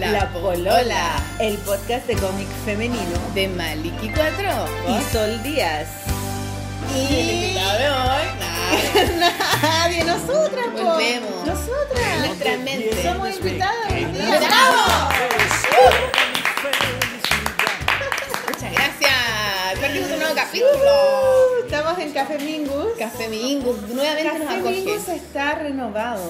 La, Polola, el podcast de cómic femenino de Maliki 4. y Sol Díaz. Y el invitado de hoy, Nadie, nosotras, po. Volvemos. Nosotras. nuestra mente. Somos invitadas. mira. ¡Bravo! Muchas gracias. Partimos un nuevo capítulo. Uh, Estamos en Café Mingus. Café Mingus nuevamente nos Uh. Café Mingus acoge. está renovado.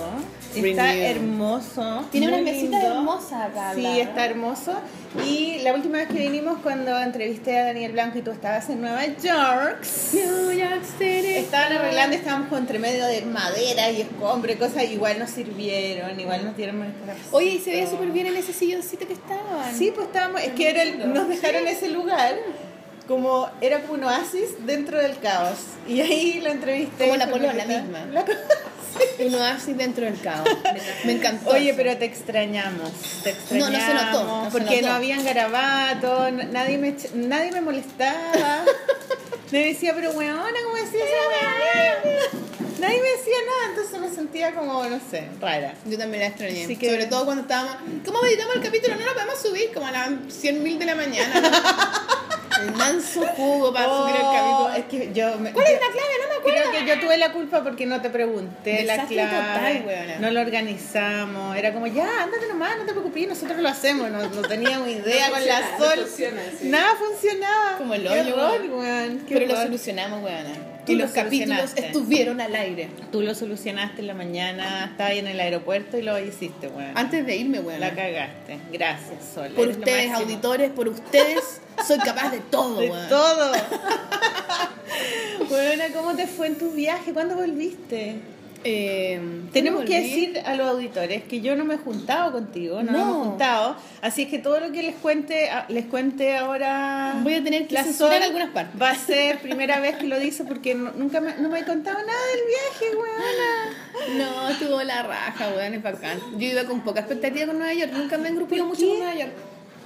Está Renewed. hermoso. Tiene muy unas mesitas lindo. hermosas acá, Sí, ¿verdad? está hermoso. Y la última vez que vinimos cuando entrevisté a Daniel Blanco y tú estabas en Nueva York. Estaban arreglando, estábamos con medio de madera y escombro y cosas, igual nos sirvieron, igual nos dieron nuestra Oye, y se veía súper bien en ese silloncito que estaban. Sí, pues estábamos, es que era el- nos dejaron ese lugar, como era como un oasis dentro del caos. Y ahí lo entrevisté. Como la Fue polola bonita. misma. La co- Un oasis dentro del caos. Me encantó. Oye, eso. pero te extrañamos, te No, extrañamos. no se notó, no se porque notó. no habían garabatos, n- nadie me, ch- nadie me molestaba. me decía, pero weona, ¿cómo decía esa weona? Nadie me decía nada, entonces me sentía como, no sé, rara. Yo también la extrañé. Así que- Sobre todo cuando estábamos. ¿Cómo editamos el capítulo? No lo podemos subir como a las 100.000 de la mañana. ¿no? el manso jugo para subir el Oh, capítulo. es que yo me- ¿Cuál yo- es la clave? No me acuerdo. Creo que yo tuve la culpa porque no te pregunté Desastre la clave. total, weona. no lo organizamos. Era como, ya, ándate nomás, no te preocupes, nosotros lo hacemos. No, no teníamos idea No con la funciona, sol. no funciona, sí. Nada funcionaba. Como el Qué hoyo, horror, weón. weón, qué Pero lo horror. solucionamos, weona. Tú Y lo los capítulos solucionaste. estuvieron al aire. Tú lo solucionaste en la mañana, estaba ahí en el aeropuerto y lo hiciste, weón. Antes de irme, weona. La cagaste. Gracias, Sol. Ah, por eres lo ustedes, máximo. auditores, por ustedes, soy capaz de todo, De weona. todo. Bueno, ¿cómo te fue en tu viaje? ¿Cuándo volviste? Eh, Tenemos ¿cómo que volví? decir a los auditores que yo no me he juntado contigo, no, No. nos hemos juntado, así es que todo lo que les cuente a- les cuente ahora Voy a tener que la censurar Sol algunas partes. Va a ser primera vez que lo dice porque no- nunca me, no me he contado nada del viaje, weona. No, estuvo la raja, weón, es bacán. Yo iba con poca expectativa con Nueva York, nunca me he engrupido mucho qué? con Nueva York.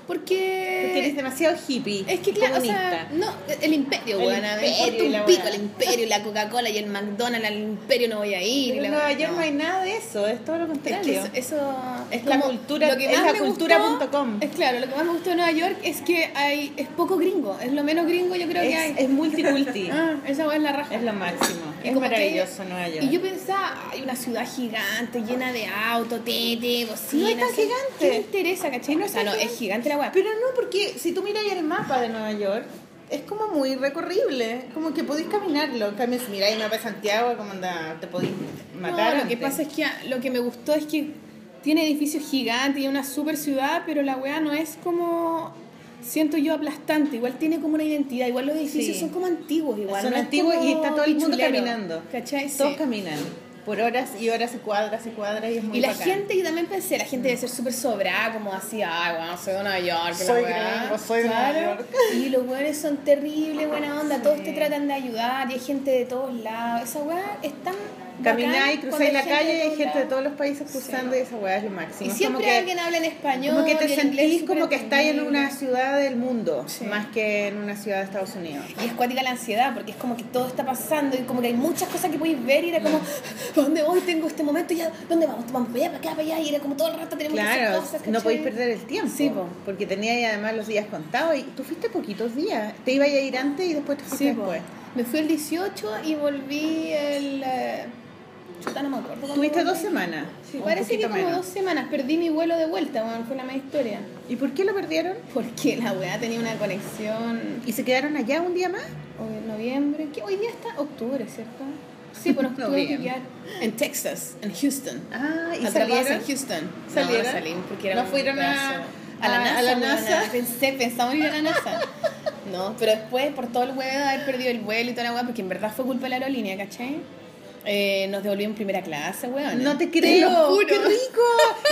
Porque eres Porque. demasiado hippie. Es que claro, o sea, comunista. no, el imperio, El weón. Me imperio importa y un la pico, weá. el imperio, y la Coca-Cola y el McDonald's, al imperio no voy a ir. y Pero la en Nueva weá, York no hay nada de eso, es todo lo Es contrario. que eso, eso Es la como cultura- lo que es más la me cultura gustó- punto com. Es claro, lo que más me gustó de Nueva York es que hay es poco gringo, es lo menos gringo yo creo que hay. es, es multiculti, Ah, esa weá es la raja. es lo máximo, Y es como que- maravilloso Nueva York. Y yo pensaba, hay una ciudad gigante, llena de autos, tete, bocinas. No es tan así. gigante. ¿Qué me interesa, cachai? No No, es o sea, tan no, gigante. es gigante la weá. Pero no, porque si tú miras el mapa de Nueva York, es como muy recorrible. Como que podéis caminarlo. En cambio, si miráis el mapa de Santiago, como anda, te podéis matar. No, lo que pasa es que a- lo que me gustó es que tiene edificios gigantes y es una super ciudad, pero la weá no es como, siento yo, aplastante. Igual tiene como una identidad. Igual los edificios Sí. son como antiguos, igual. Son no es antiguos como y está todo el mundo pichulero, caminando. ¿Cachai? Todos Sí. caminan. Por horas y horas y cuadras y cuadras y es muy Y la bacán. gente, yo también pensé, la gente debe ser súper sobrada, como así, ay, bueno, soy de Nueva York, que la Soy weá". gringo, soy de Nueva York. Y los weones son terribles, buena onda, todos te tratan de ayudar, y hay gente de todos lados. Esa weá es tan. bacán Camináis, cuando hay cruzáis la gente de calle y hay todos gente de lados. todos los países cruzando y esa weá es lo máximo. Y Es siempre como que, alguien habla en español. como que y te el inglés sentís es como que estás en superatendible. una ciudad del mundo, Sí. más que en una ciudad de Estados Unidos. Y es cuática la ansiedad, porque es como que todo está pasando y como que hay muchas cosas que podéis ver y era como, ¿a dónde voy? Tengo este momento, ya, ¿dónde vamos? Vamos para allá, para acá, para allá, y era como todo el rato tenemos que hacer Claro, cosas. no ¿cachai? podéis perder el tiempo. Sí, po. Porque tenía ahí además los días contados y tú fuiste poquitos días. Te ibas a ir antes y después te fuiste Sí, po. después. Me fui el 18 y volví el. eh, Chuta, no me acuerdo. cuándo Tuviste volví. dos semanas. Sí, un parece que poquito como menos. dos semanas. Perdí mi vuelo de vuelta, weón, fue la más historia. ¿Y por qué lo perdieron? Porque la weá tenía una conexión. ¿Y se quedaron allá un día más? Hoy es noviembre. ¿qué? Hoy día está octubre, ¿cierto? Sí, por octubre hay que Noviembre. quedar. En Texas, en Houston. Ah, y Atrapadas salieron. en Houston. ¿Salieron? No, no salimos porque era ¿No un fueron a- pedazo. a la a- NASA. a la weona. NASA? Pensé, pensamos en ir a la NASA. No, pero después por todo el huevo de haber perdido el vuelo y toda la hueá, porque en verdad fue culpa de la aerolínea, ¿cachai? Eh, nos devolvieron en primera clase, weón. No te creo. lo juro. ¡Qué rico!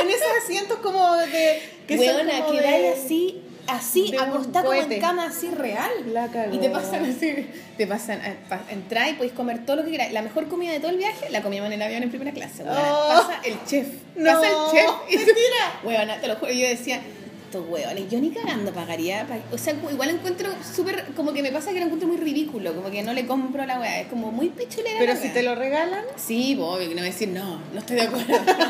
En esos asientos como de. que son Weona, como quedáis de- así, así, de un acostada como cohete. en cama, así real. La cagó. Y te pasan así, te pasan, entrar y podéis comer todo lo que queráis. La mejor comida de todo el viaje la comíamos en el avión en primera clase. weona. Oh. Pasa el chef. Pasa No, el chef. Y Mentira. Weona, te lo juro. Yo decía, estos hueones. Yo ni cagando pagaría. pa- O sea, igual encuentro súper. Como que me pasa que lo encuentro muy ridículo. Como que no le compro la hueá. Es como muy pichulera. Pero la si weá. te lo regalan, Sí, pues, obvio, que no voy a decir no, no estoy de acuerdo.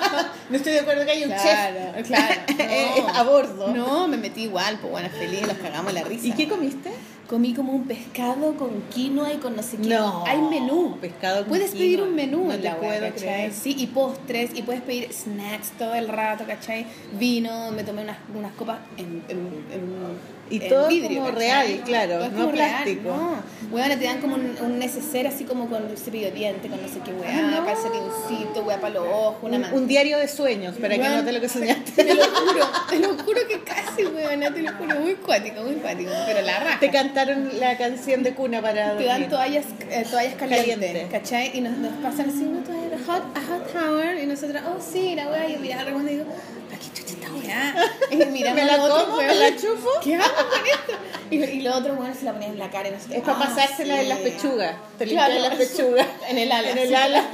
no estoy de acuerdo que haya un claro, chef Eh, claro. no. a bordo. No, me metí igual, pues bueno, feliz, nos cagamos la risa. ¿Y qué comiste? Comí como un pescado con quinoa y con no sé qué. Hay menú. Pescado con Puedes quinoa. pedir un menú no en te la web, puedo ¿cachai? creer. Sí, y postres, y puedes pedir snacks todo el rato, ¿cachai? Vino, me tomé unas, unas copas en, en- en- Y en todo vidrio, como ¿cachai? real, claro, Todo es no como real, plástico. no. Weona, te dan como un, un neceser así como con cepillo de diente, con no sé qué weá, Ah, no. para el sardincito, weá para los ojos, una Un, manta. un diario de sueños, para que Weón, note lo que soñaste. Te lo juro, te lo juro que casi, weona, te lo juro, muy cuático, muy cuático, pero la raja. Te cantaron la canción de cuna para Te dan dormir. toallas, eh, toallas calientes, Caliente. ¿cachai? Y nos, nos pasan así una toalla de hot, a hot tower, y nosotros, oh sí, la weá, y yo miraba a Ramón y digo, ¿para qué chucha esta weá? Y miramos ¿Me la al otro, como? weón, ¿Me la chupo? ¿Qué hago con esto? Y, lo- y los otros weones se la ponían en la cara y nosotros, Es para "Ah, pasársela sí". en las pechugas. Te Claro, limpias las pechugas. En el ala. En el sí. ala.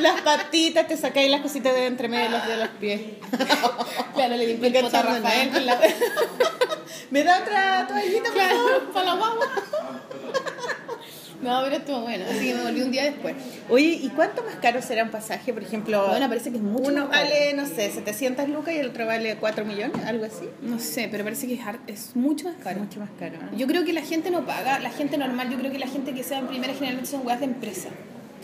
Las patitas, te sacáis las cositas de entre medio de los, de los pies. Claro, le limpié Me el poto a cachonda, ¿no? Rafael con la ¿Me da otra toallita, por favor? Claro, para la guagua. No, pero estuvo bueno, así que me volví un día después. Oye, ¿y cuánto más caro será un pasaje? Por ejemplo, Bueno, parece que es mucho uno más caro. vale, no sé, 700 lucas y el otro vale 4 millones, algo así. No sé, pero parece que es, har- es mucho más caro. Mucho más caro. ¿no? Yo creo que la gente no paga, la gente normal, yo creo que la gente que sea en primera generalmente son weas de empresa.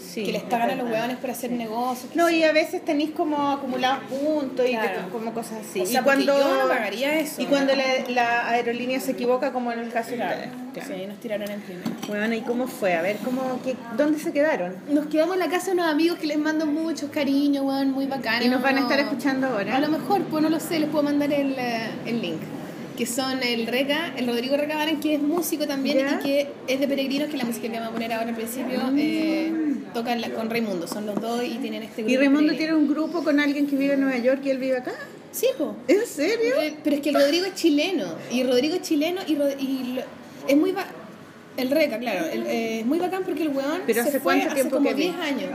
Sí, que les es pagan a los verdad. huevones por hacer negocios. que No, sea. y a veces tenéis como acumulados puntos y Claro. que- como cosas así. O sea, y porque cuando, yo no pagaría eso. y cuando la, la aerolínea se equivoca, como en el caso de ustedes. Sí, ahí nos tiraron en primera. Bueno, ¿y cómo fue? A ver, ¿cómo, qué, ¿dónde se quedaron? Nos quedamos en la casa de unos amigos que les mando muchos cariños, weón, muy bacanes. Y nos van a estar unos- escuchando ahora. A lo mejor, pues no lo sé, les puedo mandar el, eh, el link. Que son el Reca, el Rodrigo Recabaran, que es músico también Ya. y que es de Peregrinos, que es la música que vamos a poner ahora al principio, eh, tocan la- con Raimundo. Son los dos y tienen este grupo. ¿Y Raimundo Peregrinos. tiene un grupo con alguien que vive en Nueva York y él vive acá? Sí, po. ¿En serio? Eh, Pero es que el Rodrigo es chileno. Y Rodrigo es chileno y, Rod- y lo- es muy ba- El Reca, claro. el- eh, es muy bacán porque el weón Pero se ¿hace fue cuánto hace tiempo como que vi? 10 años.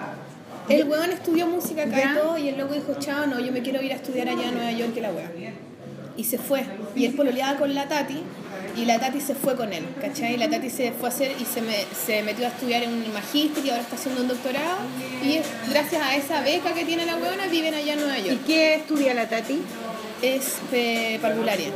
El weón estudió música acá Ya. y todo y el loco dijo, chao, no, yo me quiero ir a estudiar allá a Nueva York que la weá. Y se fue. Y él pololeaba con la Tati y la Tati se fue con él, ¿cachai? Y la Tati se fue a hacer y se, me- se metió a estudiar en un magíster y ahora está haciendo un doctorado. Y es, gracias a esa beca que tiene la weona viven allá en Nueva ¿Y York. qué estudia la Tati? Es eh, parvularia.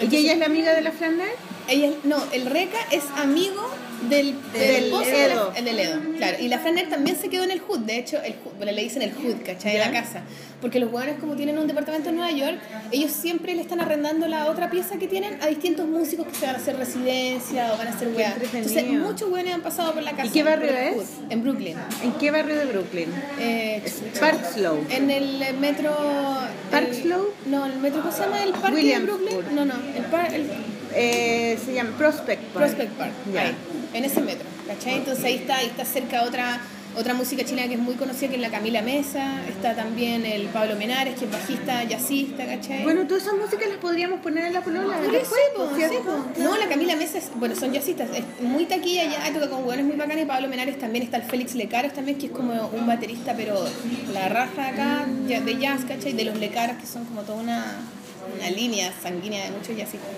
¿Y ella es la amiga de la Flander? Ella es- no, el Reca es amigo del, del, Del esposo de Edo. la- el del Edo, claro. Y la Flaner también se quedó en el Hood, de hecho, el Hood, bueno, le dicen el Hood, ¿cachai? Ya. La casa. Porque los hueones, como tienen un departamento en Nueva York, ellos siempre le están arrendando la otra pieza que tienen a distintos músicos que se van a hacer residencia o van a hacer hueá. Entonces, entretenido. muchos hueones han pasado por la casa. qué barrio por el es? Hood, En Brooklyn. ¿En qué barrio de Brooklyn? Eh, Park Slope. en el metro. ¿Park el- Slope? No, el metro, ¿cómo se llama? ¿El parque Williamsburg. de Brooklyn? No, no, el, par, el Eh, se llama Prospect Park. Prospect Park, Ya. ahí, en ese metro, ¿cachai? Entonces ahí está, ahí está cerca otra otra música chilena que es muy conocida, que es la Camila Mesa, está también el Pablo Menares, que es bajista, jazzista, ¿cachai? Bueno, todas esas músicas las podríamos poner en la polola. Por eso, después, po, ¿no es sí, cierto? po. No, la Camila Mesa es, bueno, son jazzistas, es muy taquilla ya, toca con hueones muy bacanes, Pablo Menares también, está el Félix Lecaros también, que es como un baterista, pero la raja acá, ya- de jazz, ¿cachai? De los Lecaros, que son como toda una, una línea sanguínea de muchos jazzistas.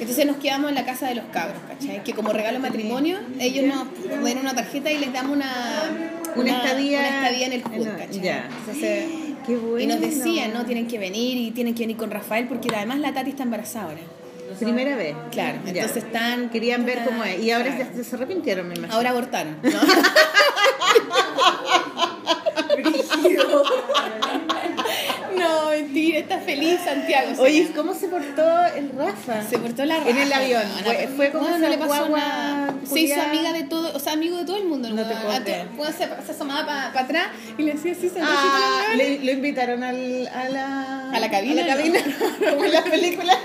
Entonces nos quedamos en la casa de los cabros, ¿cachai? Que como regalo de matrimonio, ellos nos den una tarjeta y les damos una... Una estadía- una estadía en el hood, en- ¿cachai? ya. Entonces, se- Qué bueno. y nos decían, no, tienen que venir y tienen que venir con Rafael porque además la Tati está embarazada ahora. Primera vez. Claro, Ya. entonces están... Querían ver cómo es. Y ahora Claro. se, se arrepintieron, me imagino. Ahora abortaron, ¿no? no, mentira, está feliz Santiago. se Oye, llama. ¿cómo se portó el Rafa? se portó la raja, En el avión. weona, Fue, pero- fue como weona, esa no le pasó guagua nada. Se hizo culiada. amiga de todo, o sea, amigo de todo el mundo. el No te weón. puedo Ah, creer. weón, se, se asomaba para atrás y le hacía así, se Ah, ah, le- lo invitaron al, a la... ¿A la cabina, A la cabina. Como en las películas.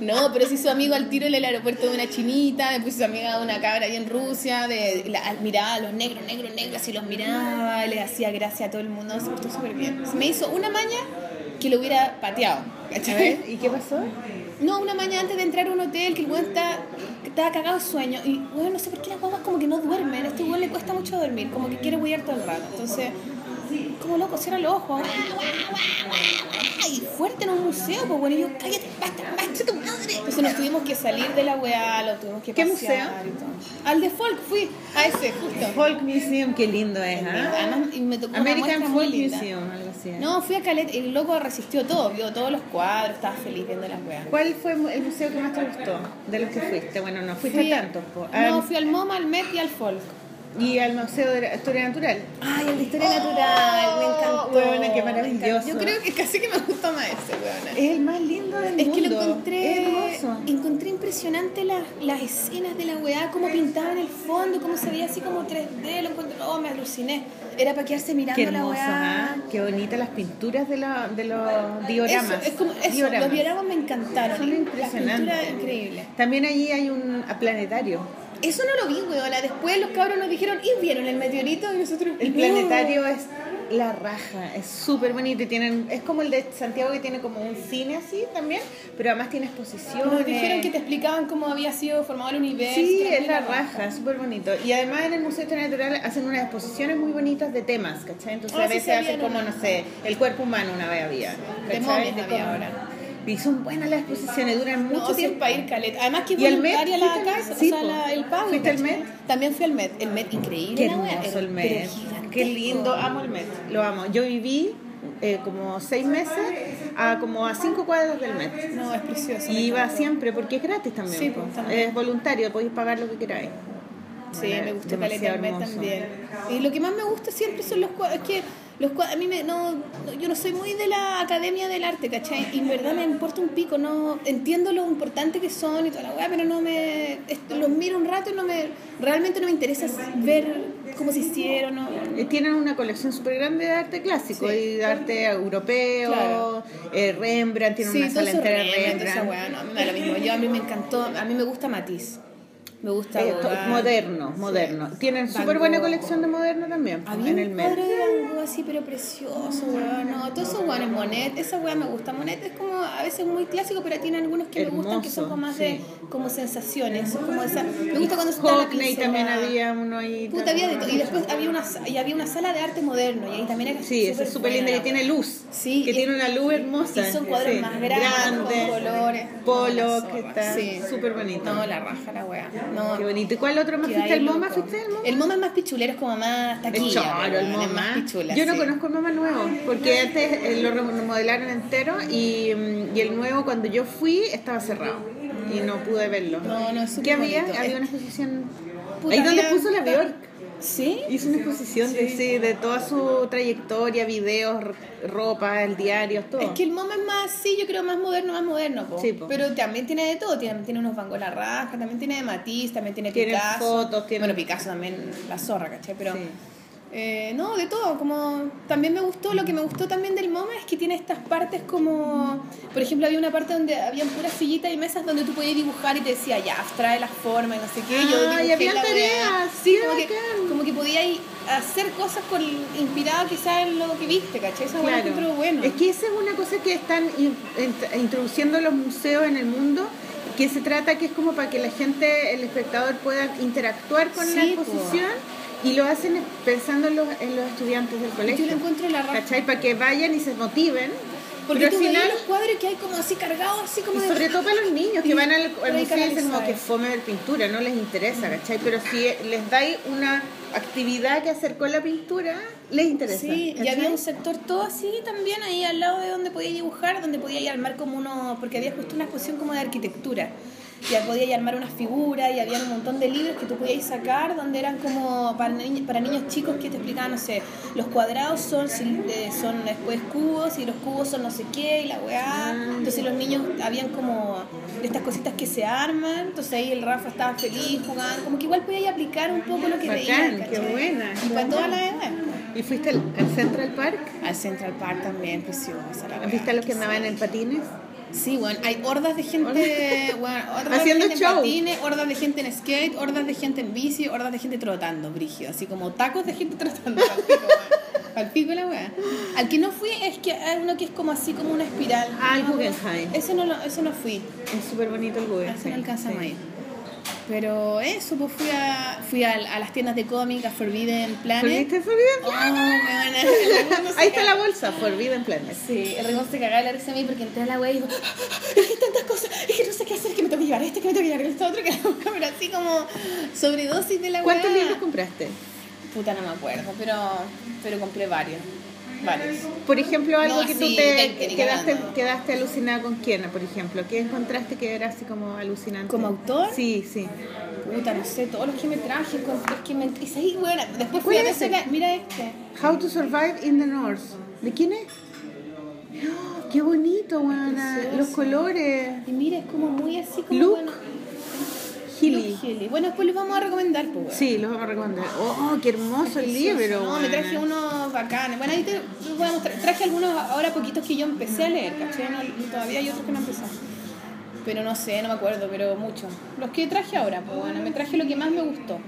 No, pero se hizo amigo al tiro en el aeropuerto de una chinita, después se hizo amiga de una cabra ahí en Rusia, de la, miraba a los negros, negros, negros, y los miraba, les hacía gracia a todo el mundo, se portó súper bien. Se me hizo una maña que lo hubiera pateado, A ¿cachai? ver, ¿y qué pasó? No, una mañana antes de entrar a un hotel, que el weón está, estaba cagado de sueño, y weón, no sé por qué las guaguas como que no duermen, a este weón le cuesta mucho dormir, como que quiere huear todo el rato, entonces... como loco, cierra los ojos. Y fuerte en un museo, pues bueno, y yo, cállate, basta, basta tu madre. Entonces nos tuvimos que salir de la weá, lo tuvimos que ¿Qué pasear museo? y todo. Al de Folk fui, a ese, justo. Folk Museum, qué lindo es, ¿ah? Además, y me tocó una American muestra muy Folk linda. Museum, algo así. ¿eh? No, fui a Caleta, el loco resistió todo, vio todos los cuadros, estaba feliz viendo las weas. ¿Cuál fue el museo que más te gustó de los que fuiste? Bueno, no fuiste Fui- a tantos. po. No, Al- fui al MoMA, al Met y al Folk. Y al Museo de la Historia Natural. Ay, el de historia natural, me encantó. Huevona, Oh, qué me encantó. maravilloso. Yo creo que casi que me gusta más ese, weona. Es el más lindo del Es mundo. que lo encontré, Es hermoso. encontré impresionante las, las escenas de la weá, cómo pintaban el fondo, cómo se veía así como 3D, lo encontré, oh, me aluciné. Era para quedarse mirando Qué hermoso, la ¿ah? weá. Qué bonitas las pinturas de, la- de los Eso, dioramas. es como eso, Dioramas. los dioramas me encantaron. Son impresionantes. La pintura increíble. También allí hay un planetario. Eso no lo vi, weona. Después los cabros nos dijeron, ¿y vieron el meteorito? Y nosotros, El "No". planetario es la raja, es súper bonito y tienen, es como el de Santiago que tiene como un cine así también, pero además tiene exposiciones. Nos dijeron que te explicaban cómo había sido formado el universo. Sí, que es la weá. raja, súper bonito. Y además en el Museo de Historia Natural hacen unas exposiciones muy bonitas de temas, ¿cachai? Entonces Ah, a sí, veces sí, había hacen como, una. no sé, el cuerpo humano una vez había. De ¿cachai? momias había como- ahora. Y son buenas las exposiciones, duran No, mucho tiempo. para ir caleta. Además que ¿Y el Met? voluntaria la ¿Fuiste al Met? casa, Sí, o sea, po. la- el pago. ¿Fuiste al ¿cachai? Met? También fui al Met. El Met increíble. Qué la wea, hermoso era- el mes. pero gigantesco. Qué lindo. Amo el mes. Lo amo. Yo viví eh, como seis meses a como a cinco cuadras del mes. No, es precioso. me Y iba encantó. siempre porque es gratis también. Sí, po. pues, también. es voluntario, podéis pagar lo que queráis. Sí, Era me gustó caleta demasiado el Met hermoso. también. Y lo que más me gusta siempre son los cuadros. Es que los cuadros, a mí me, no, no, yo no soy muy de la Academia del Arte, ¿cachai? Y en verdad me importa un pico. no Entiendo lo importante que son y toda la weá, pero no me. est- Los miro un rato y no me. Realmente no me interesa ver cómo se hicieron. No, Eh, Tienen una colección súper grande de arte clásico Sí. y de arte europeo. Claro. eh, Rembrandt tiene una todo sala eso entera de Rembrandt, toda esa Rembrandt. weá, no, a mí me da lo mismo. Yo a mí me encantó, a mí me gusta Matisse. Me gusta Eh, to- Gauguin. moderno, moderno. Tienen Van súper buena Gogh. Ah, colección de moderno también po, Había en el un mes. cuadro de Van Gogh así, pero precioso, weón. No, todo eso, weón, es Monet. Esa weá me gusta. Monet es como a veces muy clásico, pero tiene algunos que me gustan que son Hermoso, como más sí. de como sensaciones. son Como esa, me gusta cuando se está la Hockney pincelada. también había uno ahí. Puta, había de todo. Y después había una, sa- y había una sala de arte moderno. Y ahí también era Sí, esa es súper linda que buena la tiene weá. luz. Sí, Que y- tiene una luz hermosa. Y son cuadros sí, más grandes, con colores. Polo, Una que zorra. está Sí. súper bonito. No, la raja, la weá. No, Qué bonito. ¿Y cuál otro más queda fuiste? ahí ¿El MoMA? loco. ¿Fuiste el MoMA? El MoMA es más pichulero, es como más taquilla. Es choro, pero el es MoMA. más pichula, Yo no sí. conozco el MoMA nuevo, porque antes eh, lo remodelaron entero y, mm, y el nuevo cuando yo fui estaba cerrado y no pude verlo. No, no, es súper ¿Qué había? bonito. Había una exposición... Puta, ahí donde había- puso la Bjork. ¿Sí? Hizo una exposición de, sí, de toda su trayectoria, videos, r- ropa, el diario, todo. Es que el MoMA es más, sí, yo creo más moderno, más moderno, po. Sí, po. pero también tiene de todo, tiene, tiene unos Van Gogh la raja, también tiene de Matisse, también tiene, Tiene Picasso. fotos, tiene- Bueno, Picasso también, la zorra, ¿cachai? Pero, Sí. eh, no, de todo, como, también me gustó, lo que me gustó también del MoMA es que tiene estas partes como, por ejemplo, había una parte donde habían puras sillitas y mesas donde tú podías dibujar y te decía, ya, trae las formas, y no sé qué, yo Ah, y dibujé había la weá. tareas, sí, qué como que, bacán. como que podíais hacer cosas con, inspirado quizás en lo que viste, ¿cachai? Eso Claro. bueno, bueno. Es que esa es una cosa que están in- int- introduciendo los museos en el mundo, que se trata que es como para que la gente, el espectador pueda interactuar con la Sí, po. exposición y lo hacen pensando en los, en los estudiantes del colegio. Yo lo encuentro la raja. ¿Cachai? Para que vayan y se motiven. Porque pero tú al veías final, los cuadros que hay como así cargados, así como y de... sobre todo para los niños que van al, al Pero hay Mm. museo y dicen como canalizado. que fome ver pintura, no les interesa, ¿cachai? Pero si les dais una actividad que hacer con la pintura, les interesa. Sí, y ¿cachai? había un sector todo así también ahí al lado de donde podía dibujar, donde podía ir armar como uno, porque había justo una exposición como de arquitectura. Ya podía ir armar unas figuras y había un montón de libros que tú podías sacar donde eran como para, ni- para niños chicos que te explicaban, no sé, los cuadrados son, sil- eh, son después cubos y los cubos son no sé qué y la Ah, weá. Entonces los niños habían como de estas cositas que se arman, entonces ahí el Rafa estaba feliz jugando, como que igual podía ir aplicar un poco lo que Bacán, veía. qué ¿cachai? buena. Y para todas las edades. ¿Y fuiste al, al Central Park? Al Central Park también, pues preciosa la verdad. ¿Viste a los que andaban en patines? Sí, bueno, hay hordas de gente, bueno, hordas Haciendo de gente show. en patines, hordas de gente en skate, hordas de gente en bici, hordas de gente trotando, brígido, así como tacos de gente trotando. Al pico, weón. Al pico la weá. Al que no fui es que hay uno que es como así como una espiral. Ah, el No me acuerdo. Guggenheim. Ese no, lo- ese no fui, Es súper bonito el a Guggenheim. ese no alcanzamos sí. a ir. Pero eso, pues fui a, fui a, a las tiendas de cómics, a Forbidden Planet. ¿Perdiste Forbidden Oh, Planet? me van a- Ahí está la bolsa, Forbidden Planet. Sí, el Ramón se cagaba de la risa a mí porque entré a la wea y dijo, es que hay tantas cosas, es que no sé qué hacer, que me tengo que llevar este, que me tengo que llevar este otro, que la boca, pero así como sobredosis de la wea. ¿Cuántos libros compraste? Puta, no me acuerdo, pero, pero compré varios, varios. Por ejemplo, algo No, que tú sí, te veinte, ni quedaste, cagando. quedaste alucinada con quién, por ejemplo. ¿Qué encontraste que era así como alucinante? ¿Como autor? Sí, sí. Puta, no sé, todos los que me traje, con- los que me... Y seguí, bueno, después fui ¿Cuál a es ver, ese? mira este. How to Survive in the North. ¿De quién es? ¡Oh, ¡Qué bonito, Juana! Precioso. Los colores. Y mira, es como muy así como... Luke bueno, Hilly. Luke Healy. Bueno, después les vamos a recomendar, pues. weón. Sí, los vamos a recomendar. ¡Oh, qué hermoso el Precioso, libro! No, me traje Juana. unos bacanes. Bueno, ahí te te voy a mostrar. Traje algunos ahora poquitos que yo empecé a leer, ¿cachai? No- todavía hay otros que no empezado. Pero no sé, no me acuerdo, pero muchos. Los que traje ahora, pues bueno, me traje lo que más me gustó.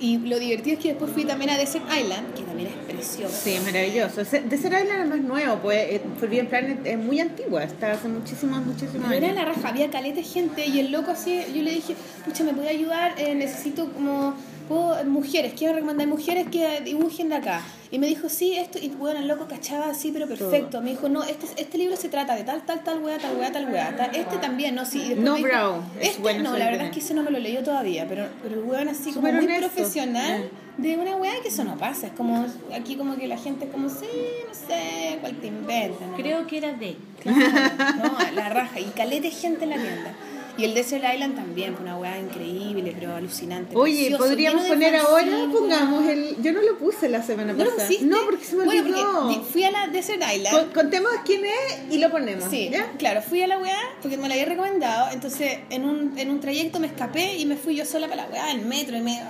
Y lo divertido es que después fui también a Desert Island, que también es precioso. Sí, es maravilloso. Ese- De ser Island es más nuevo, pues eh, Forbidden Planet es muy antigua, está hace muchísimos, muchísimos Pero era años. la raja, había caleta de gente y el loco así, yo le dije, pucha, ¿me puede ayudar? Eh, necesito como, puedo- mujeres, quiero recomendar mujeres que dibujen de acá. Y me dijo, sí, esto, y bueno, el loco cachaba así, pero perfecto. Me dijo, no, este, este libro se trata de tal, tal, tal, wea, tal, wea, tal, wea. tal- este también, no, sí. Y después No me dijo, Brow, es Este, bueno no, la ese libro. verdad es que ese no me lo leyó todavía, pero, pero el weón así como Súper muy honesto. profesional Mm. de una wea que eso no pasa. Es como, aquí como que la gente es como, sí, no sé, cuál te inventan. Creo que era de. Claro, no, la raja. Y caleta de gente en la tienda. Y el Desert Island también, fue una weá increíble, pero alucinante. Oye, precioso, podríamos lleno de poner ahora, fanzines, pongamos el... Yo no lo puse la semana weá. ¿No lo pasada. pusiste? No, porque se me olvidó. Bueno, porque fui a la Desert Island. Con- contemos quién es y lo ponemos. Sí, ¿ya? claro, fui a la weá porque me la había recomendado. Entonces, en un, en un trayecto me escapé y me fui yo sola para la weá, en metro, y me,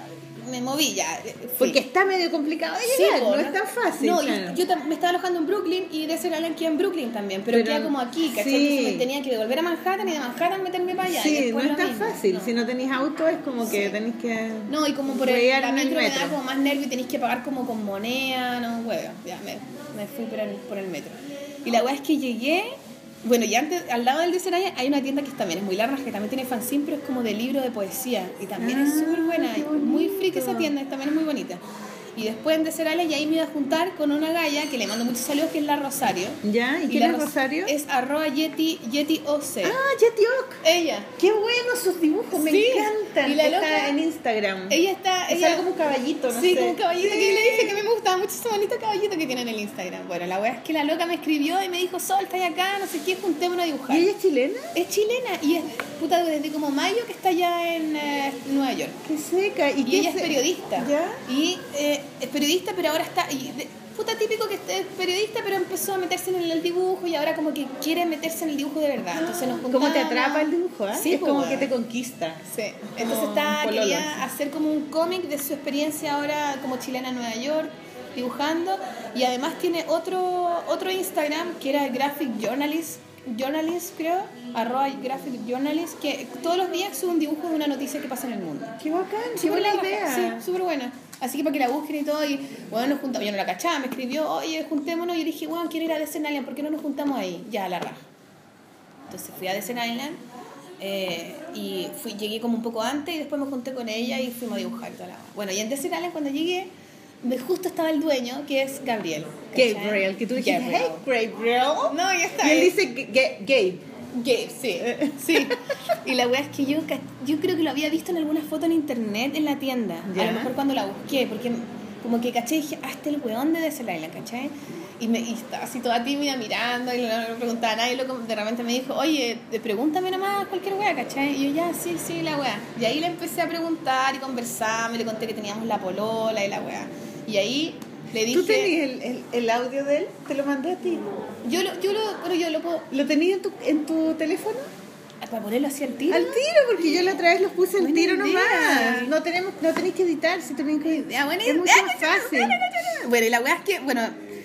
me moví ya. eh, Fui. Porque está medio complicado de Sí, llegar, po, no, es tan fácil. No, y claro. yo tam- me estaba alojando en Brooklyn y Desert Island queda en Brooklyn también, pero, Pero- queda como aquí, ¿cachai? sí. Entonces me tenía que devolver a Manhattan y de Manhattan meterme para allá. y sí, no después es lo tan mismo, fácil. no. Si no tenéis auto es como que tenéis que... No, y como por el, Huevear la en el metro, me da metro. como más nervio y tenés que pagar como con moneda, no, huevo. Ya me, me fui por el, por el metro. Y la hueá es que llegué, bueno, y antes, al lado del Desert Island hay una tienda que también es muy larga, que también tiene fanzine, pero es como de libro de poesía. Y también es Ah, súper buena, qué muy freak bonito. esa tienda, también es muy bonita. Y después en Desert Island, y ahí me iba a juntar con una galla que le mando muchos saludos, que es la Rosario. ¿Ya? ¿Y, quién la es Ros- Rosario? Es arroba Yeti, Yeti OC. Ah, Jetty Oak. Ella. Qué bueno sus dibujos, me Sí, encantan. y la Está loca- en Instagram. Ella está. es ella- algo como un caballito, no sí, sé. como un caballito Sí. que yo le dije que a mí me gustaba mucho ese bonito caballito que tiene en el Instagram. Bueno, la wea es que la loca me escribió y me dijo, Sol, estás acá, no sé qué, juntémonos a dibujar. ¿Y ella es chilena? Es chilena y es puta desde como mayo que está allá en eh, Nueva York. Qué seca. ¿Y, Y, qué ella es se- periodista. ¿Ya? Y eh, es periodista, pero ahora está. y de- puta típico que es periodista, pero empezó a meterse en el dibujo y ahora como que quiere meterse en el dibujo de verdad. Entonces nos Como te juntamos. atrapa el dibujo, ¿eh? Sí, es como pues, que te bueno. conquista. Sí, entonces Como está, un pololo. quería hacer como un cómic de su experiencia ahora como chilena en Nueva York, dibujando. Y además tiene otro, otro Instagram que era Graphic Journalist, journalist creo, arroba Graphic Journalist, que todos los días sube un dibujo de una noticia que pasa en el mundo. Qué bacán, qué Súper buena raja, idea. Sí, súper buena. Así que para que la busquen y todo, y bueno, nos juntamos. Yo no la cachaba, me escribió, oye, juntémonos. Y yo le dije, bueno, quiero ir a Desert Island, ¿por qué no nos juntamos ahí? Ya, a la raja. Entonces fui a Desert Island eh, y fui, llegué como un poco antes y después me junté con ella y fuimos a dibujar. y toda la hueá. Bueno, y en Desert Island cuando llegué, me justo estaba el dueño, que es Gabriel. ¿cachai? Gabriel, que tú dijiste, Gabriel. hey, Gabriel. No, ya está. Y él eh. dice que- que- Gabe. Gabe, sí. Eh. sí. Y la wea es que yo, ca- yo creo que lo había visto en alguna foto en internet en la tienda. A Ya. lo mejor cuando la busqué, porque como que caché y dije, hasta el weón de Desert Island, ¿caché? Y, me, y estaba así toda tímida mirando y no le preguntaba a nadie. Y luego de repente me dijo, oye, te- pregúntame nomás cualquier wea, ¿cachai? Y yo, ya, sí, sí, la wea. Y ahí le empecé a preguntar y conversarme, le conté que teníamos la polola y la wea. Y ahí le dije. ¿Tú tenías el, el- el audio de él? ¿Te lo mandó a ti? Yo lo, yo lo, pero yo lo puedo. ¿Lo tenías en tu, en tu teléfono? Para ponerlo así al tiro. Al tiro, porque yo la otra vez los puse al Buena tiro idea. nomás. No tenemos, no tenéis que editar, si tenéis que Ya, buena Es idea, mucho más cacha, fácil. buena, cacha. Bueno, y la weá es que, bueno,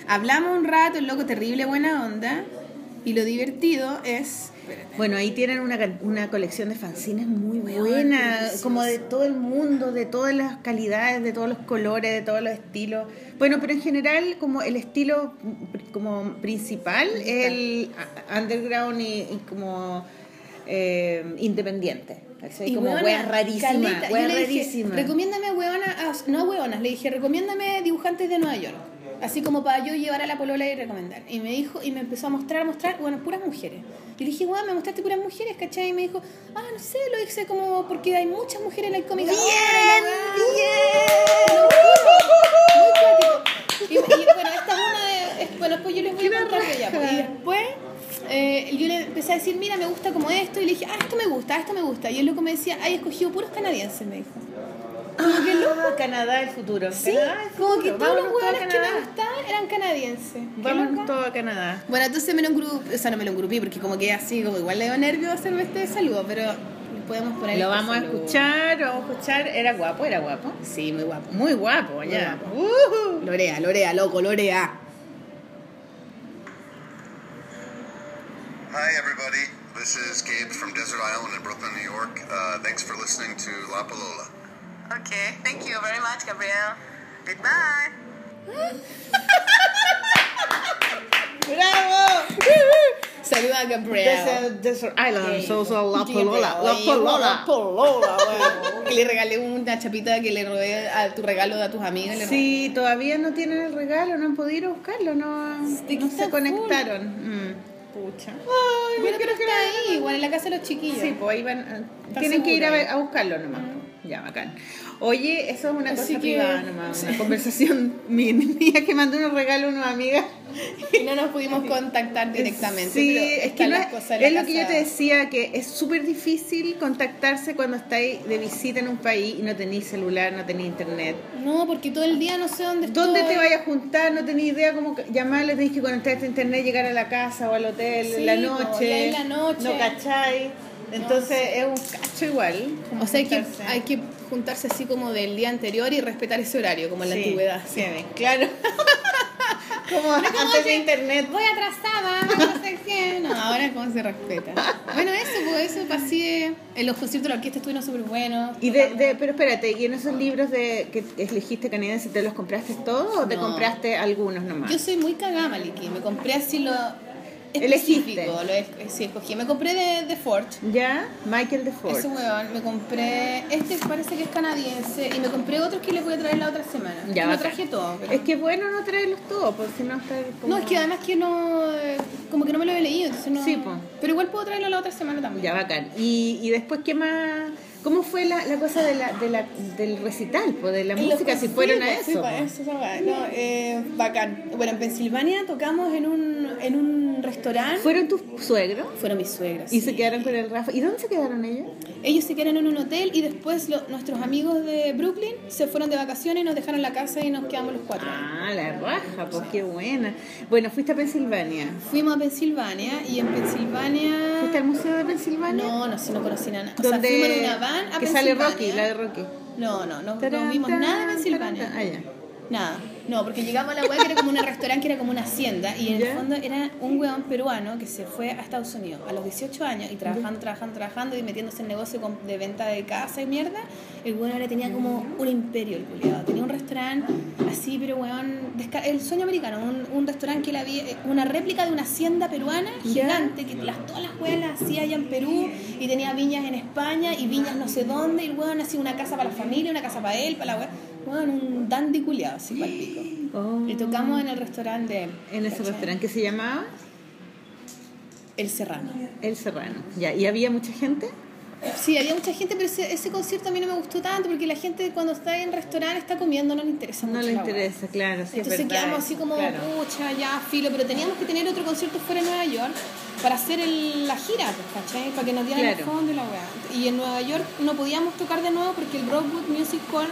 hablamos un rato, el loco terrible, buena onda. Y lo divertido es. Bueno, ahí tienen una, can- una colección de fanzines muy Weón, buena, delicioso. como de todo el mundo, de todas las calidades, de todos los colores, de todos los estilos. Bueno, pero en general, como el estilo pr- como principal es el a- underground y, y como eh, independiente. ¿cachai? como weas rarísimas, caleta. Yo weas le dije, rarísimas. Recomiéndame hueonas, ah, no a hueonas, le dije, recomiéndame dibujantes de Nueva York. Así como para yo llevar a la polola y recomendar. Y me dijo, y me empezó a mostrar, a mostrar, bueno, puras mujeres. Y le dije, weón, me mostraste puras mujeres, ¿cachai? Y me dijo, ah, no sé, lo hice como porque hay muchas mujeres en el cómic. ahora, y la weá". Te lo juro, muy cuático. Y, y, bueno, esta es una de. es- bueno, después yo les voy a contar de ella. pues. Y después eh, yo le empecé a decir, mira, me gusta como esto. Y le dije, ah, esto me gusta, ah, esto me gusta. Y el loco me decía, ay, he escogido puros canadienses, me dijo. Como que loco. Ah, Canadá el futuro. Sí, Canadá, el como que futuro. todos los Vámonos todos a hueones que me Canadá. gustaban eran canadienses. Qué Vámonos loco. todo a Canadá. Bueno, entonces me lo engrupé, o sea, no me lo engrupé porque como que así, como igual le dio nervio hacerme este saludo, pero podemos poner este Lo vamos a saludo. escuchar, lo vamos a escuchar. Era guapo, era guapo. Sí, muy guapo. Muy guapo, Muy ya. guapo. Ujú. Lorea, Lorea, loco, Lorea. Hi, everybody. This is Gabe from Desert Island in Brooklyn, New York. Uh, thanks for listening to La Palola. Okay, thank you very much, Gabriel. Goodbye. ¡Bravo! Saluda a Gabriel. Desert, Desert Island, Sí. so, so, la Sí, polola, pero, la oye, polola. La polola, weón. Que le regalé una chapita que le robé a tu regalo de a tus amigas. le robé. Sí, todavía no tienen el regalo, no han podido ir a buscarlo, no, Sí, no está se full. conectaron. Mm. Pucha. Ay, Bueno, pero creo que está ahí, igual en la casa de los chiquillos. Sí, pues ahí van, eh, Está tienen que ir a, seguro ver- a buscarlo nomás. pues. Ya, bacán. Oye, eso es una Así cosa que- privada nomás, sí. una conversación mía- mía que mandó unos regalos a una amiga. Y no nos pudimos contactar directamente. Sí, pero es que están no las es, cosas en la es lo que yo casa. te decía, que es súper difícil contactarse cuando estáis de visita en un país y no tenéis celular, no tenéis internet. No, porque todo el día no sé dónde estoy. ¿Dónde te vayas a juntar? No tenéis idea cómo ca- llamarle, tenéis que conectarte a internet, llegar a la casa o al hotel Sí, en la po, y noche. ahí la noche. No cacháis. Entonces es un cacho igual. O sea, hay que, juntarse. hay que juntarse así como del día anterior y respetar ese horario, como en la Sí, antigüedad. sí, claro. como antes de oye, internet. Voy atrasada, no sé qué. No, ahora cómo se respeta. Bueno, eso, pues eso pasé. En los conciertos de la orquesta estuvieron súper buenos. Y de, de- pero espérate, ¿y en esos libros de que elegiste canadiense te los compraste todos o te No. compraste algunos nomás? Yo soy muy cagada, Maliki. Me compré así lo Elegiste. específico. Lo es, sí, escogí. Me compré de, de Forge. ¿Ya? Michael de Ford. Ese huevón, me compré. Este parece que es canadiense. Y me compré otros que les voy a traer la otra semana. Ya, no bacán. traje todo. pero- Es que es bueno no traerlos todos, porque si no está como... No, es que además que no. eh, Como que no me lo he leído, entonces no. Sí, po. Pero igual puedo traerlo la otra semana también. Ya, bacán. Y, y después, ¿qué más? ¿Cómo fue la, la cosa de la, de la- del recital, po, de la En los música, si conciertos, fueron a sí, eso? pa, po? eso, esa weá. No, eh, bacán. Bueno, en Pensilvania tocamos en un, en un restaurante. ¿Fueron tus suegros? Fueron mis suegras. Y sí. se quedaron con el Rafa. ¿Y dónde se quedaron ellos? Ellos se quedaron en un hotel y después lo- nuestros amigos de Brooklyn se fueron de vacaciones y nos dejaron la casa y nos quedamos los cuatro. Ah, la raja, pues qué buena. Bueno, fuiste a Pensilvania. Fuimos a Pensilvania y en Pensilvania. ¿Fuiste al Museo de Pensilvania? No, no, si no conocí nada. O sea, Donde fuimos en una van a que sale Pensilvania. Rocky, la de Rocky. No, no, no, no vimos nada de Pensilvania. Ah, ya. Nada, no, porque llegamos a la weá que era como un restaurante, que era como una hacienda, y en ¿Ya? el fondo era un weón peruano que se fue a Estados Unidos a los 18 años y trabajando, trabajando, trabajando y metiéndose en negocio con- de venta de casa y mierda. El weón ahora tenía como un imperio, el culiado. Tenía un restaurante así, pero weón, desca- el sueño americano, un, un restaurante que él había, eh, una réplica de una hacienda peruana ¿Ya? gigante, que las, todas las weas las hacía allá en Perú y tenía viñas en España y viñas no sé dónde, y el weón hacía una casa para la familia, una casa para él, para la wea. Weón, un dandy culiado, así pa'l pico. Oh. Y tocamos en el restaurante de él, En ese ¿cachai? restaurante que se llamaba El Serrano. El Serrano. Ya, ¿y había mucha gente? Sí, había mucha gente, pero ese, ese concierto a mí no me gustó tanto porque la gente cuando está en restaurante está comiendo, no le interesa mucho. No le la hueá. interesa, claro, sí, es Entonces verdad, quedamos así como, claro. pucha, ya, filo, pero teníamos que tener otro concierto fuera de Nueva York para hacer el- la gira, pues, ¿cachai? Para que nos dieran el Claro. fondo y la weá. Y en Nueva York no podíamos tocar de nuevo porque el Broadwood Music Hall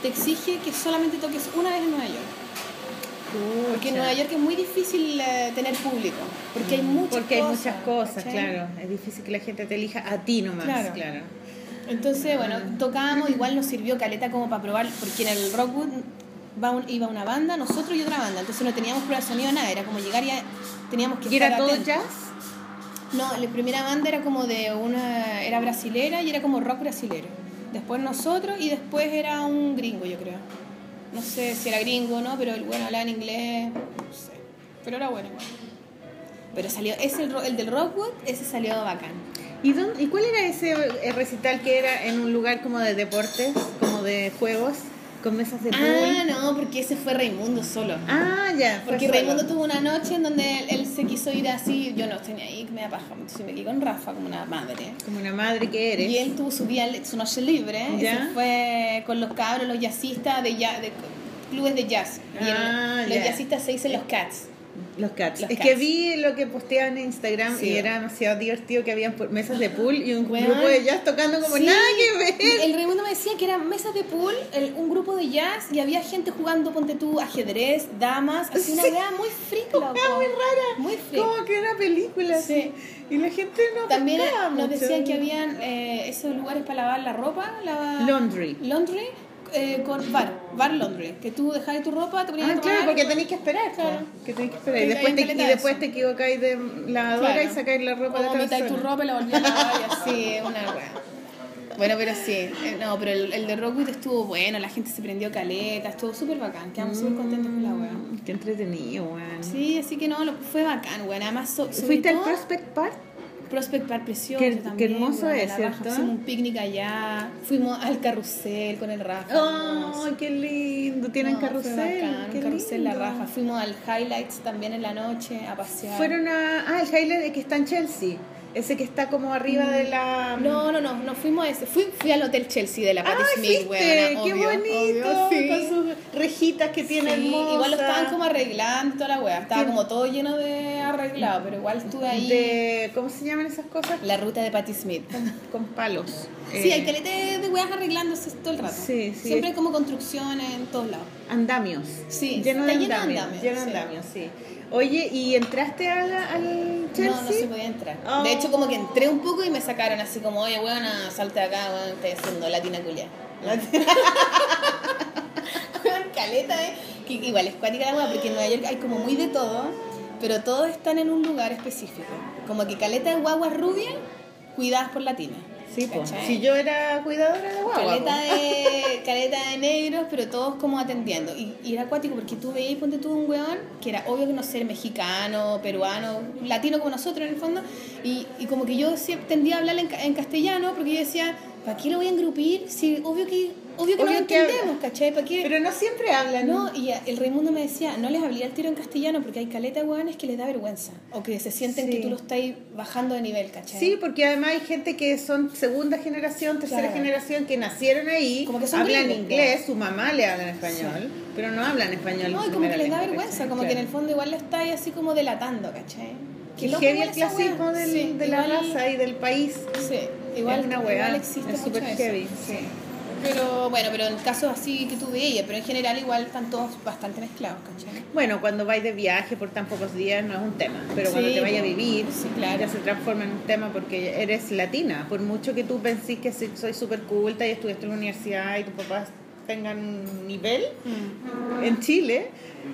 te exige que solamente toques una vez en Nueva York. Porque en Pucha. Mm, Nueva York es muy difícil eh, tener público, porque "Uh, hay muchas Porque hay cosas. muchas cosas, ¿cachai? claro. Es difícil que la gente te elija a ti nomás, Claro. claro. Entonces, bueno, tocábamos, igual nos sirvió caleta como para probar, porque en el Rockwood va un- iba una banda, nosotros y otra banda, entonces no teníamos prueba de sonido, nada, era como llegar y teníamos que ¿Y era estar todo atentos. jazz? No, la primera banda era como de una, era brasilera y era como rock brasilero. Después nosotros y después era un gringo, yo creo. No sé si era gringo o no, pero el bueno hablaba en inglés, no sé. Pero era bueno igual. Pero salió, ese el, ro- el del Rockwood, ese salió bacán. ¿Y, dónde- ¿Y cuál era ese eh, recital que era en un lugar como de deportes, como de juegos, con mesas de Ah, pool? no, porque ese fue Raimundo solo. Ah, ya. fue Porque solo. Raimundo tuvo una noche en donde él, él se quiso ir así, yo no tenía ahí, me da paja, entonces me quedé con Rafa como una madre. Como una madre que eres. Y él tuvo su día, su noche libre, y Ya. se fue con los cabros, los jazzistas de, ya- de clubes de jazz. Y el- Ah, los ya. jazzistas se dicen los cats. Los cats. Los es cats. que vi lo que posteaban en Instagram Sí. y era demasiado divertido que habían pu- mesas de pool y un Weón. grupo de jazz tocando como Sí. pues nada que ver. El Raimundo me decía que eran mesas de pool, el- un grupo de jazz y había gente jugando, ponte tú, ajedrez, damas, así una Sí. idea muy freak, Una loco. muy rara. Muy freak. Como que era película. Sí. Sí. Y la gente no También pescaba nos mucho. decían que habían eh, esos lugares para lavar la ropa, la... Laundry. laundry eh, con bar, bar laundry, que tú dejabas tu ropa, te ponías a Ah, tomar claro, algo. porque tenéis que esperar. pues. pues. Claro. Que tenéis que esperar. Y Porque después, hay te, caleta y de después eso. te equivocáis de lavadora Claro. y sacáis la ropa O de otra vomitáis tu persona. ropa y la volvías a lavar y así, una wea. Bueno, pero sí, eh, no, pero el, el de Rockwood estuvo bueno, la gente se prendió caleta, estuvo súper bacán, quedamos súper contentos con la wea. Mm, Qué entretenido, weón. Sí, así que no, lo- fue bacán, weón. Además, so- sobre ¿Fuiste al todo, Prospect Park? Prospect Park precioso Qué- qué también. hermoso weón, es, la raja. ¿cierto? Hicimos un picnic allá, fuimos al carrusel con el Rafa. ¡Oh, qué lindo! Tienen No, fue carrusel. bacán, qué un carrusel la lindo. raja. Fuimos al Highlights también en la noche a pasear. Fueron a. Ah, el highlight que está en Chelsea. Ese que está como arriba de la. No, no, no, no fuimos a ese. Fui, fui al Hotel Chelsea de la Patti ¡Ah, Smith, fuiste! weona, ¡Qué obvio, bonito! obvio, sí. Con sus rejitas que tiene Sí, hermosa. igual lo estaban como arreglando y toda la wea. Estaba Sí. como todo lleno de arreglado, pero igual estuve ahí. De, ¿Cómo se llaman esas cosas? La ruta de Patti Smith. Con palos. Sí, Eh, hay caleta de, de weas arreglándose todo el rato. Sí, sí. Siempre hay como construcciones en todos lados. Andamios. Sí, lleno está de lleno de andamios. andamios, lleno de sí. andamios, sí. Oye, ¿y entraste a la- al Chelsea? No, no se podía entrar. Oh. De hecho, como que entré un poco y me sacaron así como, oye, weona, salte de acá, weón, estás haciendo latina culia. Weón, caleta, eh. Que igual es cuática la wea, porque en Nueva York hay como muy de todo, pero todos están en un lugar específico. Como que caleta de guaguas rubias, cuidadas por latinas. Sí, pues. ¿Cachai? Si yo era cuidadora de guagua. Caleta po. de, caleta de negros, pero todos como atendiendo. Y, y era acuático porque tú veías, ponte tú un weón, que era obvio que no ser mexicano, peruano, latino como nosotros en el fondo. Y, y como que yo siempre tendía a hablar en, ca- en castellano porque yo decía, ¿para qué lo voy a engrupir? Si obvio que, obvio que no lo Obvio que habla. entendemos, ¿cachai? ¿Para qué? Pero no siempre hablan. No, y a- el Raimundo me decía, no les hablé al tiro en castellano porque hay caleta de weones que les da vergüenza o que se sienten Sí. que tú lo estás bajando de nivel, ¿cachai? Sí, porque además hay gente que son segunda generación, tercera Claro. generación, que nacieron ahí, Como que son hablan gringos, inglés, su mamá le habla en español, pero no hablan español. No, y como que su primera les da lengua, vergüenza, ¿cachai? como que en el fondo igual la estáis así como delatando, ¿cachai? Que loco heavy igual el esa weá. clasismo del- Sí, de la igual- raza y del país. Sí, igual, es una igual weá, existe es mucho súper eso. heavy. sí. Pero bueno, pero en casos así que tú veías, pero en general igual están todos bastante mezclados, ¿cachai? Bueno, cuando vais de viaje por tan pocos días no es un tema, pero cuando Sí, te vayas a po. vivir Sí, claro. ya se transforma en un tema porque eres latina, por mucho que tú pensís que sí- soy súper culta y estudiaste en la universidad y tus papás tengan un nivel en Chile,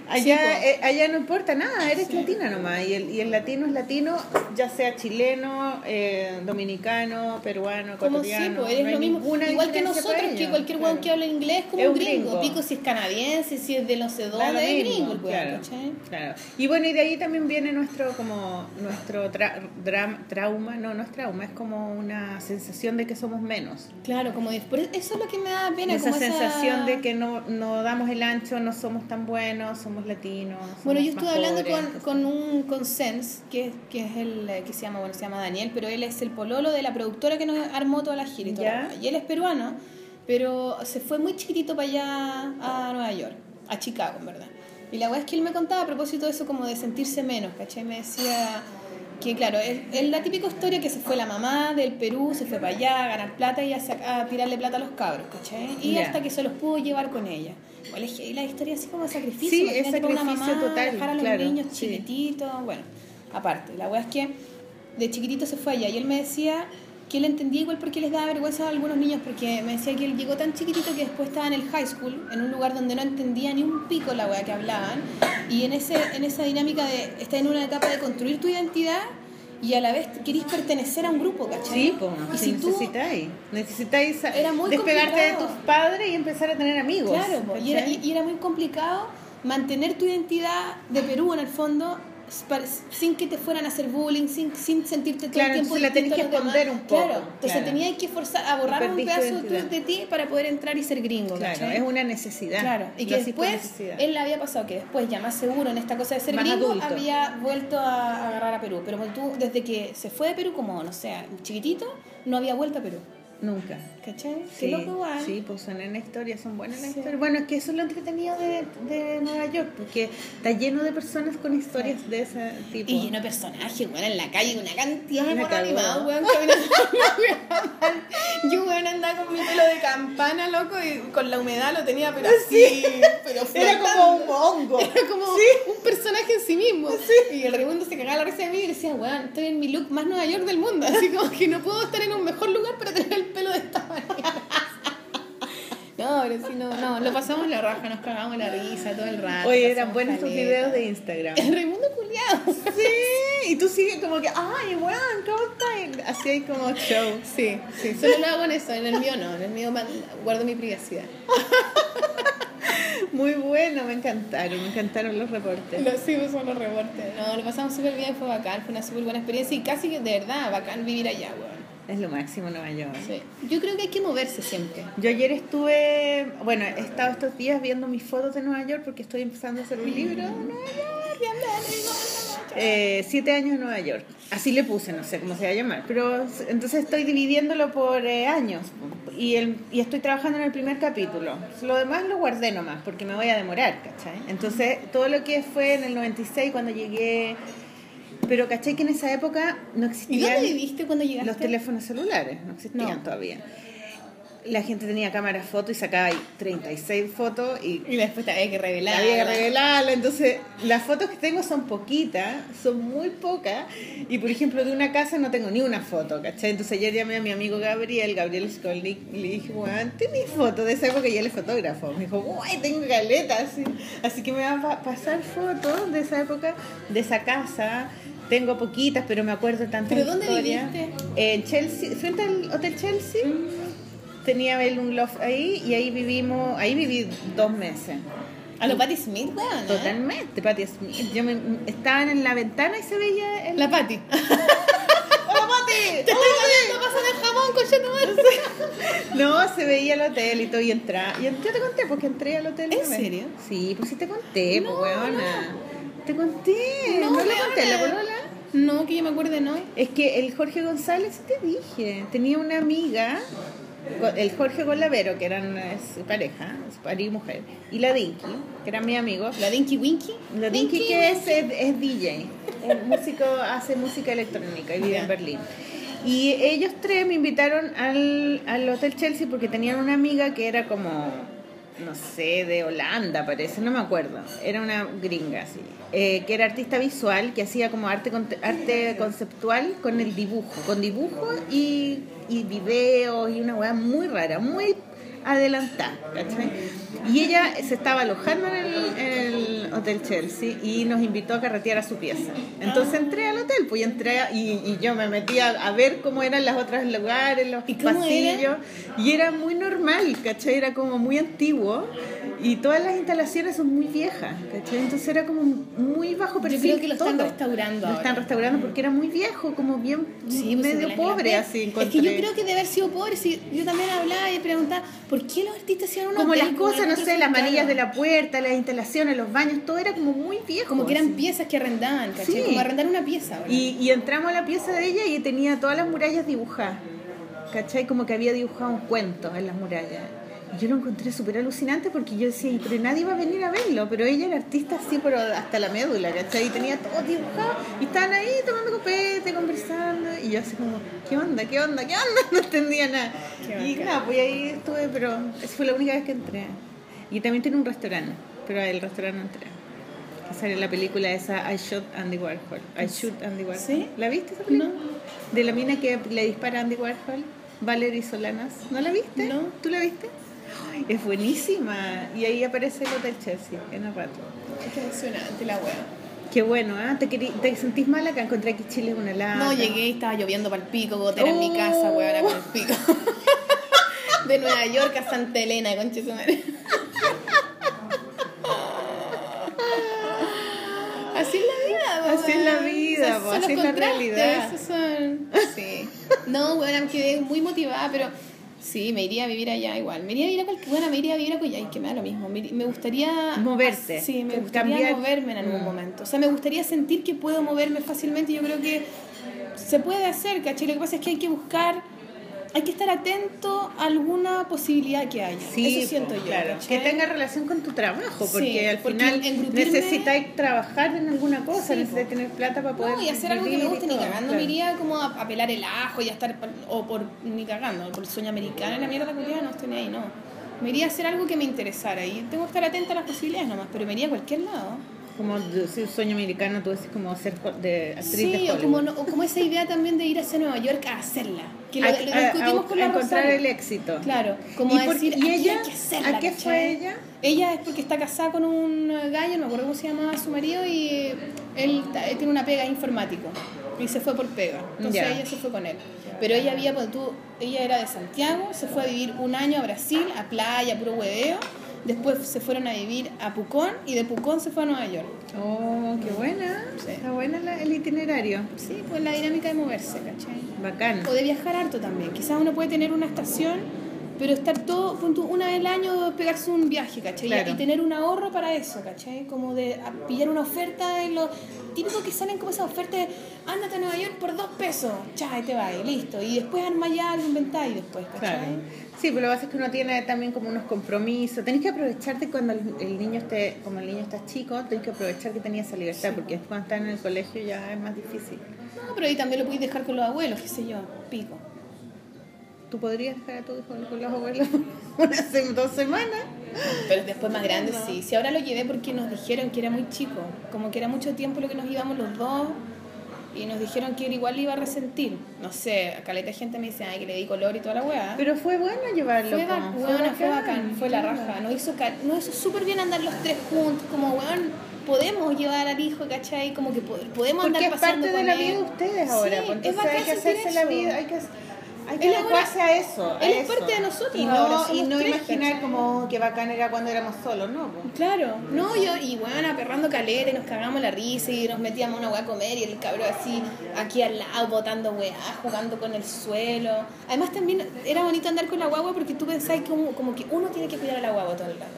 allá, po. eh, allá no importa nada, eres latina nomás y el, y el latino es latino, ya sea chileno, eh, dominicano, peruano, Como sí, ecuatoriano, pues eres no hay lo mismo. ninguna Igual que diferencia para nosotros, que ellos, cualquier weón claro. que habla inglés es como Es un un gringo. gringo. Pico si es canadiense, si es de no sé Da lo dónde, es mismo, gringo el weón, claro, ¿cachai? claro. Y bueno, y de ahí también viene nuestro como nuestro tra- dram- trauma, no, no es trauma, es como una sensación de que somos menos. Claro, como de- por eso es lo que me da pena. esa como sensación de que no, no damos el ancho, no somos tan buenos, somos latinos. Bueno, somos yo estuve más hablando pobres, con, con un consens, que, que es el eh, que se llama, bueno, se llama Daniel, pero él es el pololo de la productora que nos armó toda la gira y toda la Ya. wea. Y él es peruano, pero se fue muy chiquitito para allá a Nueva York, a Chicago, en verdad. Y la weá es que él me contaba a propósito de eso como de sentirse menos, ¿cachai? Me decía que, claro, es, es la típica historia que se fue la mamá del Perú, se fue para allá a ganar plata y a, saca- a tirarle plata a los cabros, ¿cachai? Y Ya. hasta que se los pudo llevar con ella. Igual es que la historia así como de sacrificio Sí, imagínate es para una sacrificio mamá, total, Dejar a los claro, niños sí. chiquititos, bueno, aparte, la wea es que de chiquitito se fue allá y él me decía que él entendía igual porque les daba vergüenza a algunos niños, porque me decía que él llegó tan chiquitito que después estaba en el high school, en un lugar donde no entendía ni un pico la wea que hablaban, y en, ese, en esa dinámica de estar en una etapa de construir tu identidad y a la vez querís pertenecer a un grupo, ¿cachai? Sí, po, y si si tú necesitáis. Necesitáis sa- Era muy despegarte de complicado. tus padres y empezar a tener amigos. Claro, po, y era, ¿cachai? y- y era muy complicado mantener tu identidad de Perú en el fondo para- sin que te fueran a hacer bullying, sin, sin sentirte todo Claro, el tiempo entonces la distinto tenés a que los esconder demás. un poco, Claro, entonces claro. tenías que forzar a borrar un Perdiste pedazo identidad. tú de ti para poder entrar y ser gringo. Claro, ¿cachai? es una necesidad. Claro, y Lo que haces por después necesidad. él le había pasado que después, ya más seguro en esta cosa de ser Más gringo, adulto. había vuelto a agarrar a Perú. Pero bueno, tú, desde que se fue de Perú, como no sé, chiquitito, no había vuelto a Perú. Nunca. ¿Cachai? Qué Sí, loco igual. Sí, pues son en historias, son buenas las Sí. historias. Bueno, es que eso es lo entretenido de, de Nueva York, porque está lleno de personas con historias de ese tipo. Y lleno de personajes, weón, en la calle, una cantidad de Me monos cagó. animados, weón, caminando. Yo, weón, andaba con mi pelo de campana, loco, y con la humedad lo tenía, pero así, pero Era como un hongo. Era como un personaje en sí mismo. Y el Raimundo se cagaba la risa de mí y decía, weón, estoy en mi look más Nueva York del mundo. Así como que no puedo estar en un mejor lugar para tener el pelo de esta manera. No, pero sí, no, no, lo pasamos la raja, nos cagamos la risa todo el rato. Oye, pasamos eran buenos tus caleta. videos de Instagram. El Raimundo culiado. Sí, y tú sigues como que, ay, weón, ¿cómo estás? Así hay como show. Sí, sí, solo lo hago en eso, en el mío no, en el mío man- guardo mi privacidad. Muy bueno, me encantaron, me encantaron los reportes. Lo sí, son los reportes. No, lo pasamos súper bien, fue bacán, fue una súper buena experiencia y casi que de verdad bacán vivir allá, weón. Es lo máximo Nueva York. Sí. Yo creo que hay que moverse siempre. Yo ayer estuve, bueno, he estado estos días viendo mis fotos de Nueva York porque estoy empezando a hacer un libro de Mm. Nueva York. Eh, siete años en Nueva York. Así le puse, no sé cómo se va a llamar. Pero s- entonces estoy dividiéndolo por eh, años y, el, y estoy trabajando en el primer capítulo. Lo demás lo guardé nomás porque me voy a demorar, ¿cachai? Entonces todo lo que fue en el 96 cuando llegué... Pero ¿cachai que en esa época no existía... ¿Y dónde viviste cuando llegaste? Los teléfonos celulares no existían No. todavía. La gente tenía cámara foto y sacaba ahí 36 fotos y Y después te había que revelar. había que revelarla. Entonces, las fotos que tengo son poquitas, son muy pocas. Y por ejemplo, de una casa no tengo ni una foto, ¿cachai? Entonces, ayer llamé a mi amigo Gabriel, Gabriel Skolnik, y le dije, Juan, ¿tienes foto de esa época? Y él es fotógrafo. Me dijo, guay, tengo galetas. Así, así que me van a pa- pasar fotos de esa época, de esa casa. Tengo poquitas, pero me acuerdo tanto. ¿Pero dónde viviste? En Eh, Chelsea, frente al Hotel Chelsea. Tenía él un loft ahí y ahí vivimos, ahí viví dos meses. A los Patti Smith, weón. ¿eh? Totalmente, Patti Smith. Yo me, estaban en la ventana y se veía el. La Patti. Te ¡Hola, Pati! estoy dando pasar el jamón con No, se veía el hotel y todo. Y entraba. Y yo te conté, porque entré al hotel. ¿En una vez. serio? Sí, pues sí te conté, No, pues weona. Te conté. No, le weona. conté, la polola. No, que yo me acuerde, no. Es que el Jorge González, te dije, tenía una amiga, el Jorge Golavero, que eran eh, su pareja, su marido y mujer, y la Dinky, que era mi amigo. La Dinky Winky. La Dinky que es, es, es DJ, es músico, hace música electrónica y vive Ya. en Berlín. Y ellos tres me invitaron al, al Hotel Chelsea porque tenían una amiga que era como, no sé, de Holanda parece, no me acuerdo. Era una gringa así. eh, que era artista visual, que hacía como arte, conte- arte conceptual con el dibujo, con dibujo y, y videos y una weá muy rara, muy adelantada, ¿cachai? Y ella se estaba alojando en el, en el Hotel Chelsea y nos invitó a carretear a su pieza. Entonces entré al hotel, pues y entré a- y, y yo me metí a, a ver cómo eran los otros lugares, los ¿Y cómo pasillos. Y era muy normal, ¿cachai? Era como muy antiguo y todas las instalaciones son muy viejas, ¿cachai? Entonces era como muy bajo perfil. creo que lo están todo. restaurando Lo están ahora. restaurando porque era muy viejo, como bien Sí, pues, medio en pobre Inglaterra. así. Es que encontré. yo creo que de haber sido pobre, si yo también hablaba y preguntaba, ¿por qué los artistas hacían una como las cosas, no sé, las manillas de la puerta, las instalaciones, los baños, todo era como muy viejo. Como que así. eran piezas que arrendaban, ¿cachai? Sí. Como arrendar una pieza. ahora. Y, y entramos a la pieza de ella y tenía todas las murallas dibujadas. ¿Cachai? Como que había dibujado un cuento en las murallas. Y Yo lo encontré súper alucinante porque yo decía, "Y pero nadie va a venir a verlo. Pero ella era artista así, pero hasta la médula, ¿cachai? Y tenía todo dibujado. Y estaban ahí tomando copete, conversando. Y yo así como, ¿qué onda? ¿Qué onda? ¿Qué onda? No entendía nada. Qué Y bacán. nada, pues ahí estuve, pero esa fue la única vez que entré. Y también tiene un restaurante, pero el restaurante no entré. Que sale la película esa I Shot Andy Warhol. I Shoot Andy Warhol. ¿Sí? ¿La viste esa película? De la mina que le dispara a Andy Warhol, Valerie Solanas. ¿No la viste? No. ¿Tú la viste? Ay, Es buenísima. Y ahí aparece el Hotel Chelsea en el rato. Qué emocionante la wea. Qué bueno, ¿ah? ¿Te, querí- te sentís mal acá? Encontré aquí Chile es una lata. No, llegué y estaba lloviendo para el pico, gotera en mi Oh. casa, weón, para el pico. De Nueva York a Santa Elena, conche su madre. Así es la vida, Así es la weón. vida, Esos po, son así los es la contrastes, realidad. esos son- Sí. No, bueno, me quedé muy motivada, pero sí, me iría a vivir allá igual. Me iría a vivir a cualquier. Bueno, me iría a vivir a Coyhaique, que me da lo mismo. Me, me gustaría. Moverte. Sí, me Te gustaría cambiar- moverme en algún Mm. momento. O sea, me gustaría sentir que puedo moverme fácilmente. Yo creo que se puede hacer, ¿cachai? Lo que pasa es que hay que buscar. Hay que estar atento a alguna posibilidad que haya. Sí, Eso siento po, yo. claro. ¿cachai? Que tenga relación con tu trabajo, Sí, porque al porque final engrutirme- necesitáis trabajar en alguna cosa, Sí, necesitas po. tener plata para poder. No, y hacer algo que me vivir y guste ni todo, cagando. claro. Me iría como a, a pelar el ajo y a estar. pa- O por. ni cagando, por el sueño americano, la mierda culiada, no estoy ni ahí, no. Me iría a hacer algo que me interesara y tengo que estar atenta a las posibilidades nomás, pero me iría a cualquier lado. Como de- si un sueño americano, tú decís como ser jo- de actriz de Sí, o Hollywood. como, no- o como esa idea también de ir hacia Nueva York a hacerla. Que lo, A- lo a- a- discutimos con a la encontrar Rosario. el éxito. Claro, como ¿Y a por- decir, y "Aquí hay ella? que hacerla", ¿A qué ¿cachai? fue ella? Ella es porque está casada con un gallo, no me acuerdo cómo se llamaba su marido, y eh, él ta- él tiene una pega es informático. Y se fue por pega. Entonces Ya. ella se fue con él. Pero ella había, ponte tú, ella era de Santiago, se fue a vivir un año a Brasil, a playa, puro hueveo. Después se fueron a vivir a Pucón y de Pucón se fue a Nueva York. Oh, qué buena. Sí. Está buena la- el itinerario. Sí, pues la dinámica de moverse, ¿cachai? Bacán. O de viajar harto también. Quizás uno puede tener una estación, pero estar todo, pon tú, una vez al año pegarse un viaje, ¿cachai? Claro. Y tener un ahorro para eso, ¿cachai? Como de a- pillar una oferta en lo típico que salen como esas ofertas de ándate a Nueva York por dos pesos, cha, y te vas, y listo. Y después arma ya algo inventáis después, ¿cachai? Claro. Sí, pero lo que pasa es que uno tiene también como unos compromisos. Tenés que aprovecharte cuando el, el niño esté, como el niño está chico, tenés que aprovechar que tenía esa libertad, porque cuando están en el colegio ya es más difícil. No, pero ahí también lo podéis dejar con los abuelos, qué sé yo, pico. ¿Tú podrías dejar a tu hijo con los abuelos una sem- dos semanas? Pero después más grande, sí. Si ahora lo llevé porque nos dijeron que era muy chico, como que era mucho tiempo lo que nos íbamos los dos y nos dijeron que él igual le iba a resentir. No sé, caleta de gente me dice, ay, que le di color y toda la weá. Pero fue bueno llevarlo. Fue, po. ba- weona, fue bacán, fue la raja. Nos hizo, ca- nos hizo súper bien andar los tres juntos, como weón, podemos llevar al hijo, ¿cachai? Como que po- podemos Porque andar es parte pasando de con la él. vida de ustedes ahora. Sí, pues, es entonces bacán hay que sentir hacerse la eso. vida, hay que, hay que Él ahora- adecuarse a eso. a él es eso. parte de nosotros Y no, ahora, somos y no tres, imaginar ¿cachai? como que bacán era cuando éramos solos, ¿no? po? Claro, no, yo, y bueno, aperrando caleta y nos cagamos la risa y nos metíamos una weá a comer y el cabrón así aquí al lado botando weá, jugando con el suelo. Además también era bonito andar con la guagua porque tú pensabas que como, como que uno tiene que cuidar a la guagua todo el rato.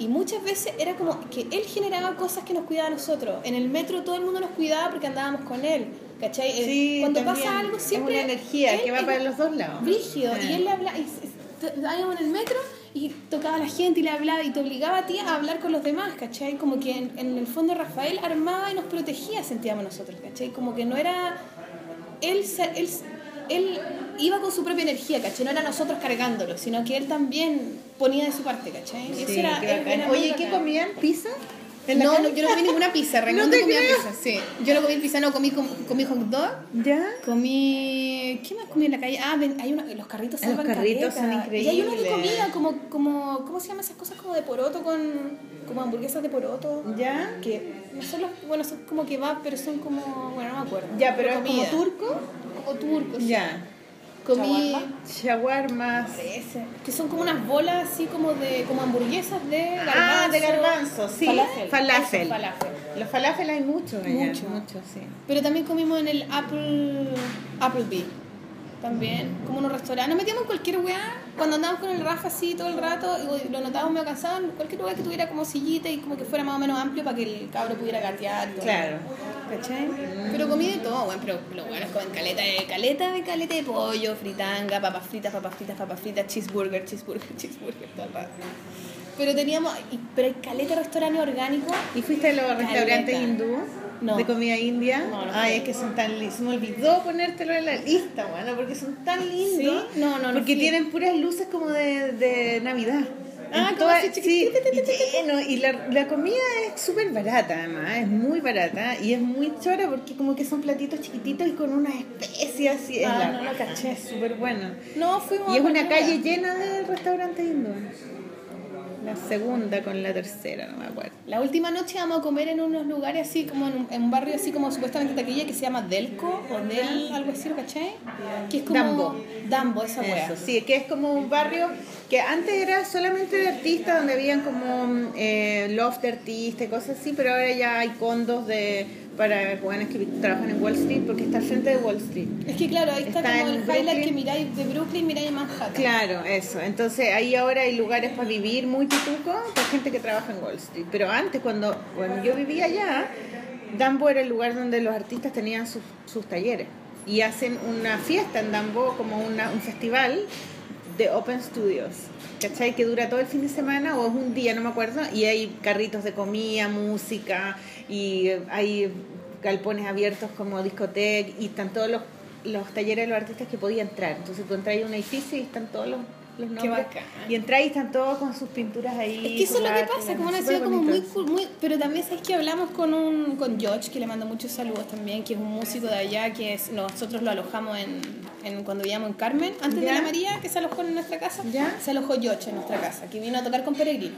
Y muchas veces era como que él generaba cosas que nos cuidaba a nosotros. En el metro todo el mundo nos cuidaba porque andábamos con él. ¿Cachai? Eh, Sí, Cuando también. pasa algo Es siempre... una energía él que va es para los dos lados. Brígido. Sí. Y él le hablaba, y s- s- íbamos en el metro y tocaba a la gente y le hablaba y te obligaba a ti a hablar con los demás, ¿cachai? Como que en, en el fondo Rafael armaba y nos protegía, sentíamos nosotros, ¿cachai? Como que no era... Él, se- él, él iba con su propia energía, ¿cachai? No era nosotros cargándolo, sino que él también ponía de su parte, ¿cachai? Y eso Sí, era- qué era- bacán. era muy Oye, ¿qué bacán. comían? ¿Pizza? ¿En la No, calle? no, yo no comí ninguna pizza, No Raimundo te comía creo. pizza, sí. Yo no comí pizza, no, comí, com- comí hot dog. ¿Ya? Comí. ¿Qué más comí en la calle? Ah, ven- hay una, los carritos Ah, los salvan carritos caleta. son Y hay uno de increíbles. comida, como, como. ¿Cómo se llaman esas cosas? Como de poroto con. Como hamburguesas de poroto. ¿Ya? Que no son los. Bueno, son como que va, pero son como. Bueno, no me acuerdo. Ya, pero es como comida. turco. Como turco. sí. Ya. Comí. Shawarma. Parece. Que son como unas bolas así como de. Como hamburguesas de garbanzo. Ah, de garbanzo, sí. Falafel. Falafel. Eso, falafel. Los falafel hay muchos allá. Mucho. Muchos, sí. Pero también comimos en el Apple Applebee. También, como unos restaurantes. Nos metíamos en cualquier weá. Cuando andábamos con el Rafa así todo el rato, y lo notábamos medio cansado, en cualquier lugar que tuviera como sillita y como que fuera más o menos amplio para que el cabro pudiera gatear. y todo. Claro. ¿Cachai? Pero comí de todo, weón. Pero los weones comen caleta de caleta de caleta de pollo, fritanga, papas fritas, papas fritas, papas fritas, cheeseburger, cheeseburger, cheeseburger, todo el rato. Pero teníamos, y- pero hay caleta de restaurantes orgánicos ¿Y fuiste a los Caleta. restaurantes hindú? No. ¿De comida india? No, no Ay, fui. es que son tan lindos. Se me olvidó ponértelo en la lista, bueno, porque son tan lindos. ¿Sí? No, no, no Porque fui. tienen puras luces como de, de Navidad. Ah, En como todas- así sí, chiquitita, y lleno. Y la, la comida es súper barata, además. Es muy barata y es muy chora porque como que son platitos chiquititos y con unas especias. así. es Ah, la no lo raja, caché. Es súper bueno. No, fuimos Y a es una cualquier calle lugar. llena de restaurantes hindúes. La segunda con la tercera, no me acuerdo. La última noche vamos a comer en unos lugares así, como en un, en un barrio así como supuestamente taquilla que se llama Delco o Del, algo así, ¿lo ¿cachai? Que es como. Dambo. Dambo, esa wea. Eso, sí, que es como un barrio que antes era solamente de artistas, donde habían como mm, eh, loft de artistas y cosas así, pero ahora ya hay condos de para buenas que trabajan en Wall Street, porque está al frente de Wall Street. Es que claro, ahí está, Está como en el highlight Brooklyn. que miráis de Brooklyn, miráis Manhattan. Claro, eso. Entonces ahí ahora hay lugares para vivir muy pituco para gente que trabaja en Wall Street. Pero antes, cuando bueno, yo vivía allá, Danbo era el lugar donde los artistas tenían sus, sus talleres. Y hacen una fiesta en Danbo, como una- un festival de Open Studios. ¿Cachai? Que dura todo el fin de semana o es un día, no me acuerdo. Y hay carritos de comida, música y eh, hay galpones abiertos como discoteca y están todos los, los talleres de los artistas que podían entrar. Entonces tú entras a un edificio y están todos los, los Qué nombres. bacán. Y entras y están todos con sus pinturas ahí. Es que eso es sus lo que artes, pasa, como una súper ciudad como muy, bonito. cool, muy... Pero también sabes que hablamos con un con George, que le mando muchos saludos también, que es un músico de allá, que es, nosotros lo alojamos en, en- cuando vivíamos en Carmen, antes Ya. de la María, que se alojó en nuestra casa, Ya. se alojó George en nuestra casa, que vino a tocar con Peregrino.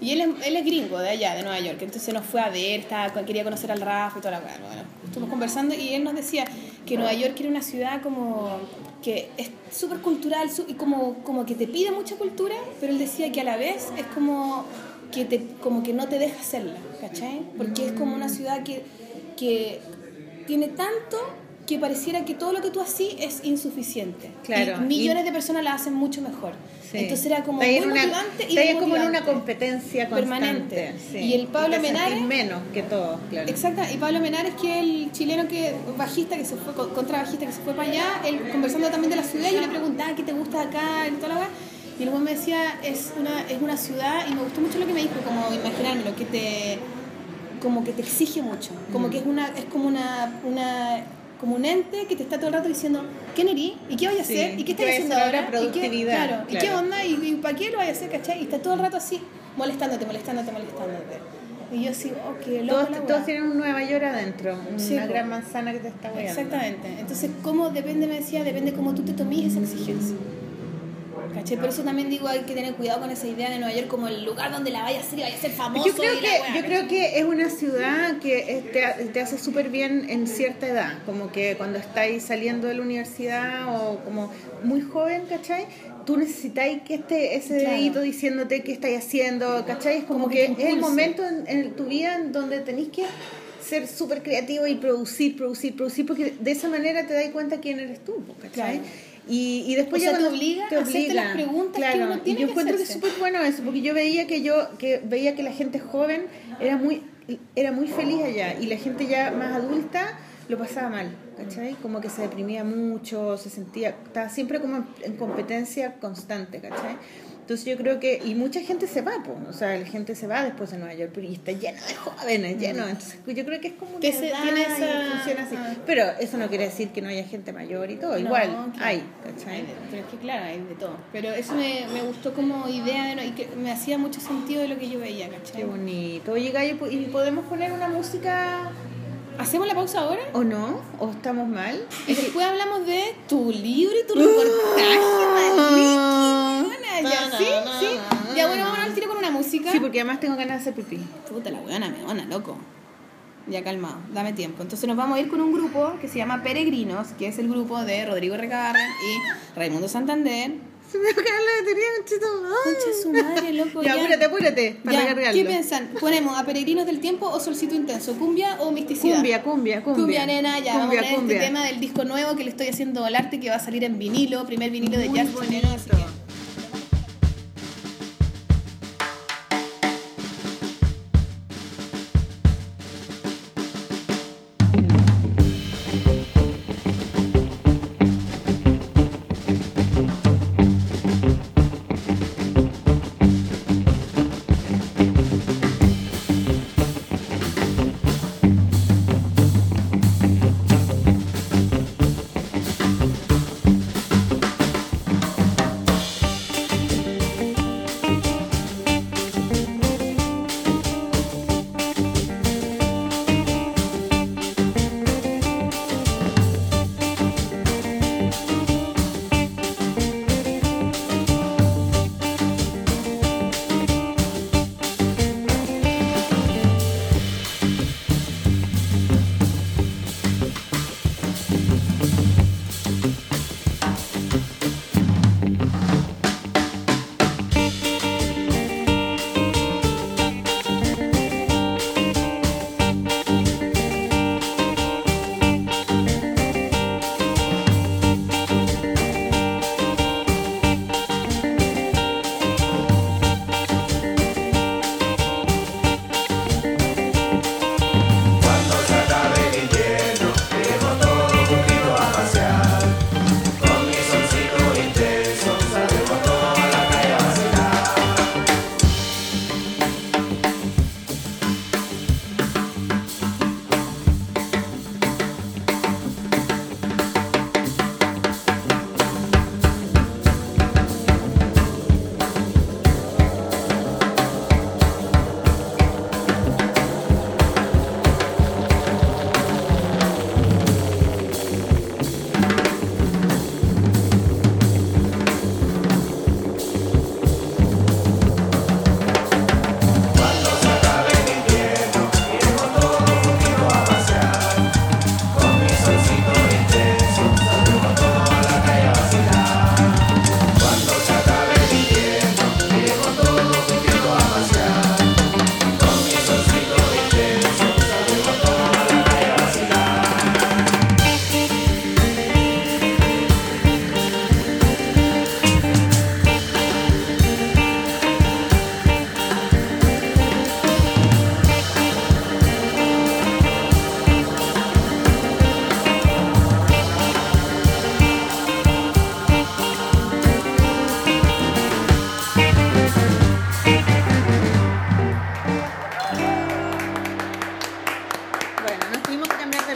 Y él es, él es gringo de allá, de Nueva York, entonces nos fue a ver, estaba, quería conocer al Rafa y toda la weá, bueno, estuvimos conversando y él nos decía que Nueva York era una ciudad como que es súper cultural su- y como, como que te pide mucha cultura, pero él decía que a la vez es como que, te, como que no te deja hacerla, ¿cachai? Porque es como una ciudad que, que tiene tanto que pareciera que todo lo que tú haces es insuficiente. Claro, Y y- millones de personas la hacen mucho mejor. Sí. Entonces era como Está ahí muy en una- motivante y está ahí como en una desmotivante. competencia constante. Permanente. sí. Y el Pablo te sentís Menares- menos que todos, claro. Exacta, y Pablo Menares, que es el chileno que bajista que se fue, con- contrabajista que se fue para allá, él conversando también de la ciudad, yo le preguntaba qué te gusta de acá y toda la weá. Y luego me decía, es una, es una ciudad, y me gustó mucho lo que me dijo, como imaginármelo, que te como que te exige mucho, Mm. como que es una, es como una, una como un ente que te está todo el rato diciendo ¿quién erí? ¿y qué voy a Sí, hacer? ¿y qué estás ¿qué voy a haciendo hacer ahora? ahora? ¿y qué, Productividad, claro, ¿y claro. qué onda? ¿y, para qué lo voy a hacer? ¿cachai? y está todo el rato así, molestándote, molestándote, molestándote y yo así, ok, loco Todos, la weá. todos tienen un Nueva York adentro, una Sí, po. gran manzana que te está guiando. Exactamente. Entonces, ¿cómo depende, me decía, depende cómo tú te tomes esa exigencia? ¿Cachai? Por eso también digo, hay que tener cuidado con esa idea de Nueva York como el lugar donde la vaya a hacer y vaya a ser famoso. Yo creo, y la que, weá, yo ¿cachai? creo que es una ciudad que eh, te, ha- te hace súper bien en cierta edad, como que cuando estáis saliendo de la universidad o como muy joven, ¿cachai? Tú necesitáis que esté ese Claro. dedito diciéndote qué estáis haciendo, ¿cachai? Es como, Como que que, te es el impulse. momento en, en tu vida en donde tenéis que ser súper creativo y producir, producir, producir, porque de esa manera te dais cuenta quién eres tú, ¿cachai? Claro. Y, y después O ya sea, te cuando- obliga a hacerte las preguntas que uno tiene y yo que encuentro que es hacerse. súper pues, bueno eso, porque yo veía que yo que veía que la gente joven era muy era muy feliz allá y la gente ya más adulta lo pasaba mal, ¿cachai? Como que se deprimía mucho, se sentía, estaba siempre como en, en competencia constante, ¿cachai? Entonces yo creo que, y mucha gente se va, po, o sea, la gente se va después de Nueva York pero- y está lleno de jóvenes, lleno, entonces pues, yo creo que es como una Mm. Que se edad tiene y esa- funciona así. ah. Pero eso no quiere decir que no haya gente mayor y todo, No, igual, claro. hay, ¿cachai? Hay de- Pero es que claro, hay de todo. Pero eso me, me gustó como idea de no- y que me hacía mucho sentido de lo que yo veía, ¿cachai? Qué bonito. Oye, Gallo, po- ¿y podemos poner una música ¿Hacemos la pausa ahora? o no? ¿O estamos mal? Y después hablamos de tu libro y tu reportaje, Maliki, weona. Ya, ¿sí? ¿Sí? Ya, bueno, vamos al tiro con una música. Sí, porque además tengo ganas de hacer pipí. Puta la weona, meona, loco. Ya calmado, dame tiempo. Entonces nos vamos a ir con un grupo que se llama Peregrinos, que es el grupo de Rodrigo Recabarren y Raimundo Santander. Se me va a caer la batería, conchito. Concha su madre, loco. Ya, apúrate, apúrate, para Ya, recargarlo. ¿Qué piensan? Ponemos a Peregrinos del Tiempo o Solcito Intenso, cumbia o misticidad. Cumbia, cumbia, cumbia. Cumbia, nena, ya vamos a Cumbia, poner cumbia. este tema del disco nuevo que le estoy haciendo al arte que va a salir en vinilo, primer vinilo de Muy jazz chileno, así bonito. que-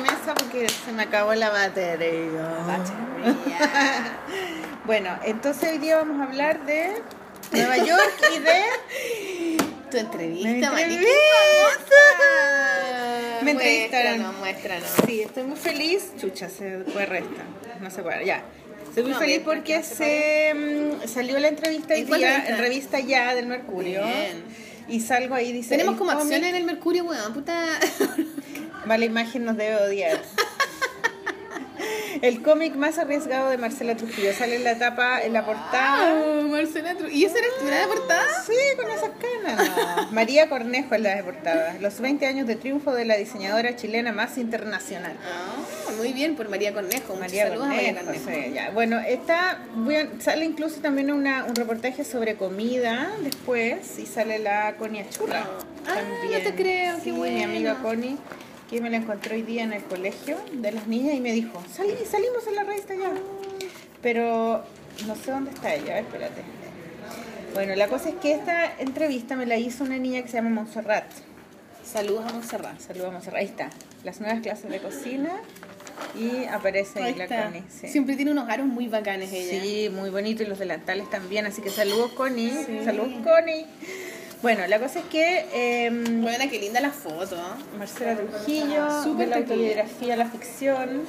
pausa porque se me acabó la batería. Batería. bueno, entonces hoy día vamos a hablar de Nueva York y de Tu entrevista, Mati, qué Me entrevista. famosa. Me entrevistaron. Muéstranos, muéstranos. Sí, estoy muy feliz. Chucha, se fue resta. No se puede, ya. Estoy muy No, feliz bien, porque no se se mm, salió la entrevista hoy ¿En cuál día revista? en revista ya del Mercurio. Bien. Y salgo ahí dice. Tenemos el como cómic- acciones en el Mercurio, weón, puta. Mala imagen nos debe odiar. El cómic más arriesgado de Marcela Trujillo sale en la tapa, en la portada. Ah, Marcela Tru- ¿Y esa era tu gran portada? Sí, con esas canas. María Cornejo en la portada. Los 20 años de triunfo de la diseñadora chilena más internacional. Ah, muy bien, por María Cornejo. Muchos María saludos a María Cornejo, Cornejo. sí, ya. Bueno, está, voy a- sale incluso también una- un reportaje sobre comida después y sale la Connie Achurra. Ah, también. no te creo, qué Sí, Mi bueno. amiga Connie, que me la encontró hoy día en el colegio de las niñas y me dijo, Salí, salimos en la revista ya. Ah. Pero no sé dónde está ella, a ver, espérate. Bueno, la cosa es que esta entrevista me la hizo una niña que se llama Montserrat. Saludos a Montserrat. Saludos, Montserrat. Ahí está. Las nuevas clases de cocina y aparece ahí Ahí la está. Connie. sí. Siempre tiene unos aros muy bacanes ella. Sí, muy bonito y los delantales también, así que saludos Connie, saludos Connie. Bueno, la cosa es que em, Buena, qué linda la foto. Marcela Trujillo, Súper de Trujillo. la autobiografía a la ficción.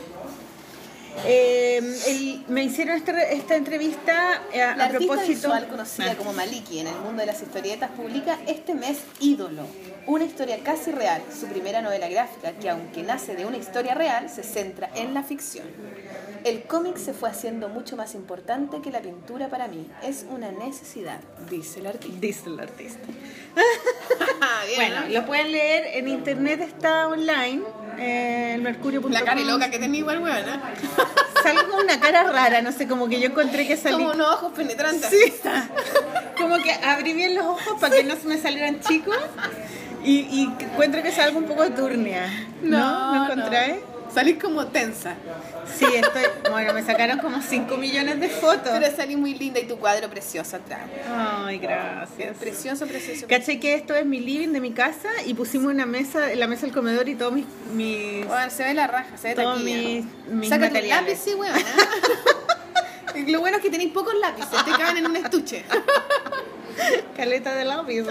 Em, el- me hicieron esta, esta entrevista eh, a, La a artista propósito. visual conocida Ah. como Maliki en el mundo de las historietas publica este mes Ídolo, una historia casi real, su primera novela gráfica que aunque nace de una historia real, se centra en la ficción. El cómic se fue haciendo mucho más importante que la pintura para mí, es una necesidad, dice el artista. Dice el artista. bueno, Bueno, lo pueden leer en internet, está online, eh, el mercurio.com. que tenía igual, buena. Salgo con una cara rara, no sé, como que yo encontré que salí unos ojos penetrantes. Sí. Como que abrí bien los ojos para que no se me salieran chicos. Y, y encuentro que salgo un poco turnia. ¿No? ¿No encontráis? Salís como tensa. Sí, estoy. Bueno, me sacaron como 5 millones de fotos. Pero salí muy linda y tu cuadro precioso atrás. Ay, gracias. Precioso, precioso. Caché que esto es mi living de mi casa y pusimos una mesa, la mesa del comedor y todos mis. mis- Bueno, se ve la raja, se ve Todos taquilla. mis- mis Saca tu materiales. lápiz, sí, weón. ¿eh? Lo bueno es que tenéis pocos lápices, te caben en un estuche. Caleta de lápiz.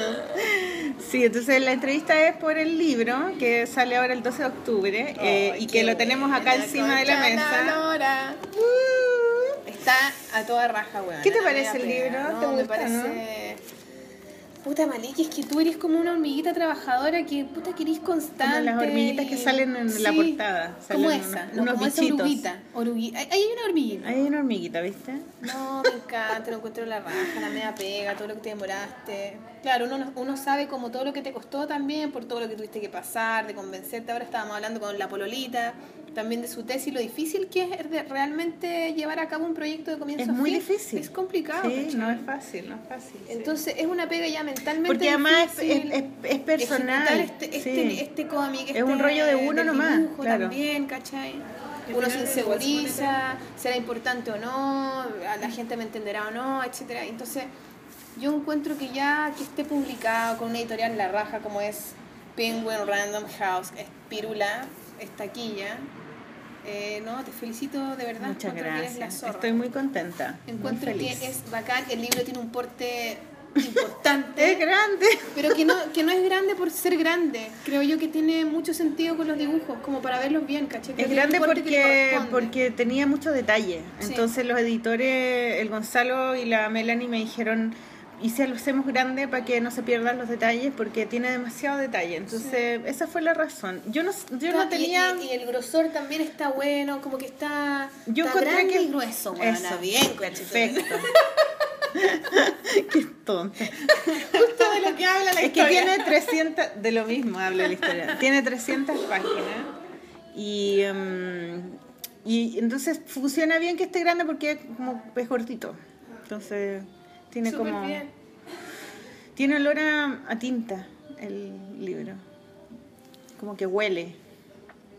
Sí, entonces la entrevista es por el libro que sale ahora el 12 de octubre eh, y que lo tenemos acá encima de la mesa. Uh. Está a toda raja, weón. ¿Qué te parece el libro? No, ¿Te me gusta, parece. Puta Maliki, es que tú eres como una hormiguita trabajadora que puta que eres constante. Como las hormiguitas que salen en la portada. Salen como unos- esa, no, unos como esa bichitos. oruguita. Orugui- Ahí ahí hay una hormiguita. Hay una hormiguita, ¿viste? No, me encanta, no encuentro la raja, la media pega, todo lo que te demoraste. Claro, uno, no- uno sabe como todo lo que te costó también, por todo lo que tuviste que pasar, de convencerte. Ahora estábamos hablando con la pololita, también de su tesis, lo difícil que es de realmente llevar a cabo un proyecto de comienzo Es a muy fin. difícil. Es complicado. Sí, ¿cachai? no es fácil, no es fácil. sí. Entonces es una pega ya mentalmente Porque además es, difícil. es- es- es personal. Ejecutar Este, este, sí. este cómic, Es un rollo de uno del nomás, dibujo claro. también, ¿cachai? Uno se inseguriza, será importante o no, a la gente me entenderá o no, etcétera. Entonces, yo encuentro que ya que esté publicado con una editorial en la raja como es Penguin Random House, es pirula, es taquilla. eh, no, te felicito de verdad. Muchas encuentro que eres la gracias. zorra. Estoy muy contenta. muy Encuentro que feliz. es bacán, el libro tiene un porte Es importante, grande. pero que no, que no es grande por ser grande. Creo yo que tiene mucho sentido con los dibujos, como para verlos bien, ¿caché? Creo Es que tiene grande un porte que le porque, corresponde. porque tenía mucho detalle. Sí. Entonces los editores, el Gonzalo y la Melanie me dijeron, y si lo hacemos grande para que no se pierdan los detalles porque tiene demasiado detalle. Entonces esa fue la razón. Yo no, yo no Y- tenía... y, y el grosor también está bueno, como que está, Yo está encontré grande que- y grueso, weona, Eso. bien, ¿caché? Perfecto. Qué tonta. Justo de lo que habla la Es que historia. tiene 300, de lo mismo habla la historia, tiene 300 páginas y, em, y entonces funciona bien que esté grande porque es como, es cortito. Entonces tiene Súper como... bien. Tiene olor a, a tinta el libro. Como que huele,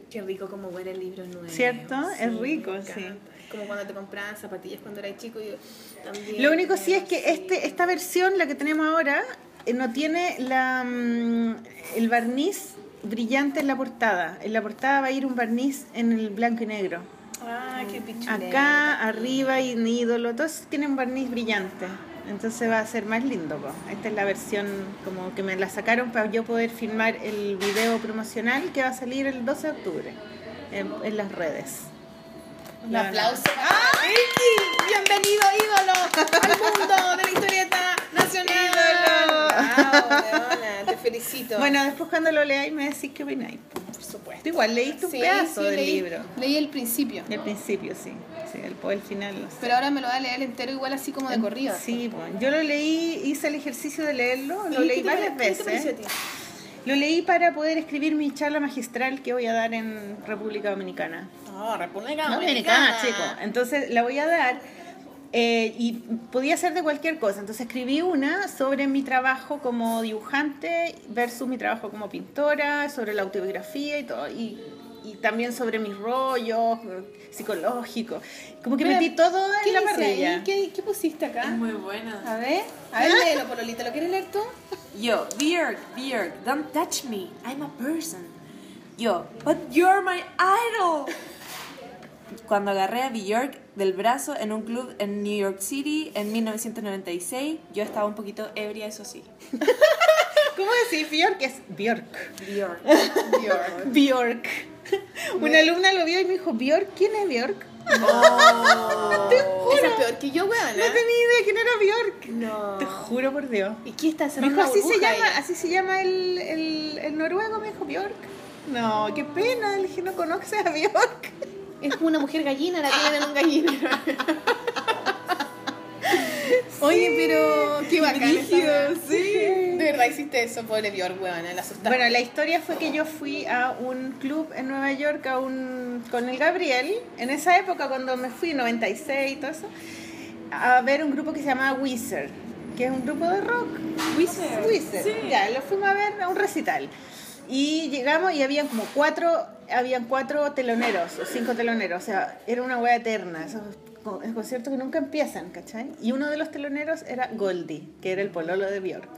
Qué rico como huele el libro nuevo. ¿cierto? es Sí, rico, me sí. encanta. Como cuando te compraban zapatillas cuando eras chico. Yo también Lo único sí es no que sé. este, esta versión, la que tenemos ahora, eh, no tiene la, mm, el barniz brillante en la portada. En la portada va a ir un barniz en el blanco y negro. Ah, qué pichula. Acá, arriba y en ídolo, todos tienen un barniz brillante. Entonces va a ser más lindo. po. Esta es la versión como que me la sacaron para yo poder filmar el video promocional que va a salir el 12 de octubre en, en las redes. Un aplauso. ¡Ah, Vicky! ¡Bienvenido, ídolo! al mundo de la historieta nacional. Ídolo. Bravo, weona, te felicito. Bueno, después cuando lo leáis me decís qué opináis. po. por Tú supuesto. igual leíste un pedazo del leí, libro. Leí el principio. Del principio, sí. sí el, po- el final, no sé. Pero ahora me lo va a leer entero igual así como de corrido. Sí, bueno, yo lo leí, hice el ejercicio de leerlo, lo ¿Y leí qué te varias pare- qué te veces. pareció a ti? Lo leí para poder escribir mi charla magistral que voy a dar en República Dominicana. No, República Dominicana, chicos. Entonces la voy a dar eh, y podía ser de cualquier cosa. Entonces escribí una sobre mi trabajo como dibujante versus mi trabajo como pintora, sobre la autobiografía y todo. Y, y también sobre mis rollos eh, psicológicos. Como que Mira, metí todo ¿Qué en la dice parrilla. ahí? ¿Qué, ¿Qué pusiste acá? Muy buena. A ver, a ver, léelo, Pololita. ¿Lo quieres leer tú? Yo, Björk, Björk, don't touch me. I'm a person. Yo, but you're my idol. Cuando agarré a Björk del brazo en un club en New York City en 1996, yo estaba un poquito ebria, eso sí. ¿Cómo decir Bjork? Es Bjork. Björk. Bjork. Una alumna lo vio y me dijo, Bjork, ¿quién es Bjork? Oh. Te juro. Esa es peor que yo, weona. No tenía idea quién era Bjork. No. Te juro por Dios. ¿Y qué está Me cerrando dijo, así una se burbuja llama, ella? así se llama el, el, el noruego, me dijo Bjork. No, qué pena, le dije, no conoces a Bjork. Es como una mujer gallina, la tienen en un gallinero. Oye, pero qué bacán esa brígido, weá. sí. De verdad hiciste eso, pobre Bjork, weona, la asustaste. Bueno, la historia fue que yo fui a un club en Nueva York a un, con el Gabriel, en esa época cuando me fui, 96 y todo eso, a ver un grupo que se llamaba Wizard, que es un grupo de rock. Wizard. Wizard. Ya, lo fuimos a ver a un recital. Y llegamos y habían como cuatro, habían cuatro teloneros, o cinco teloneros, o sea, era una hueá eterna, esos con- esos conciertos que nunca empiezan, ¿cachai? Y uno de los teloneros era Goldie, que era el pololo de Bjork.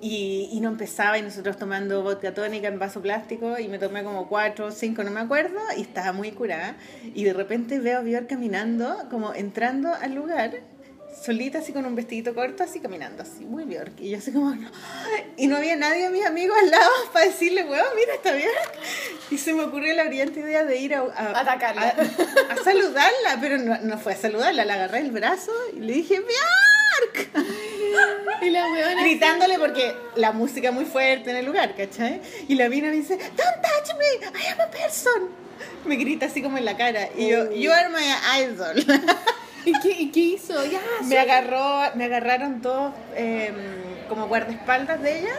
Y, y no empezaba y nosotros tomando vodka tónica en vaso plástico y me tomé como cuatro o cinco, no me acuerdo, y estaba muy curada. Y de repente veo a Bjork caminando, como entrando al lugar, solita así con un vestidito corto, así caminando, así, muy Bjork. Y yo así como, no. Y no había nadie de mis amigos al lado para decirle, weón, mira, está Bjork. Y se me ocurrió la brillante idea de ir a... a Atacarla. a- a saludarla, pero no, no fue a saludarla, le agarré el brazo y le dije, Bjork Y la weona. gritándole porque la música muy fuerte en el lugar, ¿cachai? Y la mina me dice, don't touch me, I am a person. Me grita así como en la cara. Y yo, you are my idol. ¿Y qué, y qué hizo? Ya, me agarró, me agarraron todos eh, como guardaespaldas de ella.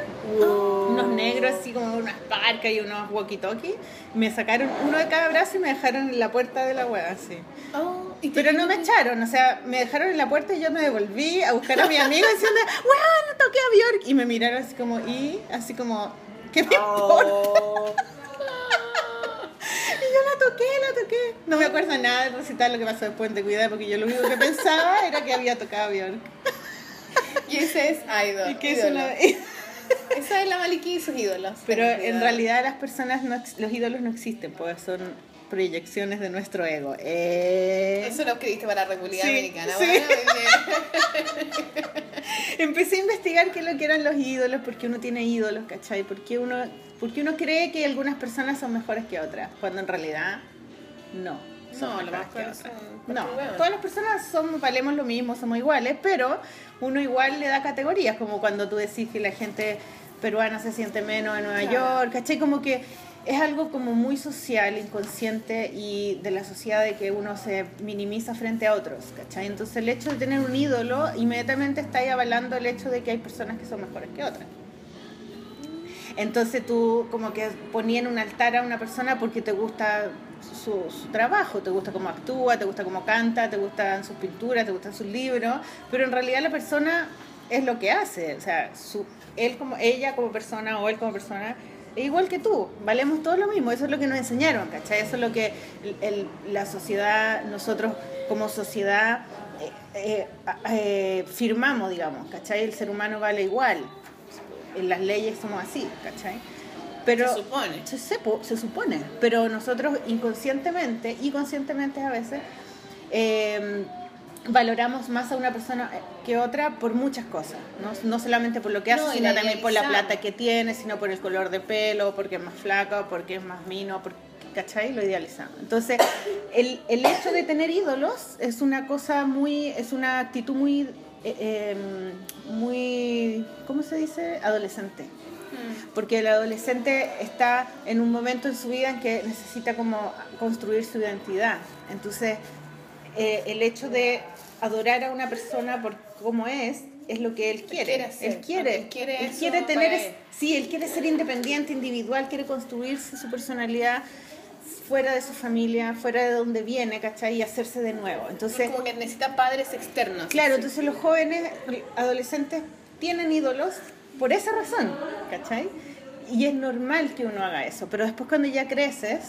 Unos negros así como unas parcas y unos walkie-talkie. Me sacaron uno de cada brazo y me dejaron en la puerta de la hueá, así. Oh, y te Pero no me digo- echaron, o sea, me dejaron en la puerta y yo me devolví a buscar a mi amigo diciendo, ¡Weón, no toqué a Bjork! Y me miraron así como, y así como, ¿qué me importa? Y yo la toqué, la toqué. No me acuerdo nada del recital, lo que pasó después de cuidar, porque yo lo único que pensaba era que había tocado a Bjork. Y ese es idol. Y que es ídolo. una- Esa es la Maliki y sus ídolos. Pero Ten en cuidado. realidad las personas, no, ex- los ídolos no existen, pues son proyecciones de nuestro ego. Eh... Eso lo escribiste para la República Sí, Americana. sí. Bueno, muy bien. Empecé a investigar qué es lo que eran los ídolos, por qué uno tiene ídolos, ¿cachai? ¿Por qué uno, por qué uno cree que algunas personas son mejores que otras? Cuando en realidad, no. son No, lo mejores más probable otras. son No, hueones. todas las personas somos, valemos lo mismo, somos iguales, pero uno igual le da categorías, como cuando tú decís que la gente peruana se siente menos en Nueva Claro. York, ¿cachai? Como que es algo como muy social, inconsciente y de la sociedad de que uno se minimiza frente a otros, ¿cachai? Entonces el hecho de tener un ídolo, inmediatamente está ahí avalando el hecho de que hay personas que son mejores que otras. Entonces tú como que ponías en un altar a una persona porque te gusta su, su trabajo, te gusta cómo actúa, te gusta cómo canta, te gustan sus pinturas, te gustan sus libros, pero en realidad la persona es lo que hace, o sea, su, él como ella como persona o él como persona es igual que tú, valemos todos lo mismo, eso es lo que nos enseñaron, ¿cachai? Eso es lo que el- el- la sociedad, nosotros como sociedad eh, eh, a- eh, firmamos, digamos, ¿cachai? El ser humano vale igual, en las leyes somos así, ¿cachai? Pero, Se supone. Se, sepo- se supone, pero nosotros inconscientemente y conscientemente a veces eh, valoramos más a una persona eh, que otra por muchas cosas. No, No solamente por lo que hace, No, y sino la también por la idealizamos. plata que tiene, sino por el color de pelo, porque es más flaca, porque es más mino, porque, ¿cachai? Lo idealizamos. Entonces, el, el hecho de tener ídolos es una cosa muy, es una actitud muy, eh, eh, muy, ¿cómo se dice? Adolescente porque el adolescente está en un momento en su vida en que necesita como construir su identidad. Entonces, eh, el hecho de adorar a una persona por cómo es es lo que él quiere. quiere hacer, él quiere, él quiere eso para tener, él. es- sí, él quiere ser independiente, individual, quiere construirse su personalidad fuera de su familia, fuera de donde viene, ¿cachai? Y hacerse de nuevo. Entonces, Como que necesita padres externos. Claro, entonces los jóvenes, adolescentes, tienen ídolos por esa razón, ¿cachai? Y es normal que uno haga eso, pero después cuando ya creces,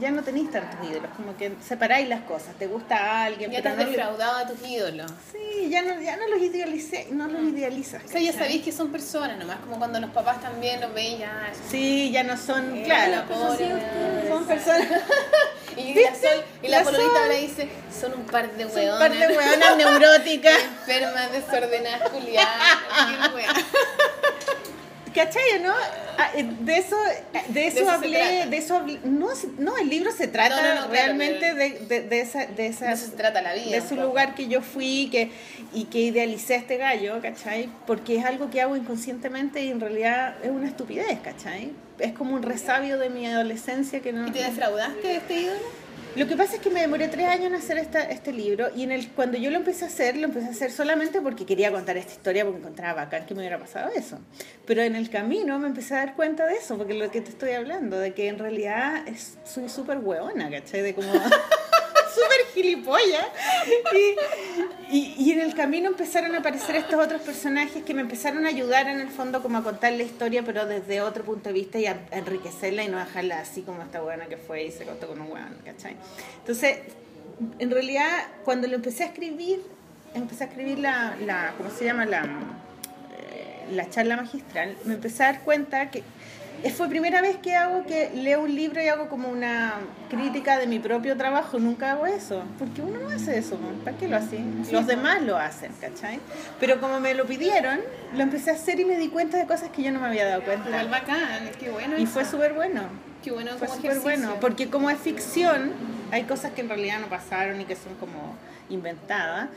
ya no tenéis tantos ídolos, como que separáis las cosas, te gusta a alguien, Ya te pero has no lo- defraudado a tus ídolos. Sí, ya no, ya no los idealicé, no los idealizas. O sea, ya ¿cachai? sabéis que son personas, nomás como cuando los papás también los ven ya. es- Sí, ya no son, Eh, claro, pues, la pobre, weón. son personas, Y la ¿Viste? sol, y la La pololita Sol. ahora dice, son un par de son hueonas. parte de hueonas neuróticas. Enfermas, desordenadas, culiadas. qué hueá. ¿Cachai, o no? Ah, eh, De eso, de eso, eso se hablé, trata. de eso hablé- No, se- no, el libro se trata No, no, no, claro, realmente pero- de, de, de esa, de De esa, eso se trata la vida. de un su poco. lugar que yo fui que, y que idealicé a este gallo, ¿cachai? Porque es algo que hago inconscientemente y en realidad es una estupidez, ¿cachai? Es como un resabio de mi adolescencia que no... ¿Y te defraudaste de este ídolo? Lo que pasa es que me demoré tres años en hacer esta, este libro y en el, cuando yo lo empecé a hacer, lo empecé a hacer solamente porque quería contar esta historia porque encontraba bacán que me hubiera pasado eso. Pero en el camino me empecé a dar cuenta de eso, porque lo que te estoy hablando, de que en realidad es, soy súper hueona, ¿cachai? De como... súper gilipollas. Y, y- y en el camino empezaron a aparecer estos otros personajes que me empezaron a ayudar en el fondo como a contar la historia, pero desde otro punto de vista y a, a enriquecerla y no dejarla así como esta buena que fue y se contó con un hueón, ¿cachai? Entonces, en realidad, cuando lo empecé a escribir, empecé a escribir la, la ¿cómo se llama? La, eh, la charla magistral, me empecé a dar cuenta que eh, fue primera vez que hago que leo un libro y hago como una crítica de mi propio trabajo. Nunca hago eso. Porque uno no hace eso. ¿no? ¿Para qué lo hace? Los demás lo hacen, ¿cachai? Pero como me lo pidieron, lo empecé a hacer y me di cuenta de cosas que yo no me había dado Igual cuenta. bacán, qué bueno. Y eso. fue súper bueno. qué bueno Fue como súper ejercicio. bueno. Porque como es ficción, hay cosas que en realidad no pasaron y que son como inventadas.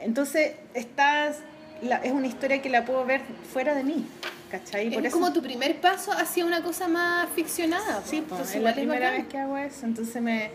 Entonces, estás, la- es una historia que la puedo ver fuera de mí. ¿Cachai? es como tu primer paso hacia una cosa más ficcionada. Sí, po. Entonces pues, es la igual es primera bacán. vez que hago eso, entonces me,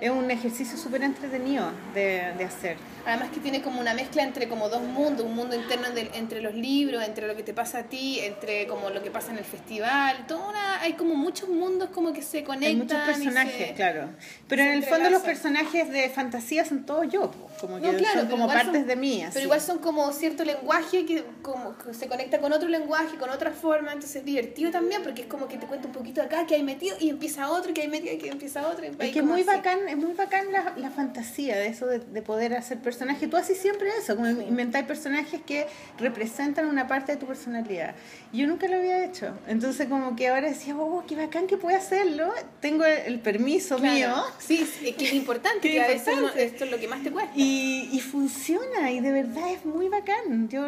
es un ejercicio súper entretenido de, de hacer. Además que tiene como una mezcla entre como dos mundos, un mundo interno del- entre los libros, entre lo que te pasa a ti, entre como lo que pasa en el festival, toda una- hay como muchos mundos como que se conectan. Hay muchos y personajes, se- claro. Pero se en el fondo los entrelazan. personajes de fantasía son todos yo, po, como No, que claro, son pero como igual partes son- de mí. así. Pero igual son como cierto lenguaje que como que se conecta con otro lenguaje, con otra forma, entonces es divertido también porque es como que te cuenta un poquito acá que hay metido y empieza otro, que hay metido y que empieza otro. y Es hay que es como muy así. bacán, es muy bacán la, la fantasía de eso, de, de poder hacer personajes. Tú haces siempre eso, como inventar personajes que representan una parte de tu personalidad. Yo nunca lo había hecho. Entonces como que ahora decía, oh, qué bacán que pueda hacerlo. Tengo el, el permiso Claro. mío. Sí, sí, es que es importante, Qué que a veces importante. uno- esto es lo que más te cuesta. Y, y funciona, y de verdad es muy bacán. Yo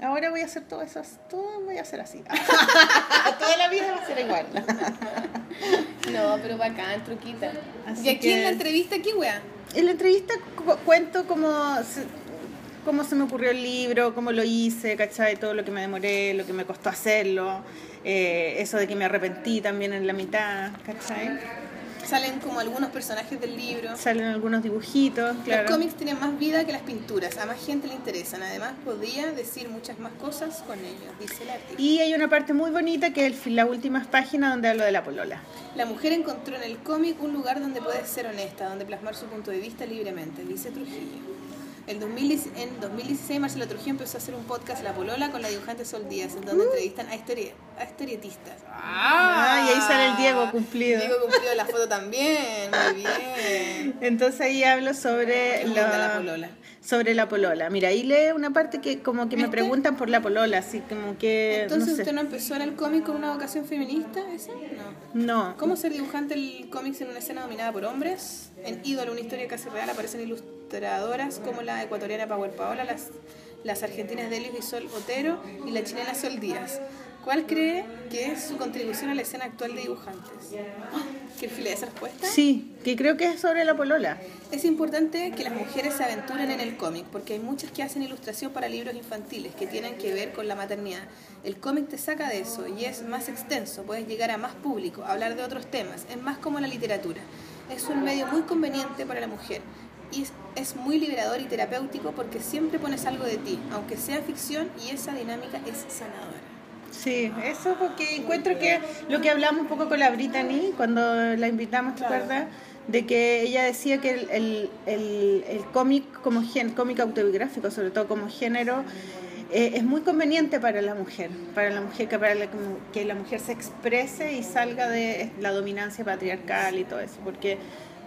ahora voy a hacer todo eso, todo voy a hacer así. Toda la vida va a ser igual. No, pero bacán, truquita. Así y aquí que- en la entrevista, ¿qué wea? En la entrevista cu- cuento cómo se, cómo se me ocurrió el libro, cómo lo hice, ¿cachai? Todo lo que me demoré, lo que me costó hacerlo, eh, eso de que me arrepentí también en la mitad, ¿cachai? Salen como algunos personajes del libro. Salen algunos dibujitos, Los claro. cómics tienen más vida que las pinturas, a más gente le interesan. Además, podía decir muchas más cosas con ellos, dice el artículo. Y hay una parte muy bonita que es el fi- la última página donde hablo de la polola. La mujer encontró en el cómic un lugar donde poder ser honesta, donde plasmar su punto de vista libremente, dice Trujillo. El 2010 en 2016, Marcela Trujillo empezó a hacer un podcast La Polola con la dibujante Sol Díaz, en Uh. donde entrevistan a, histori- a historietistas. Ah, y ahí sale el Diego cumplido. Diego cumplido la foto también, muy bien. Entonces ahí hablo sobre Qué linda la polola. sobre la polola. Mira, ahí lee una parte que como que me ¿Este? preguntan por la polola, así como que... Entonces, no sé. ¿usted no empezó en el cómic con una vocación feminista? ¿Esa? No. No. ¿Cómo ser dibujante el cómics en una escena dominada por hombres? En Ídolo, una historia casi real, aparecen ilustradoras como la ecuatoriana Power Paola, las, las argentinas Delius y Sol Otero y la chilena Sol Díaz. ¿Cuál cree que es su contribución a la escena actual de dibujantes? ¿Qué fila esa respuesta? Sí, que creo que es sobre la polola. Es importante que las mujeres se aventuren en el cómic, porque hay muchas que hacen ilustración para libros infantiles que tienen que ver con la maternidad. El cómic te saca de eso y es más extenso, puedes llegar a más público, hablar de otros temas, es más como la literatura. Es un medio muy conveniente para la mujer y es, es muy liberador y terapéutico porque siempre pones algo de ti, aunque sea ficción y esa dinámica es sanadora. Sí, eso porque encuentro que lo que hablamos un poco con la Brittany cuando la invitamos, ¿te acuerdas? De que ella decía que el, el, el- el cómic como gen, cómic autobiográfico, sobre todo como género, eh, es muy conveniente para la mujer, para la mujer que para la, como que la mujer se exprese y salga de la dominancia patriarcal y todo eso, porque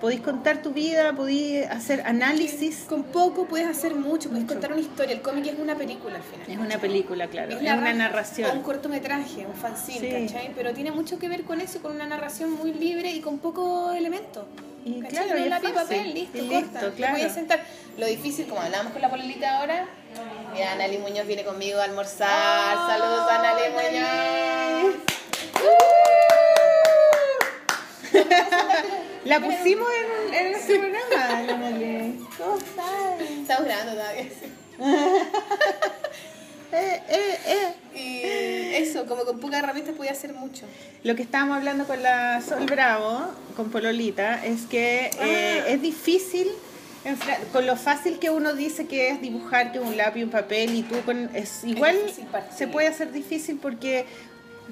podéis contar tu vida, podéis hacer análisis, Con poco puedes hacer mucho, puedes contar una historia, el cómic es una película al final. es una película, claro, es, la una raja, o Un narración. cortometraje, un fanzine, Sí. ¿cachai? Pero tiene mucho que ver con eso, con una narración muy libre y con poco elemento. Y ¿cachai? claro, No y es lápiz, fácil, papel, listo, y corta. listo, Te claro. voy a sentar. Lo difícil, como hablamos con la pololita ahora, mira, Nali Muñoz viene conmigo a almorzar. Saludos a Nali Muñoz. La pusimos en, un- en este programa, la Nale. ¿Cómo estás? Estamos grabando todavía. Eh, eh, eh. Y eso, como con pocas herramientas podía hacer mucho. Lo que estábamos hablando con la Sol Bravo, con Pololita, es que Ah. eh, es difícil, enfra- con lo fácil que uno dice que es dibujarte un lápiz, un papel, y tú con... Es, igual difícil partir. se puede hacer difícil porque,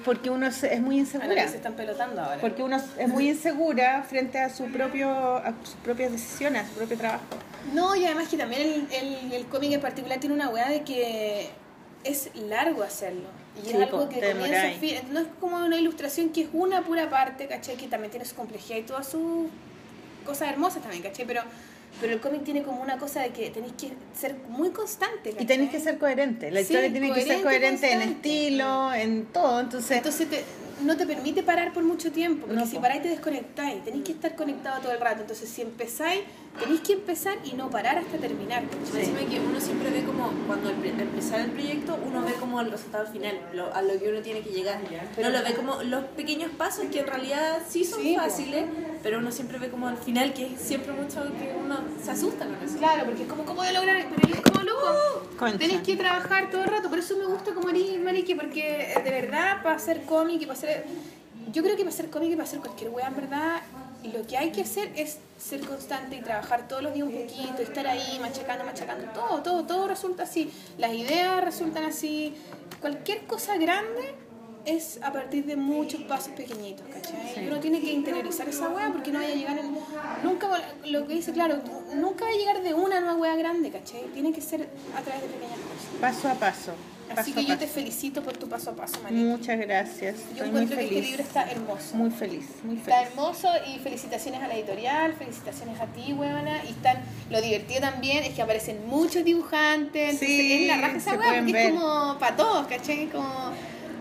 porque uno es, es muy insegura. Ana, que se están pelotando ahora. porque uno es muy insegura frente a su propio a sus propias decisiones, a su propio trabajo. No, y además que también el, el, el cómic en particular tiene una weá de que es largo hacerlo. Y Sí, es po, algo que te comienza a demoráis. fin. No es como una ilustración que es una pura parte, ¿cachai? Que también tiene su complejidad y todas sus cosas hermosas también, ¿cachai? Pero, pero el cómic tiene como una cosa de que tenéis que ser muy constante. Y ¿cachai? tenés que ser coherente. La Sí, historia tiene que ser coherente, coherente en constante. estilo, en todo. Entonces, Entonces te- no te permite parar por mucho tiempo, porque No, si po. paráis te desconectáis, tenéis que estar conectado todo el rato. Entonces si empezáis, tenéis que empezar y no parar hasta terminar. ¿cachai? Encima que uno siempre ve como, cuando al pre- al empezar el proyecto, uno ve como el resultado final, lo- a lo que uno tiene que llegar. No lo ve como los pequeños pasos que en realidad sí son Sí, po. fáciles, pero uno siempre ve como al final, que es siempre mucho que uno se asusta con eso. Claro, porque es como, ¿cómo voy a lograr? Pero es como loco. Concha. Tenés que trabajar todo el rato. Por eso me gusta como eres, Marique, porque eh, de verdad, para hacer cómic y para hacer. Yo creo que para hacer cómic y para hacer cualquier wea, en verdad, lo que hay que hacer es ser constante y trabajar todos los días un poquito, estar ahí machacando, machacando. Todo, todo, todo resulta así. Las ideas resultan así. Cualquier cosa grande es a partir de muchos pasos pequeñitos, ¿cachai? Uno tiene que interiorizar esa wea porque no vaya a llegar en... Nunca, lo que dice, claro, tú- nunca va a llegar de una nueva wea grande, ¿cachai? Tiene que ser a través de pequeñas cosas. paso a paso. Así paso que a yo paso. te felicito por tu paso a paso, María. Muchas gracias. Yo Estoy muy encuentro que este feliz. libro está hermoso. Muy feliz, muy Está feliz. hermoso y felicitaciones a la editorial, felicitaciones a ti, huevona. Y están, lo divertido también es que aparecen muchos dibujantes. Sí, entonces es la raja esa se hueá, pueden porque ver. es como para todos, ¿cachai? Es como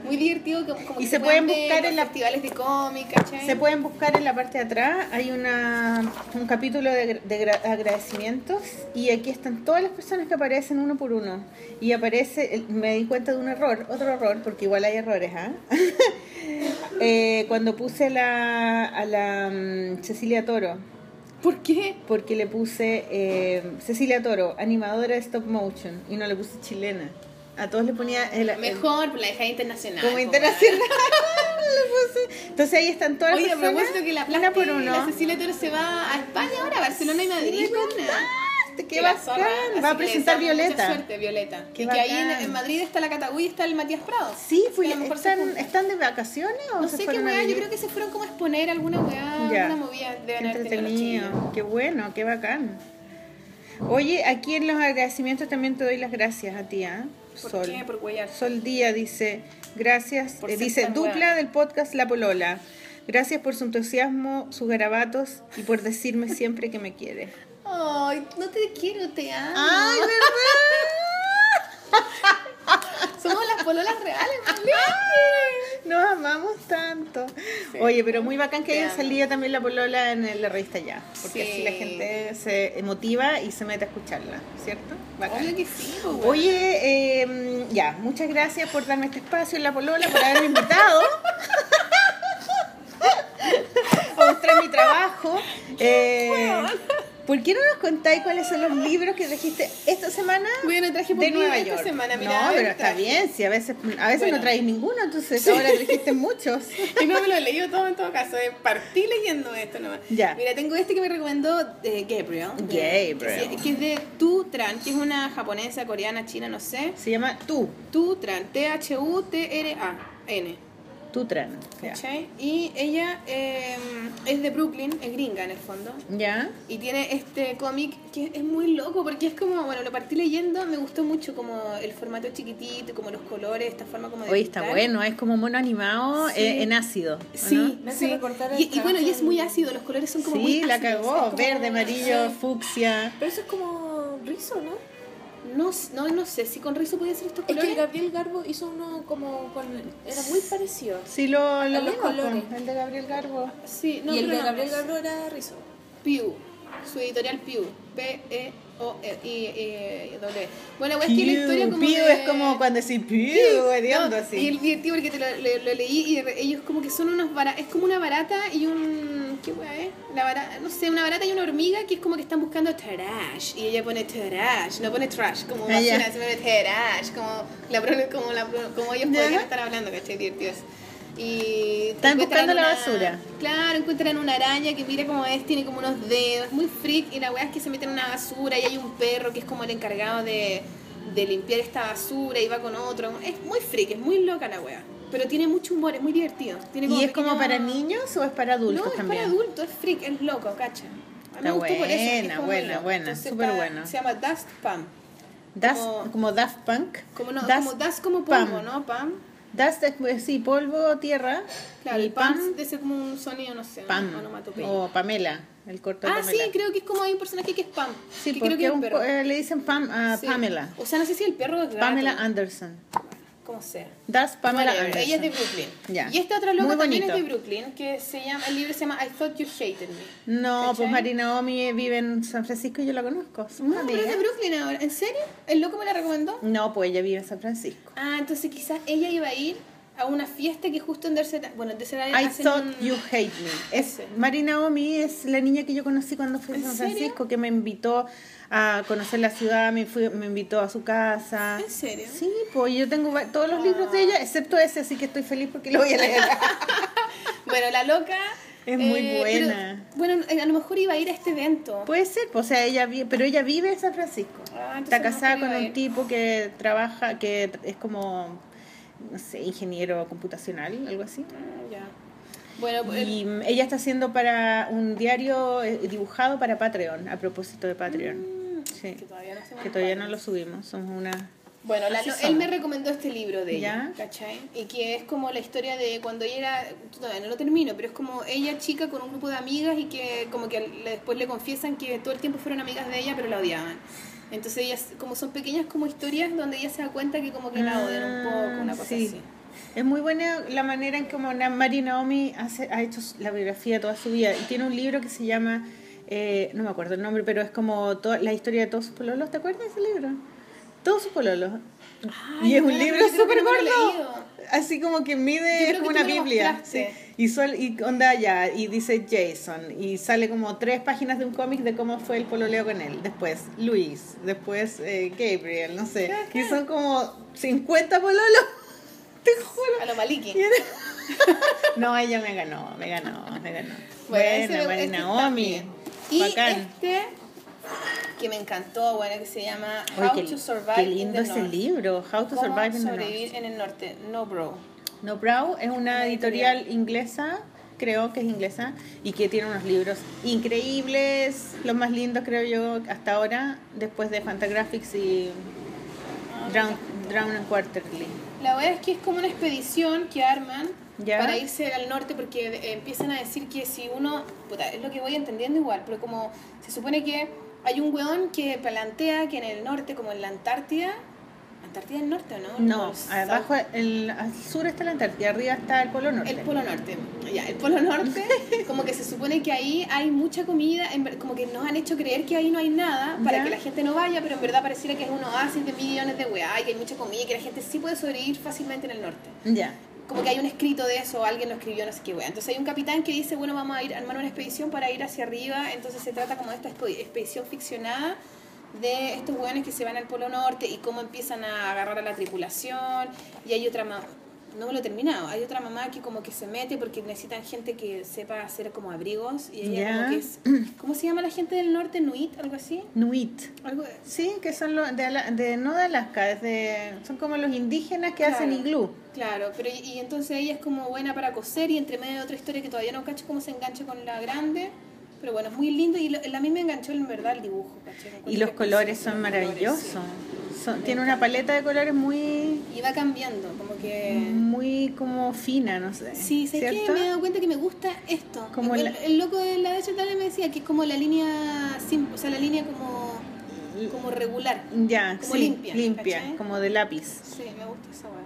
muy divertido. Como, como Y que se pueden ver buscar en los la- festivales de cómic, ¿cachai? Se pueden buscar en la parte de atrás, hay una, un capítulo de, de gra- agradecimientos y aquí están todas las personas que aparecen uno por uno. Y aparece, el- me di cuenta de un error, otro error, porque igual hay errores, ¿ah? Eh, cuando puse la, a la mm, Cecilia Toro, ¿Por qué? porque le puse eh, Cecilia Toro, animadora de stop motion, y no le puse chilena. A todos le ponía el, el- Mejor, por la dejada internacional. como po, internacional. le puse. Entonces ahí están todas las Oye, a personas. propósito que la una plata por uno. la Cecilia Toro se va a España ahora, a Barcelona y Madrid. weona. Qué Que la bacán. zorra, así Va que a le presentar deseamos mucha Violeta. suerte, Violeta. Qué y que ahí en, bacán. en Madrid está la Cataguy y está el Matías Prado. Sí, fui, Que a lo mejor se están, juntan. ¿están de vacaciones o No se sé qué fueron a weá, yo vivir? creo que se fueron como a exponer alguna weá, Ya. alguna movida. Deben Qué haber tenido los chiquillos. entretenido. Qué bueno, qué bacán. Oye, aquí en los agradecimientos también te doy las gracias a ti, ¿ah? ¿Por Sol. qué? Por huellar. Sol Día dice, gracias, Por eh, ser dice, tan dupla buena. del podcast La Polola. Gracias por su entusiasmo, sus garabatos y por decirme siempre que me quiere. Ay, no te quiero, te amo. ¡Ay, verdad! Somos las pololas reales, Marlene. Nos amamos tanto. Oye, pero muy bacán que haya salido también la polola en el- la revista ya. Porque Sí. así la gente se motiva y se mete a escucharla, ¿cierto? Bacán. Obvio que sí, po, weón. Oye, eh, ya, muchas gracias por darme este espacio en la polola, por haberme invitado. a mostrar mi trabajo. Eh, ¿Por qué no nos contáis cuáles son los libros que trajiste esta semana? Bueno, traje de poquito Nueva esta York. semana, mira, a no, ver, pero está traje. bien, si a veces, a veces Bueno. no traes ninguno, entonces ahora trajiste muchos. Yo no me lo he leído todo en todo caso, eh, partí leyendo esto nomás. Ya. Mira, tengo este que me recomendó eh, Gabriel. de- Gabriel. que se- Que es de Tu Tran, que es una japonesa, coreana, china, no sé. Se llama Tú, Tu Tran, T-H-U-T-R-A-N. Tutran. Ya. ¿Cachai? Y ella eh, es de Brooklyn, es gringa en el fondo. ¿Ya? Y tiene este cómic que es muy loco porque es como, bueno, lo partí leyendo, me gustó mucho como el formato chiquitito, como los colores, esta forma como de... Hoy está pintar. bueno, es como mono animado Sí. eh, en ácido. ¿o no? Sí, Me hace sí. recordar el Y, y bueno, y es trabajo muy en- ácido, los colores son como muy Sí, la ácidos, cagó. es como- Verde, amarillo, fucsia. Pero eso es como rizo, ¿no? No, s- no, no sé, si con rizo puede ser estos Es que el colores. Gabriel Garbo hizo uno como con... Era muy parecido. Sí, lo, lo A los vimos, colores. po, el de Gabriel Garbo. Sí, no, y el pero de no, Gabriel no. Garbo era rizo. Pew, su editorial E Pew, P-E-O-I-W. Bueno, pues que la Piu, historia como piu, de- es como cuando decís piu, Sí, hediondo no, Y así. el divertido porque te lo, le- lo leí y re- ellos como que son unos bara- es como una barata y un ¿qué weá es? La barata, no sé, una barata y una hormiga que es como que están buscando trash y ella pone trash, no pone trash como Ah, ya. basura, sino pone trash, como la pro- como la pro- como ellos Ya. podrían estar hablando, ¿cachai? Divertido eso. Y Están encuentran buscando la una- basura. Claro, encuentran una araña que mira como es, tiene como unos dedos, muy freak, y la weá es que se mete en una basura y hay un perro que es como el encargado de, de limpiar esta basura y va con otro. Es muy freak, es muy loca la weá. Pero tiene mucho humor, es muy divertido. Tiene ¿Y es como pequeño- para niños o es para adultos No, es también? para adultos, es freak, es loco, cacha. A mí Está me gustó por eso, que es buena, como buena, loco. buena, Entonces súper está- buena. Se llama Dust Pam. Das- como- como, Daft Punk. Como no, Das- como Dust como Pam. polvo, ¿no? Pam. Dust es, pues, sí, polvo, tierra. Claro, y el pam debe ser como un sonido, no sé, Pam. onomatopeya. O Pamela, el corto de Ah, sí, Pamela. creo que es como hay un personaje que es Pam. Sí, que creo que porque es un un perro. po- eh, le dicen Pam, a Sí. Pamela. O sea, no sé si el perro es gato. Pamela Anderson. Como sea. Das Pamela Whatever, Anderson. Ella es de Brooklyn. Ya. Y esta otra loca Muy también es de bonito. Brooklyn, que se llama, el libro se llama I Thought You Hated Me. No, ¿Cachai? Ah, pues Marina Omi vive en San Francisco y yo la conozco. Somos No, pero es de amigas. Brooklyn ahora. ¿En serio? ¿El loco me la recomendó? No, pues ella vive en San Francisco. Ah, entonces quizás ella iba a ir a una fiesta que justo en Tercera. Bueno, en Tercera I hacen thought un- you hate me. Es, Ese. Marina Omi es la niña que yo conocí cuando fui a ¿En San serio? Francisco, que me invitó a conocer la ciudad, me, fui- me invitó a su casa. ¿En serio? Sí, pues yo tengo va- todos los libros de ella, excepto ese, así que estoy feliz porque lo voy a leer. Bueno, la loca. eh, Es muy pero- buena. bueno, eh, a lo mejor iba a ir a este evento. Puede ser, pues, o sea, ella vi- pero ella vive en San Francisco. Ah, entonces Está a lo mejor casada iba con a un ir. tipo que trabaja, que tr- es como, no sé, ingeniero computacional, algo así. Ah, ya. Bueno, pues, Y mm, ella está haciendo para un diario eh, dibujado para Patreon, a propósito de Mm. Patreon. Sí. que todavía no se Que todavía no lo subimos, somos una... Bueno, la- Así lo- él son. me recomendó este libro de ella, Ya. ¿cachai? Y que es como la historia de cuando ella era, todavía no lo termino, pero es como ella chica con un grupo de amigas y que como que le- después le confiesan que todo el tiempo fueron amigas de ella, pero la odiaban. Entonces ellas, como son pequeñas como historias donde ella se da cuenta que como que la odian un poco, una cosa Ah, Sí. así. Es muy buena la manera en que Mari Naomi hace- ha hecho la biografía toda su vida. Y tiene un libro que se llama, eh, no me acuerdo el nombre, pero es como toda, la historia de todos sus pololos. ¿Te acuerdas de ese libro? Todos sus pololos. Ay, y es no, un pero libro yo creo que no súper lo he gordo. leído. Así como que Yo mide, creo es como que una tú me lo Biblia. Sí. mostraste. Y, sol, y onda ya, y dice Jason. Y sale como tres páginas de un cómic de cómo fue el pololeo con él. Después Luis, después eh, Gabriel, no sé. Y son como 50 pololos. Te juro. A lo maliki. No, ella me ganó, me ganó, me ganó. Bueno, Bueno, ese- este Marina está Omi. bien. Y Bacán. este que me encantó, bueno, que se llama Oye, How qué, to li- Survive qué in lindo the ese North. libro, How to ¿Cómo Survive in the sobrevivir North. en el norte? No, bro. No Brow es una editorial inglesa, creo que es inglesa, y que tiene unos libros increíbles, los más lindos creo yo hasta ahora, después de Fantagraphics y Drown, Drown and Quarterly. La verdad es que es como una expedición que arman Ya. para irse al norte porque eh, empiezan a decir que si uno, puta, es lo que voy entendiendo igual, pero como se supone que hay un weón que plantea que en el norte, como en la Antártida, Antártida es el norte, ¿o ¿no? No, Como el abajo, el, al sur está la Antártida, arriba está el Polo Norte. el Polo Norte, ya, el Polo Norte, como que se supone que ahí hay mucha comida, en ver- como que nos han hecho creer que ahí no hay nada para Ya. que la gente no vaya, pero en verdad pareciera que es un oasis de millones de weá y que hay mucha comida y que la gente sí puede sobrevivir fácilmente en el norte. Ya. Como que hay un escrito de eso, alguien lo escribió, no sé qué weá. Entonces hay un capitán que dice, bueno, vamos a ir a armar una expedición para ir hacia arriba, entonces se trata como de esta expo- expedición ficcionada de estos weones que se van al Polo Norte y cómo empiezan a agarrar a la tripulación y hay otra más no me lo he terminado. Hay otra mamá que como que se mete porque necesitan gente que sepa hacer como abrigos y ella como Ya. que es... ¿Cómo se llama la gente del norte? ¿Nuit? ¿Algo así? Nuit. Algo Sí, que son los de, Ala- de- no de Alaska, es de- son como los indígenas que Claro. hacen iglú. Claro, pero y, y entonces ella es como buena para coser y entre medio de otra historia que todavía no cacho cómo se engancha con la grande. Pero bueno, es muy lindo y lo- a mí me enganchó en verdad el dibujo, ¿cachai? Encuentro Y los que es colores precioso, son los colores, maravillosos. Son- tiene una paleta de colores muy sí. Y va cambiando, como que... muy como fina, no sé. Sí, sé que Mm, ¿cierto? me he dado cuenta que me gusta esto. Como el, la- el loco de la de Chantale me decía que es como la línea simple, o sea, la línea como, como regular. Ya, como sí, limpia, limpia, ¿cachai? como de lápiz. Sí, me gusta esa weá.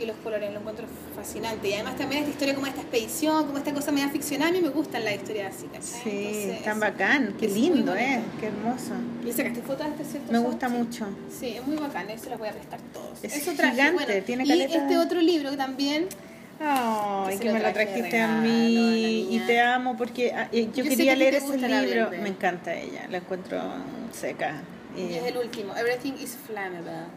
Y los colores, lo encuentro fascinante. Y además también esta historia como esta expedición, como esta cosa media ficcional, a mí me gustan las historias así, ¿cachai? Sí, Entonces, tan bacán, qué es muy lindo, bonito. eh, qué hermoso. Le sacaste fotos a este, ¿cierto? Me Sol? gusta Sí. mucho. Sí, es muy bacán, eso los voy a prestar todos. Es eso traje, gigante, bueno, tiene Y caleta este de- otro libro que también, Ay, Ese que lo me lo traje de trajiste a regalo, mí la y niña. te amo porque ah, eh, Yo yo, sé que quería a ti leer te ese gusta la libro. Bembe. Me encanta ella, la encuentro seca. y Eh, es el último, Everything is Flammable.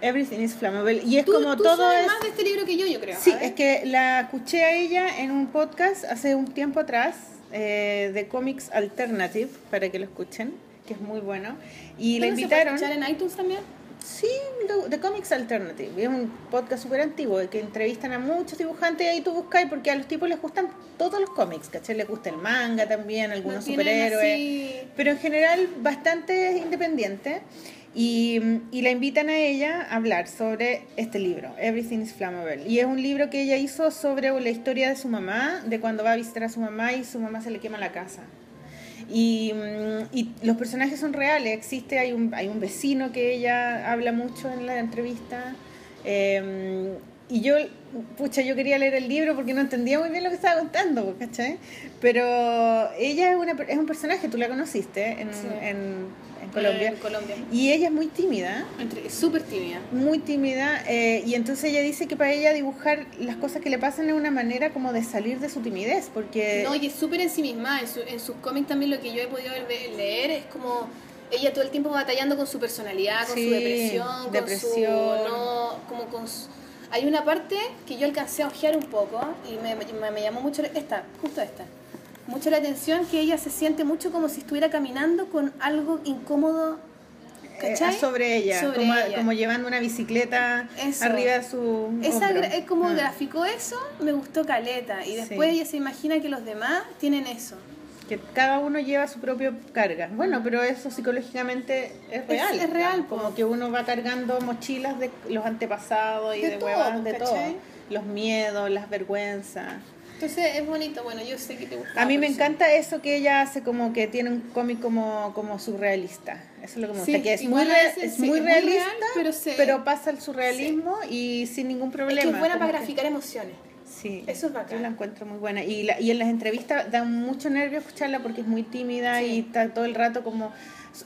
Everything is flammable y es Tú- como tú todo sabes es más de este libro que yo, yo creo. Sí, a ver. es que la escuché a ella en un podcast hace un tiempo atrás eh, de Comics Alternative, para que lo escuchen, que es muy bueno. Y la ¿No se puede invitaron. escuchar en iTunes también? Sí, lo- de Comics Alternative. Es un podcast súper antiguo que entrevistan a muchos dibujantes y ahí tú buscáis porque a los tipos les gustan todos los cómics, ¿cachai? Les gusta el manga también, algunos Lo tienen superhéroes así- pero en general bastante independiente. Y, y la invitan a ella a hablar sobre este libro, Everything is Flammable. Y es un libro que ella hizo sobre la historia de su mamá, de cuando va a visitar a su mamá y su mamá se le quema la casa. Y, mm, y los personajes son reales, existe, hay un, hay un vecino que ella habla mucho en la entrevista. Eh, y yo, pucha, yo quería leer el libro porque no entendía muy bien lo que estaba contando, pues, ¿cachai? Pero ella es, una, per- es un personaje, tú la conociste en, Sí. Eh, en- en Colombia. En Colombia. Y ella es muy tímida, Entre- Súper tímida. muy tímida, eh, y entonces ella dice que para ella dibujar las cosas que le pasan es una manera como de salir de su timidez, porque... No, y es súper ensimismada. En, su- en sus cómics también lo que yo he podido ver- leer es como ella todo el tiempo batallando con su personalidad, con Sí, su depresión, con depresión. su no, como con su- hay una parte que yo alcancé a ojear un poco y me, me- me llamó mucho la- esta, justo esta. Mucho la atención que ella se siente mucho como si estuviera caminando con algo incómodo. eh, ¿Cachai? sobre ella, Sobre como, ella. como llevando una bicicleta Eso. arriba de su Esa hombro. gra- es como Ah. graficó eso, me gustó Caleta. Y después Sí. ella se imagina que los demás tienen eso. que cada uno lleva su propia carga. Bueno, pero eso psicológicamente es real. es real, po. como que uno va cargando mochilas de los antepasados y De de, todo, huevadas, de todo. ¿cachai? Los miedos, las vergüenzas. Entonces es bonito, bueno, yo sé que te gusta. A mí me pero Ah, pues sí. encanta eso que ella hace, como que tiene un cómic como, como surrealista. Eso es lo que me gusta, Sí, que es muy, igual a re- veces es sí, muy es muy real, realista, pero se- pasa el surrealismo y sin ningún Es problema. que es buena como para que- graficar emociones. Sí, Eso es bacán. Yo la encuentro muy buena. Y, la- y en las entrevistas da mucho nervio escucharla porque es muy tímida Sí. y está todo el rato como.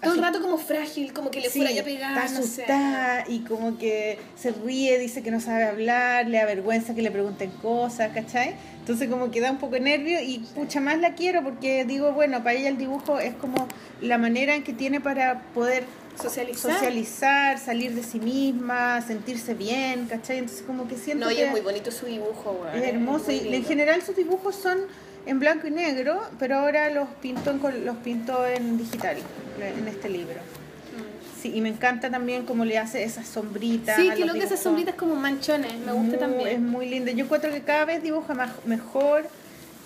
Todo el asu- rato como frágil, como que le Sí, fuera ya pegada. Está asustada y como que se ríe, dice que no sabe hablar, le da vergüenza que le pregunten cosas, ¿cachai? Entonces, como que da un poco de nervio y pucha más la quiero porque digo, bueno, para ella el dibujo es como la manera en que tiene para poder Socializar. socializar, salir de sí misma, sentirse bien, ¿cachai? Entonces, como que siento No, y que. es muy bonito su dibujo, weón. Es hermoso. muy Y en lindo. general sus dibujos son en blanco y negro, pero ahora los pintó en, col- los pintó en digital, en este libro. Sí, y me encanta también cómo le hace esas sombritas. Mm. Sí, a que los lo Uh, que esas dibujos. sombritas como manchones, me gusta Muy- Es también. muy lindo. Yo encuentro que cada vez dibuja más, mejor.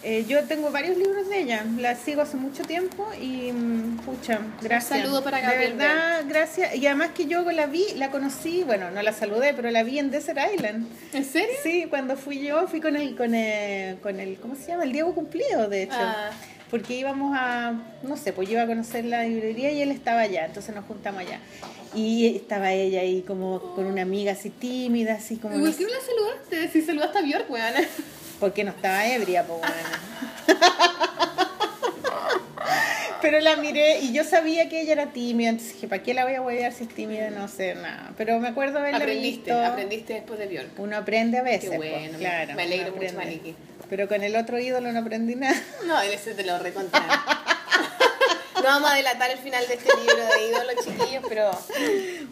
Eh, yo tengo varios libros de ella, la sigo hace mucho tiempo y mm, pucha, gracias. saludo para De Gabriel verdad, gracias. Y además que yo la vi, la conocí, bueno, no la saludé, pero la vi en Desert Island. ¿En serio? Sí, cuando fui yo, fui con el, con el, con el ¿cómo se llama? El Diego Cumplido, de hecho. Ah. Porque íbamos a, no sé, pues yo iba a conocer la librería y él estaba allá, entonces nos juntamos allá. Y estaba ella ahí como con una amiga así tímida, así como... no ¿Por sé, qué no la saludaste? Si saludaste a Björk, weón. porque no estaba ebria, pues Pero la miré y yo sabía que ella era tímida, entonces dije, ¿para qué la voy a huevear si es tímida? No sé, nada. Pero me acuerdo haberla Aprendiste, visto. aprendiste después de Björk. Uno aprende a veces, Qué pues, bueno, me- claro. me alegro uno mucho, aprende. Maliki. Pero con el otro ídolo no aprendí nada. No, en ese te lo recontaré. no vamos a delatar el final de este libro de ídolos chiquillos, pero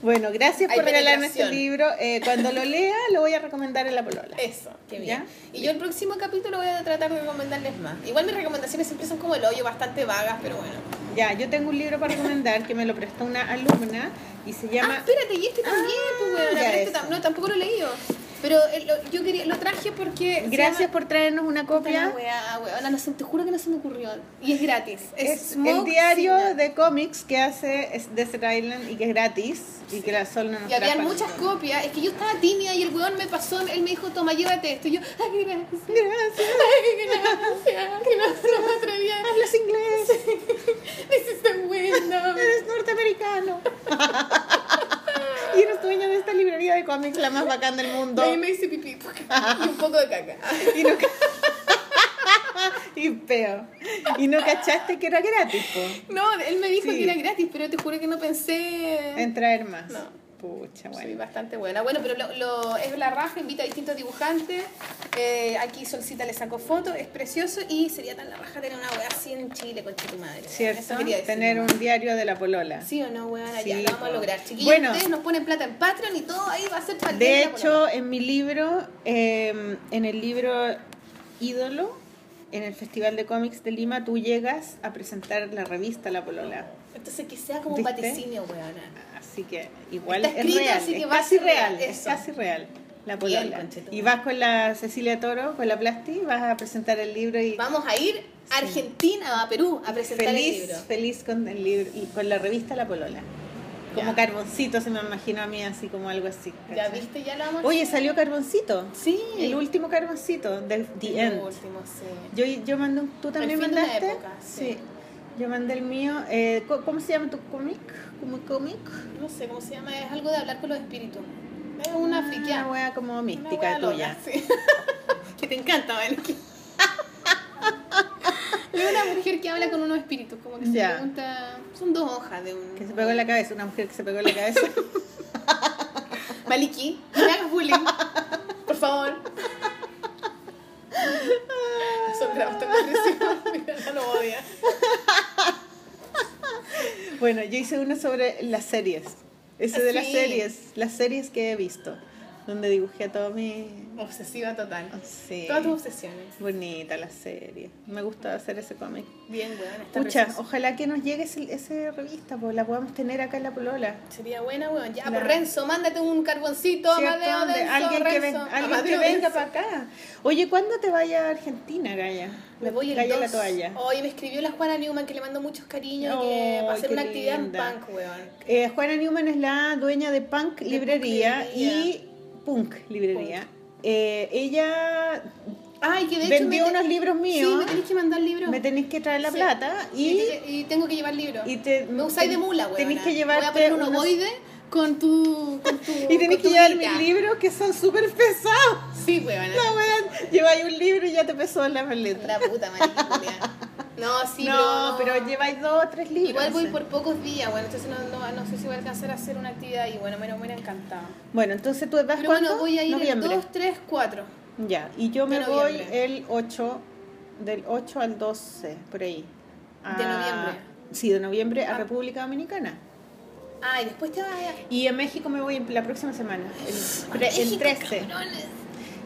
Bueno, gracias Hay por regalarme este penetración. Eh. libro. Eh, cuando lo lea, lo voy a recomendar en la polola. eso, qué bien. ¿Ya? Y yo el próximo capítulo voy a tratar de recomendarles más. Igual mis recomendaciones siempre son como el hoyo, bastante vagas, pero bueno. Ya, yo tengo un libro para recomendar que me lo prestó una alumna y se Ah, llama... espérate, y este también, pues weón, Ah, ya pero este ves. tam- no, tampoco lo he leído. Pero eh, lo- yo quería, lo traje porque. se Gracias llama- por traernos una Puta copia. la weá, weona, no sé, te juro que no se me ocurrió. Y es gratis. Es el Smoke diario Signal. de cómics que hace es Desert Island y que es gratis y que la Sol no nos Y habían trajo. muchas copias. Es que yo estaba tímida y el weón me pasó, él me dijo, toma, llévate esto. Y yo, ay, gracias. Gracias. Ay, gracias. Que no, no me atrevía. Hablas inglés. This is the window. Eres norteamericano. y eres dueño de esta librería de cómics, la más bacán del mundo. Ahí me hice pipí. Y un poco de caca. Y no ca- y peo. Y no cachaste que era gratis, po, No, él me dijo Sí. que era gratis, pero te juro que no pensé. en traer más. No. Soy Pucha, bueno. bastante buena. Bueno, pero lo, lo- es la raja, invita a distintos dibujantes. Eh, aquí Solcita le sacó fotos, es precioso y sería tan la raja tener una weá así en Chile con tu madre. ¿Cierto? Eso quería decir. Tener un diario de la polola. Sí o no, weón, Sí, ya lo vamos a po. lograr. Chiquillos, Bueno. ustedes nos ponen plata en Patreon y todo ahí va a ser para el De día la polola. hecho, en mi libro, eh, en el libro Ídolo, en el Festival de Cómics de Lima, tú llegas a presentar la revista La Polola. Entonces que sea como un ¿Viste? vaticinio, weona. Así que igual Está es escrito, real, así que es va a casi ser real, real, es eso. casi real la Bien, polola. conchetumare. Y vas con la Cecilia Toro, con la Plasti, vas a presentar el libro y Vamos a ir a Argentina, a Perú, a presentar el feliz, libro. feliz con el libro y con la revista La Polola. Como Ya. carboncito se me imagino a mí así como algo así. ¿Ya ¿cachai? viste? Ya lo vamos a Oye, hacer. salió carboncito. Sí. El último carboncito de The El End. último, sí. Yo, yo mandé un- ¿Tú también fin de una mandaste? época, sí. Yo mandé el mío. Eh, co- ¿Cómo se llama tu cómic? ¿Cómo cómic? no sé cómo se llama, es algo de hablar con los espíritus. Es una Una friqueada. wea como Una mística wea loca, tuya. sí. que te encanta, Maliki. Es una mujer que habla con unos espíritus, como que Ya. se pregunta. Son dos hojas de un. Que se pegó en la cabeza, una mujer que se pegó en la cabeza. Maliki, no me hagas bullying. Por favor. Son bastante agresivos. Mira, no lo odia. bueno, yo hice uno sobre las series. Ese de las Sí. series, las series que he visto, donde dibujé a todo mi... Obsesiva total. Sí. Todas tus obsesiones. Bonita la serie. Me gusta hacer ese cómic. Bien, weón. Está Pucha, precioso. ojalá que nos llegue ese, ese revista, pues la podamos tener acá en la polola. Sería buena, weón. Ya, Claro. por Renzo, mándate un carboncito, ¿Cierto? Amadeo Donde Denso, alguien que, ven- Renzo. alguien que Amadeo venga Denso. para acá. Oye, ¿cuándo te vaya a Argentina, Gaya? Me voy el Gaya la 2. toalla. Hoy me escribió la Juana Newman que le mando muchos cariños y que Ay, va a hacer qué una actividad en linda. punk, weón. Eh, Juana Newman es la dueña de Punk Librería y Punk Librería. Eh, ella Ay, que de hecho vendió me te- unos libros míos. Sí, me tenéis que mandar libros. me tenéis que traer la Sí. plata y, y, te- y tengo que llevar libros. y te me usáis de mula, weón. Tenéis que Voy a llevarte poner un unos- ovoide con tu. Con tu y tenéis con tu que llevar guita. mis libros que son súper pesados. Sí, weón. La weá, lleváis un libro y ya te pesó la maleta. La puta, mariquita. No, sí, no, pero, no. lleváis dos o tres libros. Igual voy no sé. por pocos días, bueno, entonces no, no, no sé si voy a alcanzar a hacer una actividad y bueno, me hubiera encantado. Bueno, entonces tú vas Pero cuándo? bueno, voy a ir Noviembre. el 2, 3, 4. Ya, y yo me De voy noviembre. el 8, del 8 al 12, por ahí. Ah, De noviembre. Sí, de noviembre a Ah. República Dominicana. Ah, y después te vas a... Y a México me voy en- la próxima semana, el, pre- el Ah, México, 13. cabrones.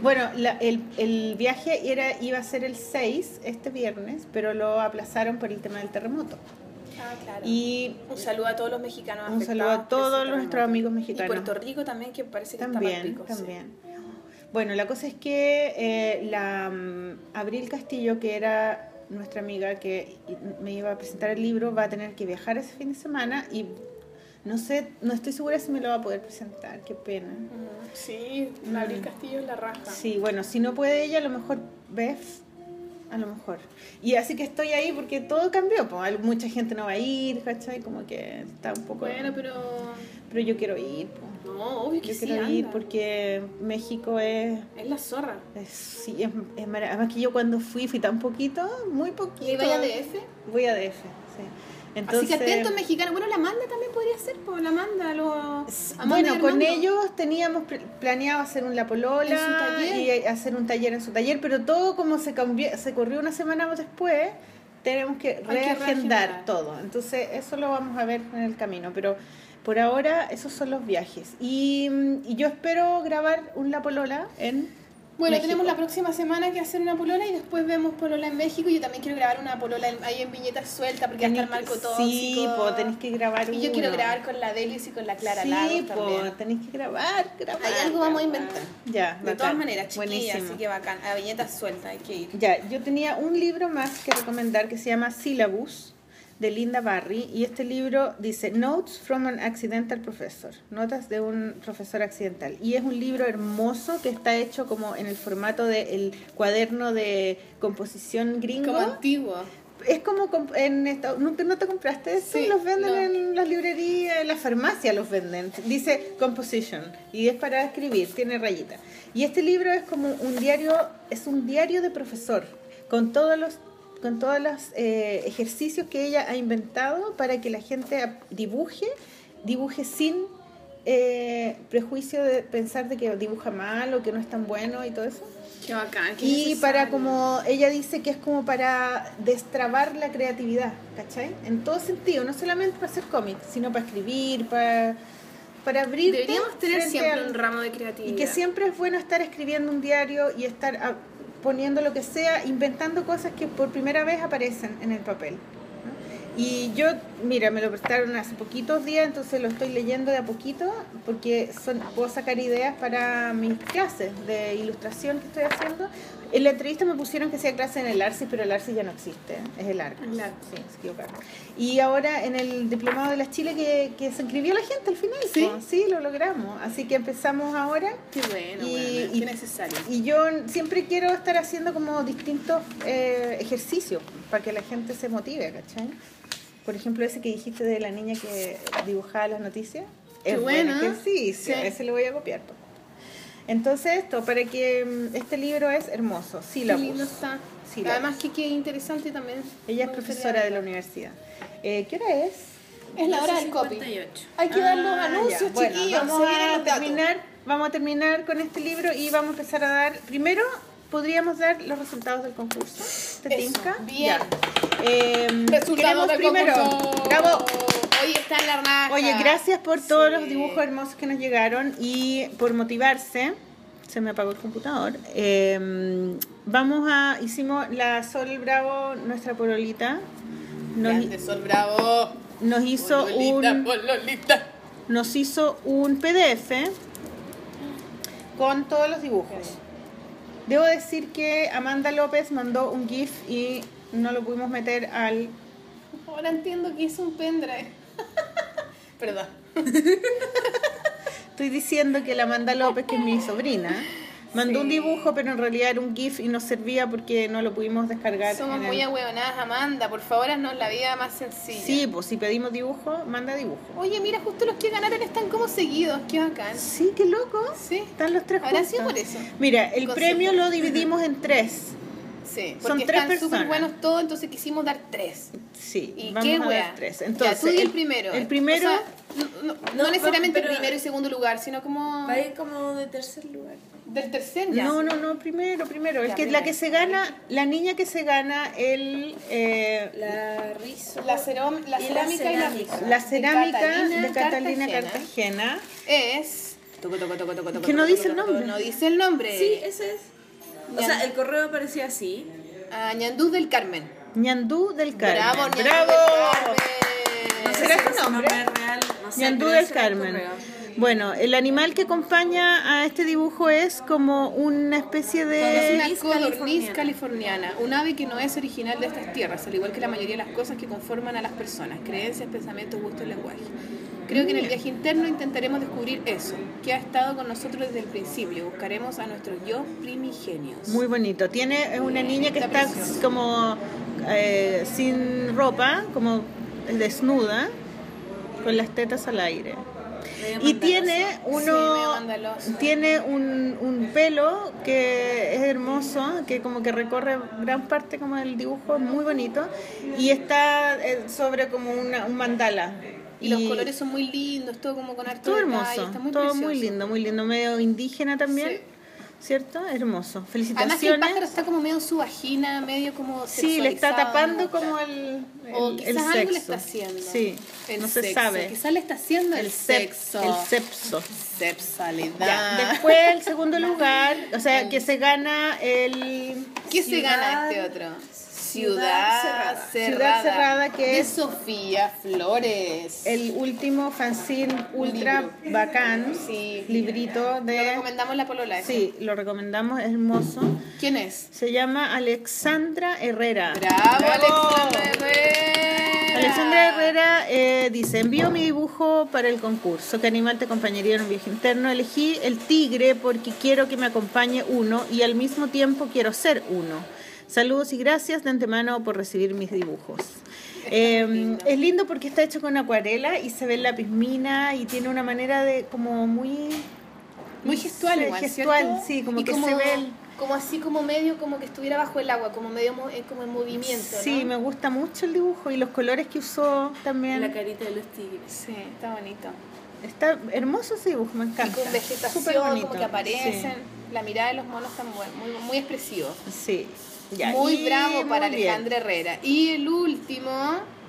Bueno, la- el, el viaje era, iba a ser el 6, este viernes, pero lo aplazaron por el tema del terremoto. Ah, claro. Y un saludo a todos los mexicanos. Un afectados saludo a por todos ese nuestros terremoto. amigos mexicanos. Y Puerto Rico también, que parece que está mal también, pico, sí. también. Bueno, la cosa es que eh, la mm, Abril Castillo, que era nuestra amiga que i- me iba a presentar el libro, va a tener que viajar ese fin de semana y no sé, no estoy segura si me lo va a poder presentar, qué pena. Mm, Sí, Abril Castillo es la raja. Mm. Sí, bueno, si no puede ella, a lo mejor Beth, a lo mejor. Y así que estoy ahí porque todo cambió, po. Al- mucha gente no va a ir, ¿cachai? Como que está un poco... Bueno, pero. Pero yo quiero ir, po. No, obvio que Yo sí. quiero ir anda. porque México es... Es la zorra. es- sí, es, es mara- Además que yo cuando fui, fui tan poquito, muy poquito. ¿Y vaya DF? Voy a DF, sí. Así que atentos mexicanos. Bueno, la manda también podría ser, pues la manda. Lo, Amanda Bueno, y con Armando. ellos teníamos pl- planeado hacer un La En su Polola taller. y eh, hacer un taller en su taller, pero todo como se, cambió, se corrió una semana después, tenemos que reagendar reagendar. todo. Entonces, eso lo vamos a ver en el camino, pero por ahora esos son los viajes. Y, mm, y yo espero grabar un La Polola en... Bueno, México. tenemos la próxima semana que hacer una polola y después vemos polola en México. Yo también quiero grabar una polola en- ahí en viñetas suelta porque hasta el marco todo. Sí, po, tenés que grabar Y yo quiero uno. grabar con la Delis y con la Clara Sí, Lagos po, también. tenés que grabar, grabar. Hay algo vamos a grabar. inventar. Ya, De bacán. todas maneras, chiquilla, Buenísimo. así que bacán. A viñetas sueltas, hay que ir. Ya, yo tenía un libro más que recomendar que se llama Syllabus de Linda Barry y este libro dice Notes from an Accidental Professor, notas de un profesor accidental y es un libro hermoso que está hecho como en el formato del cuaderno de composición gringo. Como antiguo. es como comp- en esta, ¿no, te- no te compraste eso? Sí, los venden no. en las librerías, en la farmacia los venden. Dice composition y es para escribir, tiene rayita. Y este libro es como un diario, es un diario de profesor con todos los con todos los eh, ejercicios que ella ha inventado para que la gente ap- dibuje, dibuje sin eh, prejuicio de pensar de que dibuja mal o que no es tan bueno y todo eso. Qué bacán. qué Y necesario. para como, ella dice que es como para destrabar la creatividad, ¿cachai? En todo sentido, no solamente para hacer cómics, sino para escribir, para, para abrirte. Deberíamos tener frente siempre al- un ramo de creatividad. Y que siempre es bueno estar escribiendo un diario y estar ah, poniendo lo que sea, inventando cosas que por primera vez aparecen en el papel. ¿no? Y yo, mira, me lo prestaron hace poquitos días, entonces lo estoy leyendo de a poquito porque son, puedo sacar ideas para mis clases de ilustración que estoy haciendo. En la entrevista me pusieron que hacía clase en el Arcis, pero el Arcis ya no existe, es el Arcos. El Arcos. Sí, se equivocaron. Y ahora en el diplomado de las Chile que, que se inscribió la gente al final, ¿Sí? po. sí, lo logramos. Así que empezamos ahora. Qué bueno, Y- bueno. y- Qué necesario. Y yo siempre quiero estar haciendo como distintos eh, ejercicios para que la gente se motive, ¿cachai? Por ejemplo, ese que dijiste de la niña que dibujaba las noticias. Qué es buen bueno. ejercicio, Sí. ese lo voy a copiar. po. Entonces, esto, para que mm, este libro es hermoso, Qué sílabus. lindo está. Sí, la Además, que qué interesante también. Ella es Me gustaría profesora de la universidad. Eh, ¿Qué hora es? Es la hora del copy. 58. Hay que dar los Ah, anuncios, ya. Bueno, chiquillos. Vamos se vienen a los datos. terminar, vamos a terminar con este libro y vamos a empezar a dar. Primero podríamos dar los resultados del concurso. ¿Te Eso, tinca? bien. Ya. Eh, Resultados queremos del primero. concurso. Bravo. Hoy está en la raja. Oye, gracias por todos Sí. los dibujos hermosos que nos llegaron y por motivarse. Se me apagó el computador. Eh, vamos a. Hicimos la Sol Bravo, nuestra porolita. Nos, Grande Sol Bravo. nos hizo Pololita, un pololita. nos hizo un PDF con todos los dibujos. Debo decir que Amanda López mandó un GIF y no lo pudimos meter al... Ahora entiendo que es un pendrive. Perdón. Estoy diciendo que la Amanda López, que es mi sobrina, mandó un dibujo, pero en realidad era un GIF y no servía porque no lo pudimos descargar. Somos en el- muy ahueonadas, Amanda. Por favor, haznos la vida más sencilla. Sí, pues si pedimos dibujo, manda dibujo. Oye, mira, justo los que ganaron están como seguidos. Qué bacán. Sí, qué loco. Sí. Están los tres Habrá juntos. sido por eso. Mira, el Con premio lo dividimos en tres. Sí, Son porque tres están personas. súper buenos todos, entonces quisimos dar tres. Sí, ¿Y vamos qué a wea? dar tres. ya, Entonces, tú di el, primero. El primero... O sea, no, no- no No, necesariamente pero- primero y segundo lugar, sino como Va a ir como de tercer lugar. del tercer ya. No, no, no, primero, primero. El Ya, que, primero. la que se gana, la niña que se gana el, eh, la, La rizo. La, ceró- la Y la cerámica y la cerámica. rica. cerámica de Catalina Cartagena. Es. Toco, toco, toco, toco, toco, Que no toco, dice el toco, toco, nombre. No dice el nombre. Sí, ese es. O Ya. sea, el correo aparecía así. A Ñandú del Carmen. Ñandú del Carmen. Bravo, Ñandú ¡Bravo! del Carmen. ¿Será si su es nombre? real, no sé, Ñandú pero del ese era el Carmen. correo. Bueno, el animal que acompaña a este dibujo es como una especie Es de... una Codorniz codorniz californiana. californiana, un ave que no es original de estas tierras, al igual que la mayoría de las cosas que conforman a las personas, creencias, pensamientos, gustos y lenguaje. Creo que en el viaje interno intentaremos descubrir eso, que ha estado con nosotros desde el principio. Buscaremos a nuestros yo primigenios. Muy bonito. Tiene una niña que Está está precioso. como eh, sin ropa, como desnuda, con las tetas al aire. Y tiene medio uno mandaloso. tiene un, un pelo que es hermoso, que como que recorre gran parte como del dibujo, es muy bonito y está eh, sobre como una- un mandala. y, los colores son muy lindos, todo como con harto todo detalle, hermoso, está muy todo precioso. muy lindo, muy lindo, medio indígena también. Sí. ¿Cierto? Hermoso. Además que el Felicitaciones. pájaro está como medio en su vagina, medio como Sí, le está sexualizado, tapando ¿no? como el, el, O quizás el algo sexo. le está haciendo. Sí, El no se sexo, sabe. Quizás le está haciendo el, El sep- sexo. Ah. El sepso. Sexualidad. Ya, Después, el segundo lugar, o sea, que Ah. se gana el... ¿Qué se Ciudad- gana este otro? Ciudad Cerrada. Cerrada. Ciudad Cerrada, que de es- Sofía Flores. El último fanzine ultra Libro. bacán, Sí. librito Lo de... recomendamos la polola. esa. Sí, lo recomendamos, es hermoso. ¿Quién es? Se llama Alexandra Herrera. Bravo, Alexandra Herrera. Alexandra Herrera eh, dice, envío mi dibujo para el concurso. ¿Qué animal te acompañaría en un viaje interno? Elegí el tigre porque quiero que me acompañe uno y al mismo tiempo quiero ser uno. Saludos y gracias de antemano por recibir mis dibujos. Eh, es lindo porque está hecho con acuarela y se ve la pismina y tiene una manera de como muy... Muy gestual, Sí, igual, gestual, ¿cierto? sí, como Y que se ve el- Como así, como medio, como que estuviera bajo el agua, como medio mo- eh, como en movimiento. Sí, me gusta mucho el dibujo y los colores que usó también. La carita de los tigres. Sí, está bonito. Está hermoso ese dibujo, me encanta. Con Súper vegetación, bonito, como que aparecen. sí. La mirada de los monos está muy, muy, muy expresivo. Sí. ya. muy Y bravo para muy bien. Alejandra Herrera. Y el último,